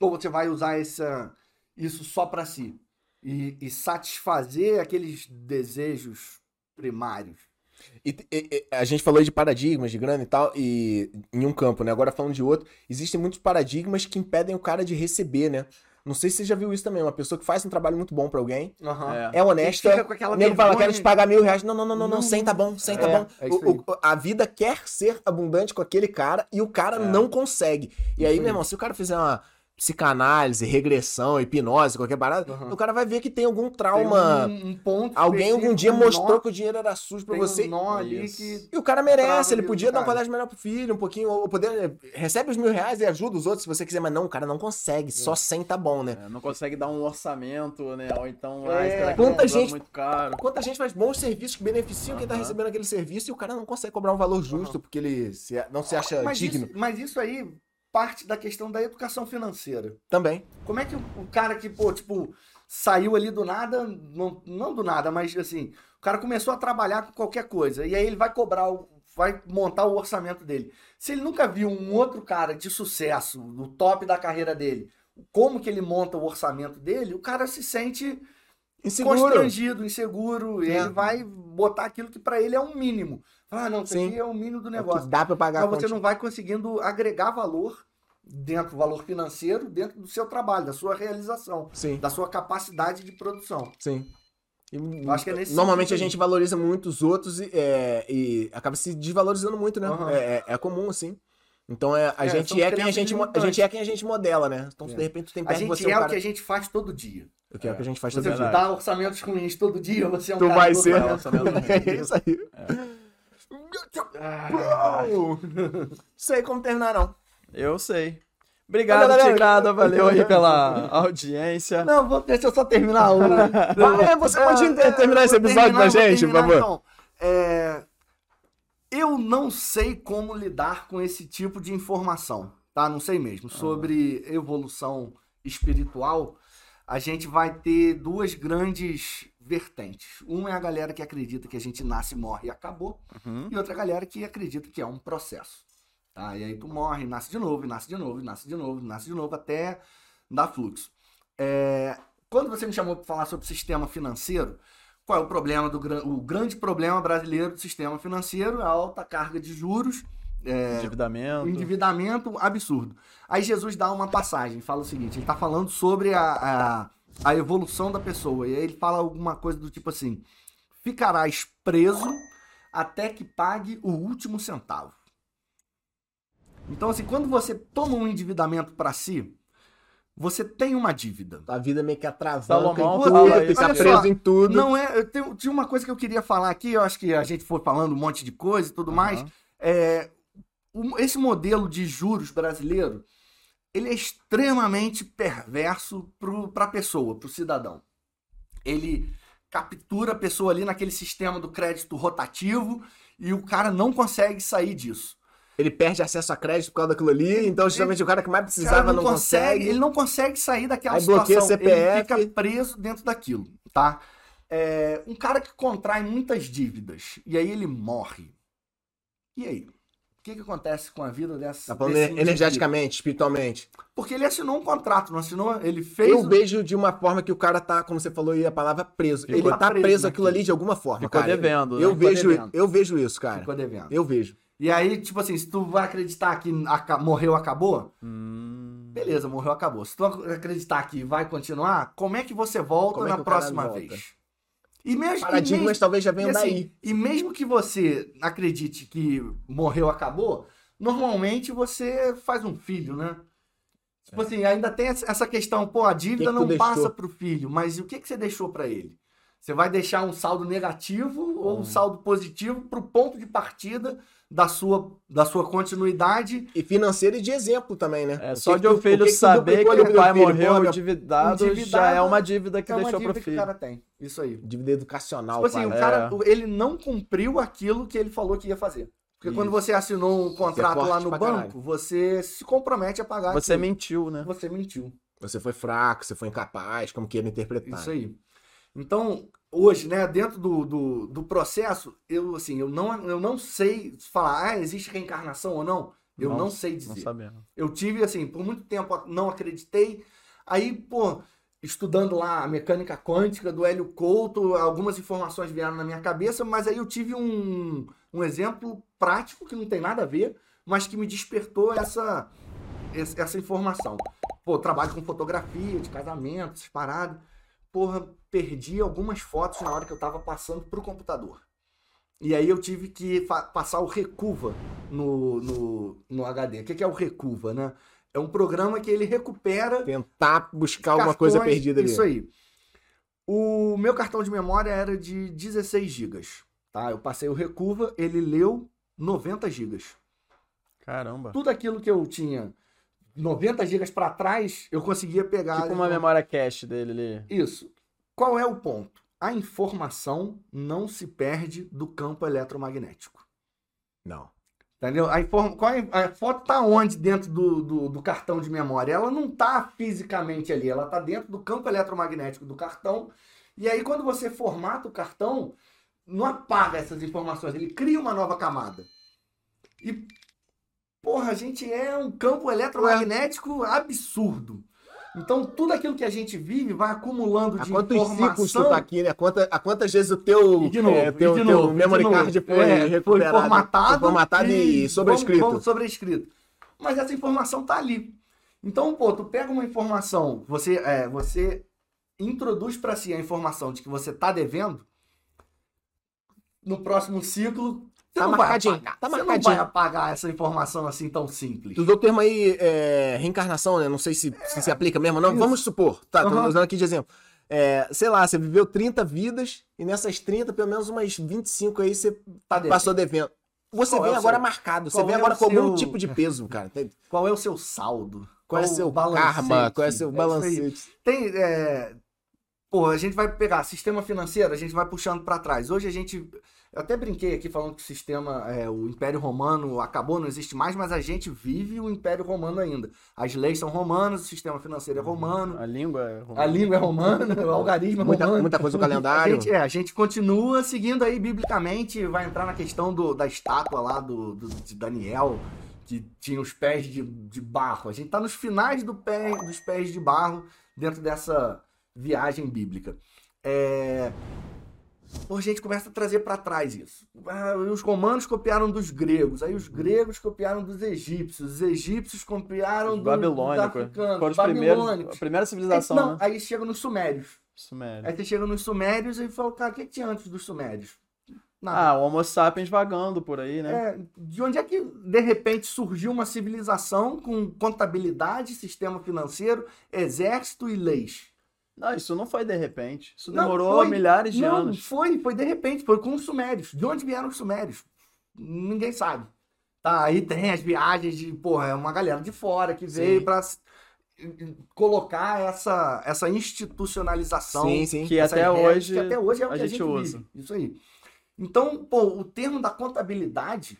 Ou você vai usar essa, isso só para si e, e satisfazer aqueles desejos primários. E, e- e- a gente falou aí de paradigmas, de grana e tal, e em um campo, né? Agora falando de outro, existem muitos paradigmas que impedem o cara de receber, né? Não sei se você já viu isso também. Uma pessoa que faz um trabalho muito bom pra alguém, É. é honesta, com o aquela nego fala, quero vergonha. te pagar mil reais. Não, não, não, não, não, Não, cem tá bom, cem tá É, bom. é isso O- o- a vida quer ser abundante com aquele cara e o cara É. não consegue. E aí, Isso meu aí. irmão, se o cara fizer uma psicanálise, regressão, hipnose, qualquer parada, Aham. o cara vai ver que tem algum Tem trauma. um- um ponto Alguém algum específico, dia um mostrou nó- que o dinheiro era sujo pra tem você. um nó ali É Isso. que E o cara merece, Trava ele o podia dar uma cara. qualidade melhor pro filho, um pouquinho, ou poder. Recebe os mil reais e ajuda os outros se você quiser, mas não, o cara não consegue, só 100 tá bom, né? É, não consegue dar um orçamento, né? Ou então, É. ah, será Quanta que tá cobrando gente- muito caro? Quanta gente faz bons serviços que beneficiam quem tá Aham. recebendo aquele serviço e o cara não consegue cobrar um valor justo porque ele se- não se acha mas é digno. Isso, mas isso aí parte da questão da educação financeira. Também. Como é que o, o cara que, pô, tipo, saiu ali do nada, não, não do nada, mas assim, o cara começou a trabalhar com qualquer coisa, e aí ele vai cobrar, o- vai montar o orçamento dele. Se ele nunca viu um outro cara de sucesso, no top da carreira dele, como que ele monta o orçamento dele, o cara se sente Inseguro. constrangido, inseguro, e É. ele vai botar aquilo que pra ele é um mínimo. Ah, não, isso Sim. aqui é o mínimo do É o que negócio. dá pra pagar a Mas Então você conta. não vai conseguindo agregar valor dentro, valor financeiro, dentro do seu trabalho, da sua realização, Sim, da sua capacidade de produção. sim. E Eu acho que é nesse Normalmente a sentido aí. gente valoriza muito os outros e, é, e acaba se desvalorizando muito, né? Aham. É, é- é comum, assim. Então é, a, É, gente são é quem a, crenças gente, mo- a limitantes. gente é quem a gente modela, né? Então, se É. de repente tem A perto de você gente um é cara... o que a gente faz todo dia. O que é, o que a gente faz Você todo Verdade. dia. dá orçamentos ruins todo dia, você é um Tu cara vai do ser. orçamento Orçamento ruim. É isso aí. Ah, Sei como terminar, não. Eu sei. Obrigado, Valeu, galera. Tigrada. Valeu aí pela audiência. Não, vou, deixa eu só terminar o. Vai, você É. pode ter- É, terminar esse episódio pra pra gente, por favor? então. É, eu não sei como lidar com esse tipo de informação, tá? Não sei mesmo. Sobre evolução espiritual, a gente vai ter duas grandes vertentes. Uma é a galera que acredita que a gente nasce, morre e acabou, Uhum. e outra galera que acredita que é um processo. Tá? E aí tu morre, nasce de novo, e nasce de novo, e nasce de novo, e nasce de novo, até dar fluxo. É, Quando você me chamou para falar sobre sistema financeiro, qual é o problema do gran- o grande problema brasileiro do sistema financeiro? é A alta carga de juros, Endividamento. um endividamento absurdo. Aí Jesus dá uma passagem, fala o seguinte: ele tá falando sobre a, a, a evolução da pessoa. E aí ele fala alguma coisa do tipo assim: ficarás preso até que pague o último centavo. Então, assim, quando você toma um endividamento para si, você tem uma dívida. A vida meio que atravanca Salomão em Você- fala tudo, olha isso. fica só, preso em tudo. Não é. Eu tenho, tinha uma coisa que eu queria falar aqui, eu acho que a gente foi falando um monte de coisa e tudo mais. Aham. É, o- esse modelo de juros brasileiro, ele é extremamente perverso para a pessoa, para o cidadão. Ele captura a pessoa ali naquele sistema do crédito rotativo e o cara não consegue sair disso. Ele perde acesso a crédito por causa daquilo ali, então justamente o cara que O mais cara precisava não, consegue. Ele não consegue sair daquela Aí bloqueia situação. CPF. Ele fica preso dentro daquilo, tá? É, um cara que contrai muitas dívidas e aí ele morre. E aí? O que, que acontece com a vida dessa Tá falando desse indivíduo? energeticamente, espiritualmente. Porque ele assinou um contrato, não assinou? Ele fez. Eu o- vejo de uma forma que o cara tá, como você falou aí a palavra, preso. Ficou ele tá preso preso aquilo naquilo. ali de alguma forma, Ficou cara. devendo. Eu né? vejo, devendo. eu vejo isso, cara. Ficou devendo. Eu vejo. E aí, tipo assim, se tu vai acreditar que aca- morreu, acabou, Hum. Beleza, morreu, acabou. Se tu acreditar que vai continuar, como é que você volta Como é na que o caralho próxima volta? vez? E mesmo, e Paradigmas mesmo, talvez já venham e, assim, daí. e mesmo que você acredite que morreu, acabou, normalmente você faz um filho, né? Tipo assim, ainda tem essa essa questão, pô, a dívida É. que tu não deixou? passa pro filho, mas o que, que você deixou pra ele? Você vai deixar um saldo negativo Hum. ou um saldo positivo pro ponto de partida da sua, da sua continuidade E financeiro e de exemplo também, né? É O só que de que tu- o que filho que tu duplicou saber ali que o pro pai filho? morreu Pô, meu- endividado, já endividado é uma dívida que é uma deixou dívida pro que o filho. cara tem. Isso aí. Dívida educacional, tipo assim, o pai. é. cara, ele não cumpriu aquilo que ele falou que ia fazer. Porque quando você assinou um contrato é forte lá no pra banco, caralho. você se compromete a pagar Você aquilo. mentiu, né? Você mentiu. Você foi fraco, você foi incapaz, como queira Tá. interpretar. Isso aí. Então, hoje, né, dentro do, do, do processo, eu assim, eu não, eu não sei falar, ah, existe reencarnação ou não. Eu Não, não, sei Não dizer. sabemos. Eu tive, assim, por muito tempo não acreditei. Aí, pô, estudando lá a mecânica quântica do Hélio Couto, algumas informações vieram na minha cabeça, mas aí eu tive um, um exemplo prático que não tem nada a ver, mas que me despertou essa, esse- essa informação. Pô, eu trabalho com fotografia de casamento, essas paradas. Porra, perdi algumas fotos na hora que eu tava passando pro computador. E aí eu tive que fa- passar o Recuva no, no, no HD. O que que é o Recuva, né? É um programa que ele recupera Tentar buscar alguma coisa cartões, perdida ali. Isso aí. O meu cartão de memória era de 16 gigas, tá? Eu passei o Recuva, ele leu 90 gigas. Tá. Caramba. Tudo aquilo que eu tinha 90 gigas pra trás, eu conseguia pegar. Tipo uma Então, memória cache dele ali. Isso. Qual é o ponto? A informação não se perde do campo eletromagnético. Não. Entendeu? A, inform... Qual é- a foto tá onde dentro do, do, do cartão de memória? Ela não tá fisicamente ali, ela tá dentro do campo eletromagnético do cartão. E aí, quando você formata o cartão, não apaga essas informações, ele cria uma nova camada. E, porra, a gente é um campo eletromagnético absurdo. Então, tudo aquilo que a gente vive vai acumulando Há de quantos ciclos tu informação. tá aqui, né? Quanta, há quantas vezes o teu, E de novo, é, teu, e de teu novo, e de memory novo. card foi É, foi recuperado, formatado, foi formatado e, sobrescrito. Vamos, vamos sobrescrito. Mas essa informação tá ali. Então, pô, tu pega uma informação, você, é, você introduz para si a informação de que você tá devendo, no próximo ciclo, você Tá não marcadinho, vai apagar. tá você não marcadinho. vai apagar essa informação assim tão simples. Tu usou o termo aí, é, reencarnação, né? Não sei se se, se aplica mesmo ou não. Isso. Vamos supor, tá? Tô Aham. usando aqui de exemplo. É, sei lá, você viveu 30 vidas e nessas 30, pelo menos umas 25 aí você Tá devendo. passou devendo. Você Qual é vem o agora seu- marcado, você qual vem é agora o com algum seu- tipo de peso, cara. Tem- Qual é o seu saldo? Qual é o seu balancete? karma? Qual é seu isso aí. balancete? Tem. É... Pô, a gente vai pegar sistema financeiro, a gente vai puxando pra trás. Hoje a gente. Eu até brinquei aqui falando que o sistema, é, o Império Romano acabou, não existe mais, mas a gente vive o Império Romano ainda. As leis são romanas, o sistema financeiro é romano, A língua é romana. a língua é romana, o algarismo é muita, romano. muita coisa no A calendário. gente, é, a gente continua seguindo aí biblicamente, vai entrar na questão do, da estátua lá do, do- de Daniel, que tinha os pés de, de barro. A gente tá nos finais do pé, dos pés de barro dentro dessa viagem bíblica. É... Pô, a gente começa a trazer para trás isso. Ah, Os romanos copiaram dos gregos, aí os gregos copiaram dos egípcios, os egípcios copiaram Os do- babilônicos. dos africanos, Foram dos os primeiros. babilônicos. A primeira Aí, civilização, É, não, é- né? aí chega nos sumérios. Suméria. Aí você chega nos sumérios e fala, cara, o que, que tinha antes dos sumérios? Nada. Ah, o Homo sapiens vagando por aí, né? É, de onde é que, de repente, surgiu uma civilização com contabilidade, sistema financeiro, exército e leis? Não, isso não foi de repente. Isso Não, demorou foi- milhares de Não, anos. foi, foi de repente, foi com os sumérios. De onde vieram os sumérios? Ninguém sabe. Tá, aí tem as viagens de, porra, é uma galera de fora que veio Sim. pra s- colocar essa, essa institucionalização Sim, sim. Que essas até regras, hoje. que até hoje é o a que a gente gente, usa. vive. Isso aí. Então, pô, o termo da contabilidade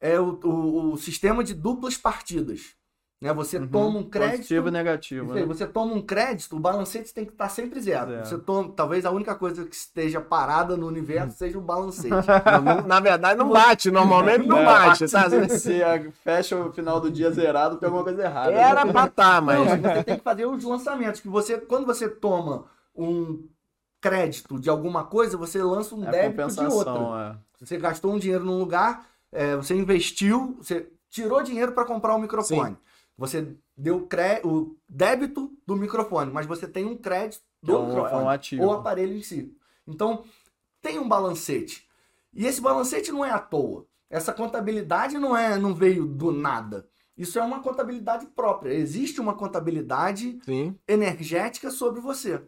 é o, o- o sistema de duplas partidas. Né? Você Uhum. toma um crédito. Positivo e isso negativo, aí, né? Você toma um crédito, o balancete tem que estar sempre zero. Zero. Você toma, talvez a única coisa que esteja parada no Hum. universo seja o balancete. Não, não- na verdade, não bate. Normalmente não É, bate, tá? Se a- fecha o final do dia zerado, tem alguma coisa errada. né? Era pra tá, Não, mas mas. você tem que fazer os lançamentos. Que você, quando você toma um crédito de alguma coisa, você lança um É débito de outra. compensação, é. Você gastou um dinheiro num lugar, é, você investiu, você tirou dinheiro para comprar um microfone. Você deu cre- o débito do microfone, mas você tem um crédito do É um- microfone. é um ativo. Ou aparelho em si. Então, tem um balancete. E esse balancete não é à toa. Essa contabilidade não é, não veio do nada. Isso é uma contabilidade própria. Existe uma contabilidade Sim. energética sobre você.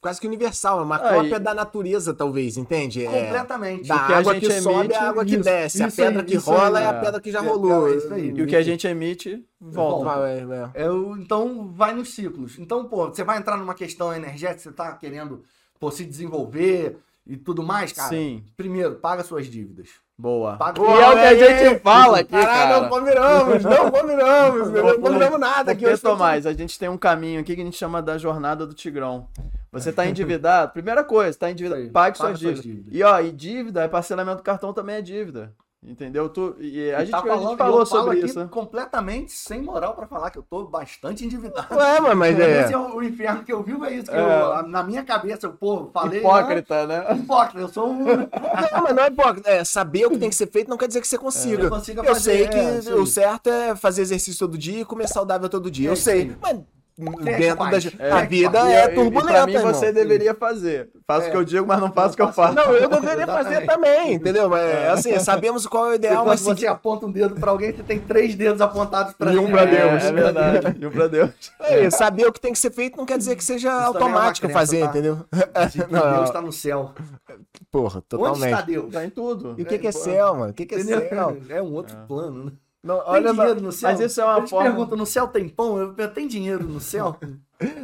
Quase que universal, é uma Aí. cópia da natureza, talvez, entende? É, Completamente. da O que a água gente que sobe emite, é a água que isso, desce, a isso pedra aí, que isso aí, rola é é. a pedra que já É, rolou. é isso aí. E o que a gente emite, volta. Volta. Ah, é, é. É o- então vai nos ciclos. Então, pô, você vai entrar numa questão energética, você tá querendo pô, se desenvolver e tudo mais, cara. Sim, Primeiro, paga suas dívidas. boa. Paga E é o que a gente fala aqui, Caralho, cara. não combinamos, não combinamos, meu, não combinamos nada aqui Porque, hoje. tá Tomás, a gente tem um caminho aqui que a gente chama da jornada do tigrão. Você tá endividado, primeira coisa, tá endividado, Isso aí, pague paga suas dívidas. E ó, e dívida, é parcelamento do cartão também é dívida. Entendeu? Tu, e a, E gente, tá a gente falando- e falou eu falo sobre aqui isso. né? completamente sem moral pra falar que eu tô bastante endividado. Ué, mano, mas Esse é. é o, o inferno que eu vivo, é isso. Que É. eu- a- na minha cabeça, eu, pô, falei. Hipócrita, né? ah, hipócrita, eu sou um. Não, mas não é hipócrita. É, saber o que tem que ser feito não quer dizer que você consiga. Eu consiga Eu fazer, sei é, que isso aí. o certo é fazer exercício todo dia e comer saudável todo dia. É eu isso sei. aí. Mas que dentro faz, da é a que vida faz. é E- e- turbulenta, E pra mim irmão. você deveria fazer. Faço o que eu digo, mas não faço o que eu faço. Não, eu deveria fazer Exatamente. também, entendeu? Mas assim, sabemos qual é o ideal, Quando mas você seguir- aponta um dedo pra alguém, você tem três dedos apontados pra E um pra É, Deus. É, verdade. E um pra Deus. é, saber o que tem que ser feito não quer dizer que seja Isso também é uma automático crença, fazer, tá? entendeu? De que Não, Deus tá no céu. Onde Porra, está totalmente. Deus? Tá em tudo. E o que, que é pô, céu, mano? O que, que é céu? Entendeu? É um outro plano, né? Não, Tem olha, só. dinheiro no céu? mas isso é uma Eu te forma- pergunto, no céu tem pão? Eu pergunto, tem dinheiro no céu?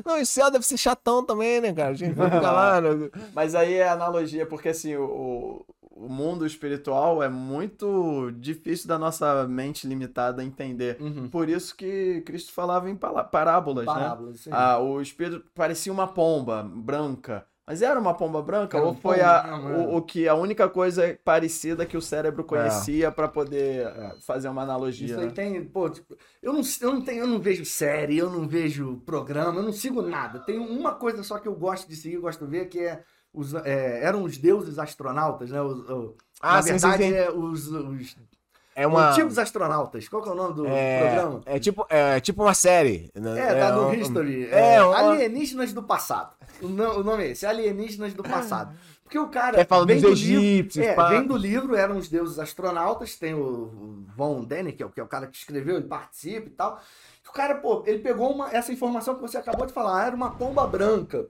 Não, e céu deve ser chatão também, né, cara? A gente vai ficar lá. né? Mas aí é analogia, porque assim, o, o o mundo espiritual é muito difícil da nossa mente limitada entender. Uhum. Por isso que Cristo falava em pala- parábolas, né? Parábola, isso aí. Ah, o espírito parecia uma pomba branca. Mas era uma pomba branca? Era ou um foi pombo, a, né, o, mano? o que a única coisa parecida que o cérebro conhecia pra poder eh, fazer uma analogia? É. Isso aí né? tem, pô, tipo, eu não, eu não tenho, eu não vejo série, eu não vejo programa, eu não sigo nada. Tem uma coisa só que eu gosto de seguir, gosto de ver, que é, os, é, eram os deuses astronautas, né? Os, o- Ah, na sim, sim, verdade, sim. é os, os É uma. antigos astronautas. Qual que é o nome do programa? É, é tipo, é tipo uma série. né? É, tá no um- History. é, É, uma- Alienígenas do Passado. O, no- o nome é esse, Alienígenas do Passado. Porque o cara É, fala vem dos do livro... egípcios, É, pá. vem do livro, eram os deuses astronautas, tem o- o Von Däniken, que é o cara que escreveu, ele participa e tal. O cara, pô, ele pegou uma- essa informação que você acabou de falar, ah, era uma pomba branca.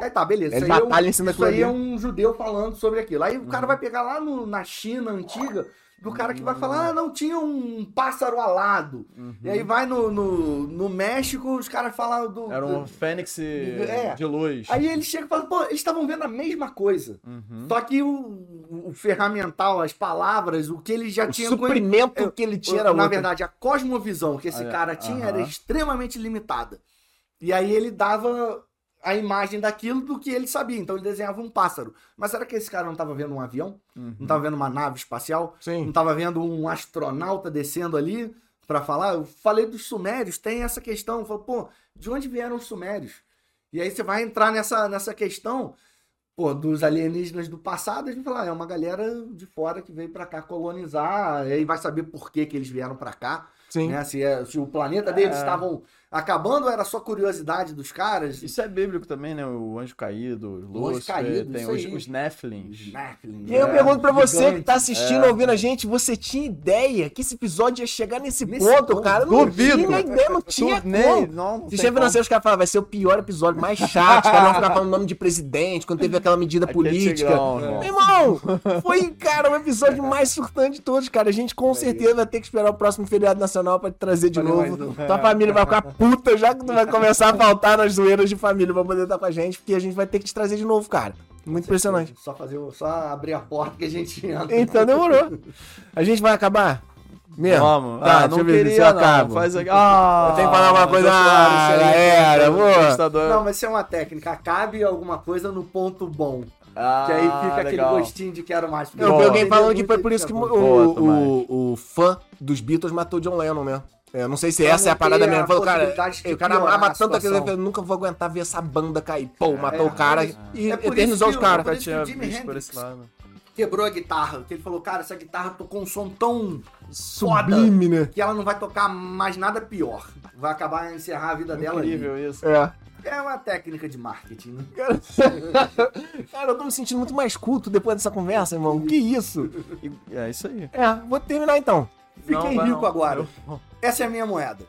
Aí tá, beleza. Ele isso aí é um- batalha em cima isso daquilo aí é ali. um judeu falando sobre aquilo. Aí o cara vai pegar lá no- na China antiga, do cara que vai falar, ah, não, tinha um pássaro alado. E aí vai no, no, no México, os caras falam do... Era um do- fênix então, É. de luz. Aí ele chega e fala, pô, eles estavam vendo a mesma coisa. Uhum. Só que o, o ferramental, as palavras, o que ele já O tinha suprimento eu- que ele é conhe- tinha Na era outro. verdade, a cosmovisão que esse Ah, é. cara tinha era Aham. extremamente limitada. E aí ele dava a imagem daquilo do que ele sabia. Então ele desenhava um pássaro. Mas será que esse cara não estava vendo um avião? Não estava vendo uma nave espacial? Não Sim. estava vendo um astronauta descendo ali para falar. Eu falei dos sumérios, tem essa questão. Eu falo, pô, de onde vieram os sumérios? E aí você vai entrar nessa, nessa questão pô, dos alienígenas do passado, a gente fala, ah, é uma galera de fora que veio para cá colonizar, e aí vai saber por que, que eles vieram para cá, Sim. né? Se, é- se o planeta deles É. estavam acabando, era só curiosidade dos caras. Isso é bíblico também, né? O anjo caído, o O Anjo Lúcifer, Caído, tem isso os, aí. os Nephilims. Snackling, E aí eu né? pergunto pra você que Gigante. tá assistindo, ouvindo a gente, você tinha ideia que esse episódio ia chegar nesse, Nesse ponto, ponto, cara? Eu Não duvido. tinha ideia, não tinha Tu- nem- como. não, não Sistema financeiro, os caras falavam, vai ser o pior episódio, mais chato, os caras vão ficar falando o nome de presidente, quando teve aquela medida Aquele política. é tigrão, Meu irmão. irmão, foi, cara, o episódio mais surtante de todos, cara. A gente com certeza vai ter que esperar o próximo feriado nacional pra te trazer de Olha mais novo. um. Tua família vai ficar puta já que tu vai começar a faltar nas zoeiras de família pra poder estar com a gente, porque a gente vai ter que te trazer de novo, cara. Muito impressionante. Só, fazer, o- só abrir a porta que a gente entra. Então demorou. A gente vai acabar? Mesmo? Vamos. Tá, ah, deixa eu não ver se queria, eu não. acabo. Faz aqui. Ah, Eu tenho que falar uma coisa, ah, isso aí, galera, cara, boa. entrevistador. Não, mas isso é uma técnica. Acabe alguma coisa no ponto bom. Ah, que aí fica aquele legal. gostinho de quero mais. Eu vi Boa. alguém falando que foi por isso que o, Boa, Tomás. o, o fã dos Beatles matou John Lennon, né? Eu não sei se essa é a não parada ter mesmo. a Falou, cara, possibilidade de o cara piorar amava É a tanto aquele. situação. Eu nunca vou aguentar ver essa banda cair. Pô, matou é, o cara é. e É por eternizou os isso que eu- caras. Nunca Por isso que tinha o Jimi visto por Hendrix- esse lado. quebrou a guitarra. Que ele falou, cara, essa guitarra tocou um som tão sublime, né? que ela não vai tocar mais nada pior. Vai acabar encerrar a vida dela ali. Incrível isso. É. É uma técnica de marketing, né? Cara, cara, eu tô me sentindo muito mais culto depois dessa conversa, irmão. Que isso? E- É isso aí. É, vou terminar então. Fiquei Não, vai rico não. agora. Essa é a minha moeda.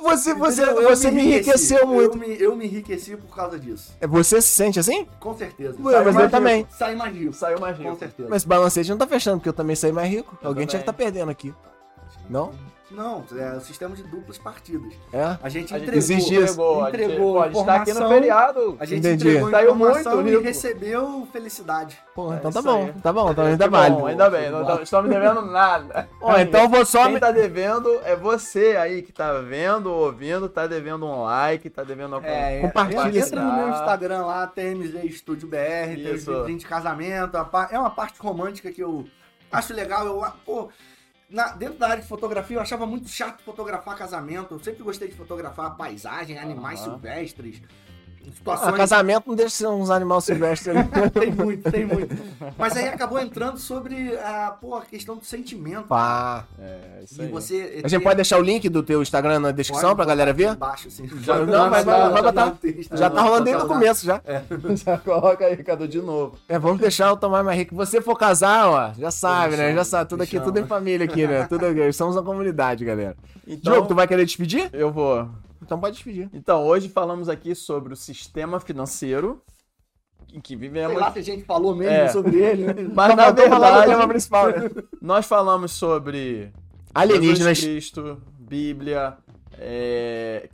Você, você, Entendeu? Eu você me enriqueci. enriqueceu muito. Eu me, eu me enriqueci por causa disso. É, Você se sente assim? Com certeza. Ué, mas eu mais também. rico. Sai mais rico. Saiu mais Com certeza. Mas esse balancete não tá fechando, porque eu também saí mais rico. Eu Alguém tinha que tá também. perdendo aqui. Não? Não, é o sistema de duplas partidas. É? A gente A gente entregou. exige isso. Entregou Pode estar tá aqui no informação. feriado. A gente Entendi. entregou Saiu informação muito e rico. recebeu felicidade. Pô, É então tá isso bom, aí. tá bom, É, então ainda Que bom, vale. Ainda bem, não tá- estamos devendo nada. Ó, então eu vou só me. Quem tá devendo é você aí que tá vendo, ouvindo, tá devendo um like, tá devendo uma É, Compartilha Entra no meu Instagram lá, TMZ Estúdio BR, tem os Isso. livrinhos de casamento. a pa- É uma parte romântica que eu acho legal. Eu, ah, pô, na- dentro da área de fotografia, eu achava muito chato fotografar casamento. Eu sempre gostei de fotografar paisagem, animais Aham. silvestres, Ah, situações. casamento não deixa de ser uns animais silvestres ali. tem muito, tem muito. Mas aí acabou entrando sobre a, pô, a questão do sentimento. Pá. É, isso E aí. você. A gente pode deixar o link do teu Instagram na descrição Pode, pra galera ver? Embaixo, assim. Já- não, mas vai- vai botar- Já tá rolando desde dentro o começo já. Já coloca aí, Cadu, de novo. É, vamos deixar o Tomás mais rico. Você for casar, ó, já sabe, né? chamo, Já sabe, tudo me aqui, chama. tudo em família aqui, né? Tudo aqui. Somos uma comunidade, galera. Então, Diogo, tu vai querer despedir? eu vou. Então pode despedir. Então, hoje falamos aqui sobre o sistema financeiro em que vivemos. Sei lá se a gente falou mesmo É. sobre ele, né? Mas na Faltou falar do tema verdade, principal, né? nós falamos sobre Jesus Alienígenas. Cristo, Bíblia, é,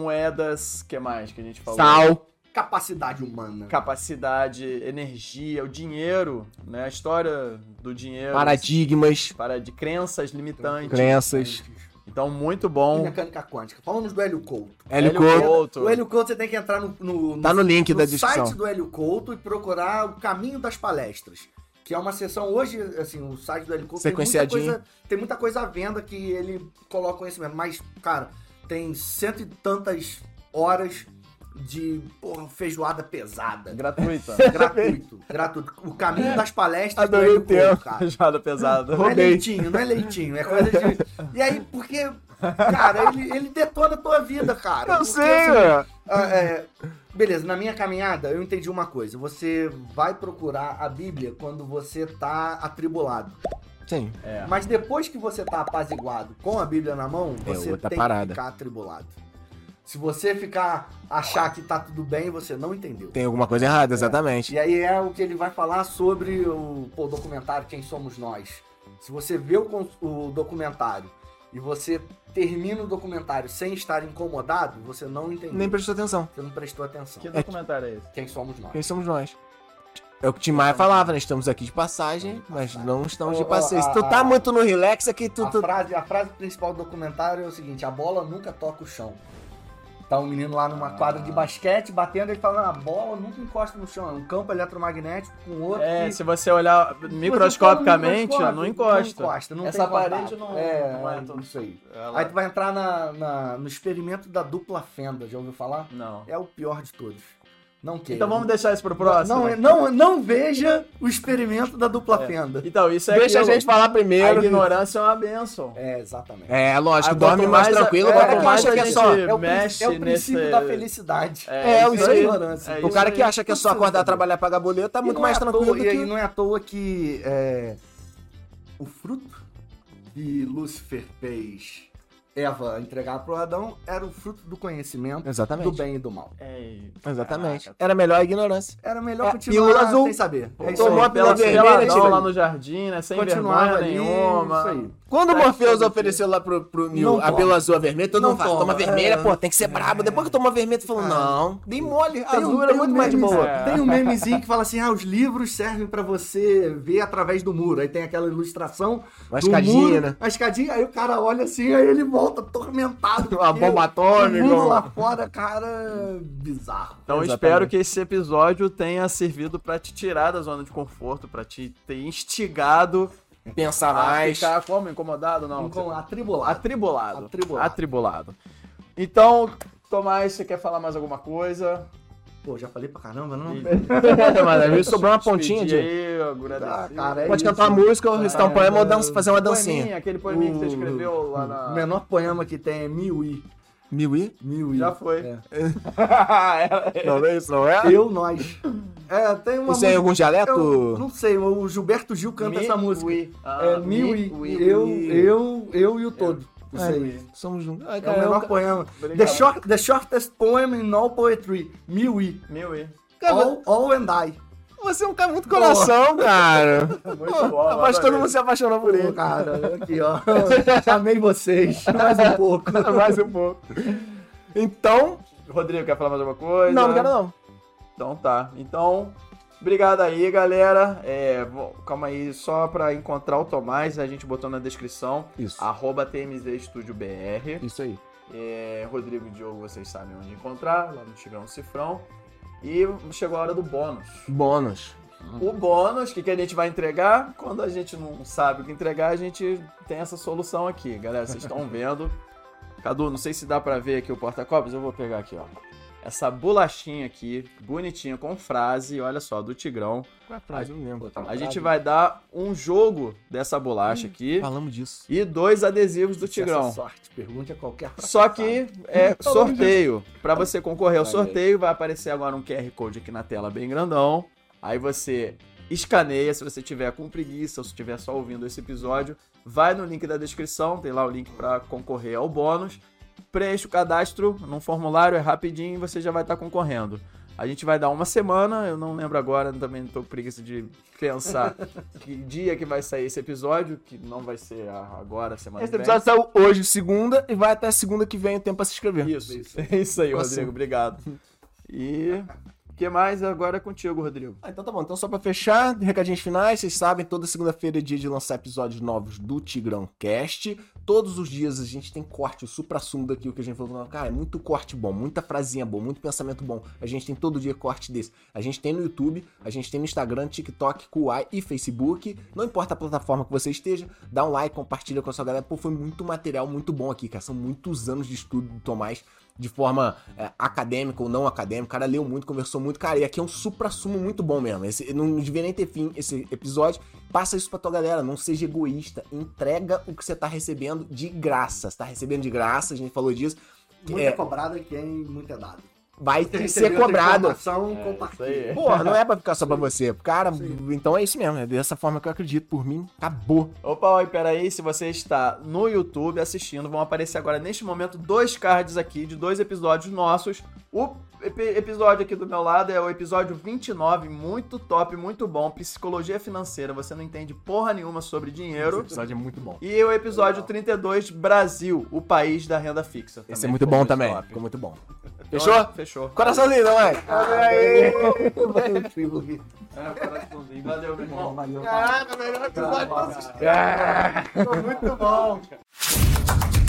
criptomoedas, que mais que a gente falou? Sal. Capacidade humana. Capacidade, energia, o dinheiro, né? A história do dinheiro. Paradigmas. Para de crenças limitantes. Crenças. Então, muito E bom. mecânica quântica. Falamos do Hélio Couto. Hélio Hélio Couto. Couto. O Hélio Couto você tem que entrar no, no, Tá no link da descrição. site do Hélio Couto e procurar o caminho das palestras. Que é uma sessão hoje, assim, o site do Hélio Couto tem muita, Sequenciadinho. coisa, tem muita coisa à venda que ele coloca conhecimento. Mas, cara, tem cento e tantas horas de porra, feijoada É pesada. Gratuita. Gratuito. gratuito. O caminho das palestras Adorei o do Hélio termo. Couto, cara. Jada pesada. Não é Roubei. leitinho, não é leitinho, é coisa de. E aí, porque, cara, ele, ele detona a tua vida, cara. Eu Porque, sei, assim, velho. ah, é, beleza, na minha caminhada eu entendi uma coisa. Você vai procurar a Bíblia quando você tá atribulado. Sim. É. Mas depois que você tá apaziguado com a Bíblia na mão, É você outra tem parada. que ficar atribulado. Se você ficar achar que tá tudo bem, você não entendeu. Tem alguma coisa errada, exatamente. E aí é o que ele vai falar sobre o, pô, documentário Quem Somos Nós. Se você vê o, con- o documentário e você termina o documentário sem estar incomodado, você não entendeu. Nem prestou atenção. Você não prestou atenção. Que documentário é esse? Quem somos nós? Quem somos nós? É o que o Tim Maia falava, né? Estamos aqui de passagem, mas não estamos de Ó, ó, passeio. Se tu a- tá a- muito no relax aqui, tu. A tu- frase, a frase principal do documentário é o seguinte: a bola nunca toca o chão. Tá um menino lá numa Ah. quadra de basquete batendo e falando: a bola nunca encosta no chão. É um campo eletromagnético com outro. É, que- se você olhar microscopicamente, Microscopicamente, não encosta. Não encosta, não Essa tem contato. parede não- é, não é é tão- isso aí. Ela- Aí tu vai entrar na, na- no experimento da dupla fenda, já ouviu falar? Não. É o pior de todos. Não queira. Então vamos deixar isso pro próximo? Não, é, não, não veja o experimento da dupla fenda. Então, isso é Deixa a aquilo. gente falar A primeiro. ignorância é uma benção. É, exatamente. É, lógico, Aí dorme quanto mais, mais a- tranquilo, é, agora quanto que acha mais que a é só. gente- É o, prin- mexe é o princípio nesse- da felicidade. É, isso isso é aí. ignorância. É O cara isso que aí. acha que é só acordar, trabalhar, pagar boleto, tá E muito não é mais à tranquilo toa- do E aí que... não é à toa que é, o fruto que Lúcifer fez Eva entregar pro Adão era o fruto do conhecimento do Exatamente. bem e do mal. Ei, Exatamente. caraca. Era melhor a ignorância. Era É, melhor pílula continuar azul. sem saber. É isso Tomou aí. a pílula Pela- vermelha, peladão é tipo, isso aí. lá no jardim, né? Sem vergonha Continuava ali, nenhuma. isso aí. Quando o Tá Morpheus tudo ofereceu lá pro, pro Neo Não a toma. pílula azul e a vermelha, todo Não mundo fala, toma. toma vermelha, É. pô, tem que ser brabo. Depois que tomou vermelha, tu falou, É. não, dei mole, Tem azul um- era tem um muito mais memezinho- boa. É. Tem um memezinho que fala assim: ah, os livros servem pra você ver através do muro. Aí tem aquela ilustração. Uma do escadinha, muro, né? A escadinha, aí o cara olha assim, aí ele volta atormentado. Uma porque bomba atômica, O mundo uma- lá fora, cara, bizarro. Então Exatamente. espero que esse episódio tenha servido pra te tirar da zona de conforto, pra te ter instigado Pensar a mais. Ah, ficar como? Incomodado? Não. tá Com Então, atribulado. Atribulado. Atribulado. Atribulado. Então, Tomás, você quer falar mais alguma coisa? Pô, já falei pra caramba, Hum. não? Mano, sobrou uma pontinha de. Ah, Ah, cara, é Pode isso. cantar uma música, ou recitar um Ah, poema ou não. dança, fazer uma dancinha. Aquele poeminha que você O- escreveu lá O na. menor poema que tem é Miui. Miui? Miui. Já foi. É. Não, não é isso, não é? Eu, nós. É, tem uma Isso é em algum Eu, dialeto? não sei, o Gilberto Gil canta essa música. Ah, É Miui. Eu, eu, eu e o todo. Não É, sei. Somos juntos. Ai, É cara, um o menor eu- poema. Obrigado. The, short, the shortest poem in all poetry. Miui. Miui. Cara, All, all and I. você é um cara muito coração, cara. Muito bom. Acho que todo adorei. mundo se apaixonou por Pô, ele. cara, aqui, ó. Amei vocês. Mais um pouco. Mais um pouco. Então. Rodrigo, quer falar mais alguma coisa? Não, não quero não. Então tá. Então, obrigado aí, galera. É, vou- calma aí, só pra encontrar o Tomás, a gente botou na descrição. Isso. Arroba TMZ Studio BR. Ah, Isso aí. É, Rodrigo e Diogo, vocês sabem onde encontrar, lá no Tigrão Cifrão. E chegou a hora do bônus. Bônus. O bônus, o que, que a gente vai entregar? Quando a gente não sabe o que entregar, a gente tem essa solução aqui, galera. Vocês estão vendo. Cadu, não sei se dá pra ver aqui o porta-copos, eu vou pegar aqui, ó. Essa bolachinha aqui, bonitinha, com frase, olha só, do Tigrão. Qual é a frase? Eu não lembro. A gente vai dar um jogo dessa bolacha aqui Falamos disso. e dois adesivos do Tigrão. Essa sorte. Pergunte a qualquer Só que é sorteio. Pra você concorrer ao Olha aí. sorteio, vai aparecer agora um QR Code aqui na tela bem grandão. Aí você escaneia, se você tiver com preguiça ou se estiver só ouvindo esse episódio, vai no link da descrição, tem lá o link pra concorrer ao bônus. Preenche o cadastro num formulário, é rapidinho e você já vai estar concorrendo. A gente vai dar uma semana, eu não lembro agora, também não tô com preguiça de pensar que dia que vai sair esse episódio, que não vai ser a- agora, semana Esse que vem. episódio saiu hoje, segunda, e vai até segunda que vem o tempo pra se inscrever. Isso, isso. É isso aí, Ficou Rodrigo. assim. Obrigado. E o que mais agora é contigo, Rodrigo? Ah, então tá bom. Então só pra fechar, recadinhos finais, vocês sabem, toda segunda-feira é dia de lançar episódios novos do Tigrão Cast. Todos os dias a gente tem corte, o supra-sumo daquilo que a gente falou. Cara, é muito corte bom, muita frasinha boa, muito pensamento bom. A gente tem todo dia corte desse. A gente tem no YouTube, a gente tem no Instagram, TikTok, Kuai e Facebook. Não importa a plataforma que você esteja, dá um like, compartilha com a sua galera. Pô, foi muito material muito bom aqui, cara. São muitos anos de estudo do Tomás de forma é, acadêmica ou não acadêmica. O cara leu muito, conversou muito. Cara, e aqui é um supra-sumo muito bom mesmo. Esse, não devia nem ter fim esse episódio. Passa isso pra tua galera. Não seja egoísta. Entrega o que você tá recebendo de graça. Você tá recebendo de graça, a gente falou disso. Muita É. cobrada quem muito é dado. Vai Você ser recebeu outra cobrado. informação, É, compartilha. isso aí. Porra, não é pra ficar só pra você. Cara, Sim. então é isso mesmo. É dessa forma que eu acredito. Por mim, acabou. Opa, oi, peraí. Se você está no YouTube assistindo, vão aparecer agora neste momento dois cards aqui de dois episódios nossos. O epi- episódio aqui do meu lado é o episódio 29, muito top, muito bom. Psicologia financeira, você não entende porra nenhuma sobre Esse dinheiro. episódio é muito bom. E o episódio 32, Brasil, o país da renda fixa. Esse é Também muito ficou bom também. top. Ficou muito bom. Então, Fechou? Fechou. Coraçãozinho, né, mãe. É, coraçãozinho. Valeu, meu irmão. É. Caraca, melhor episódio. Muito bom.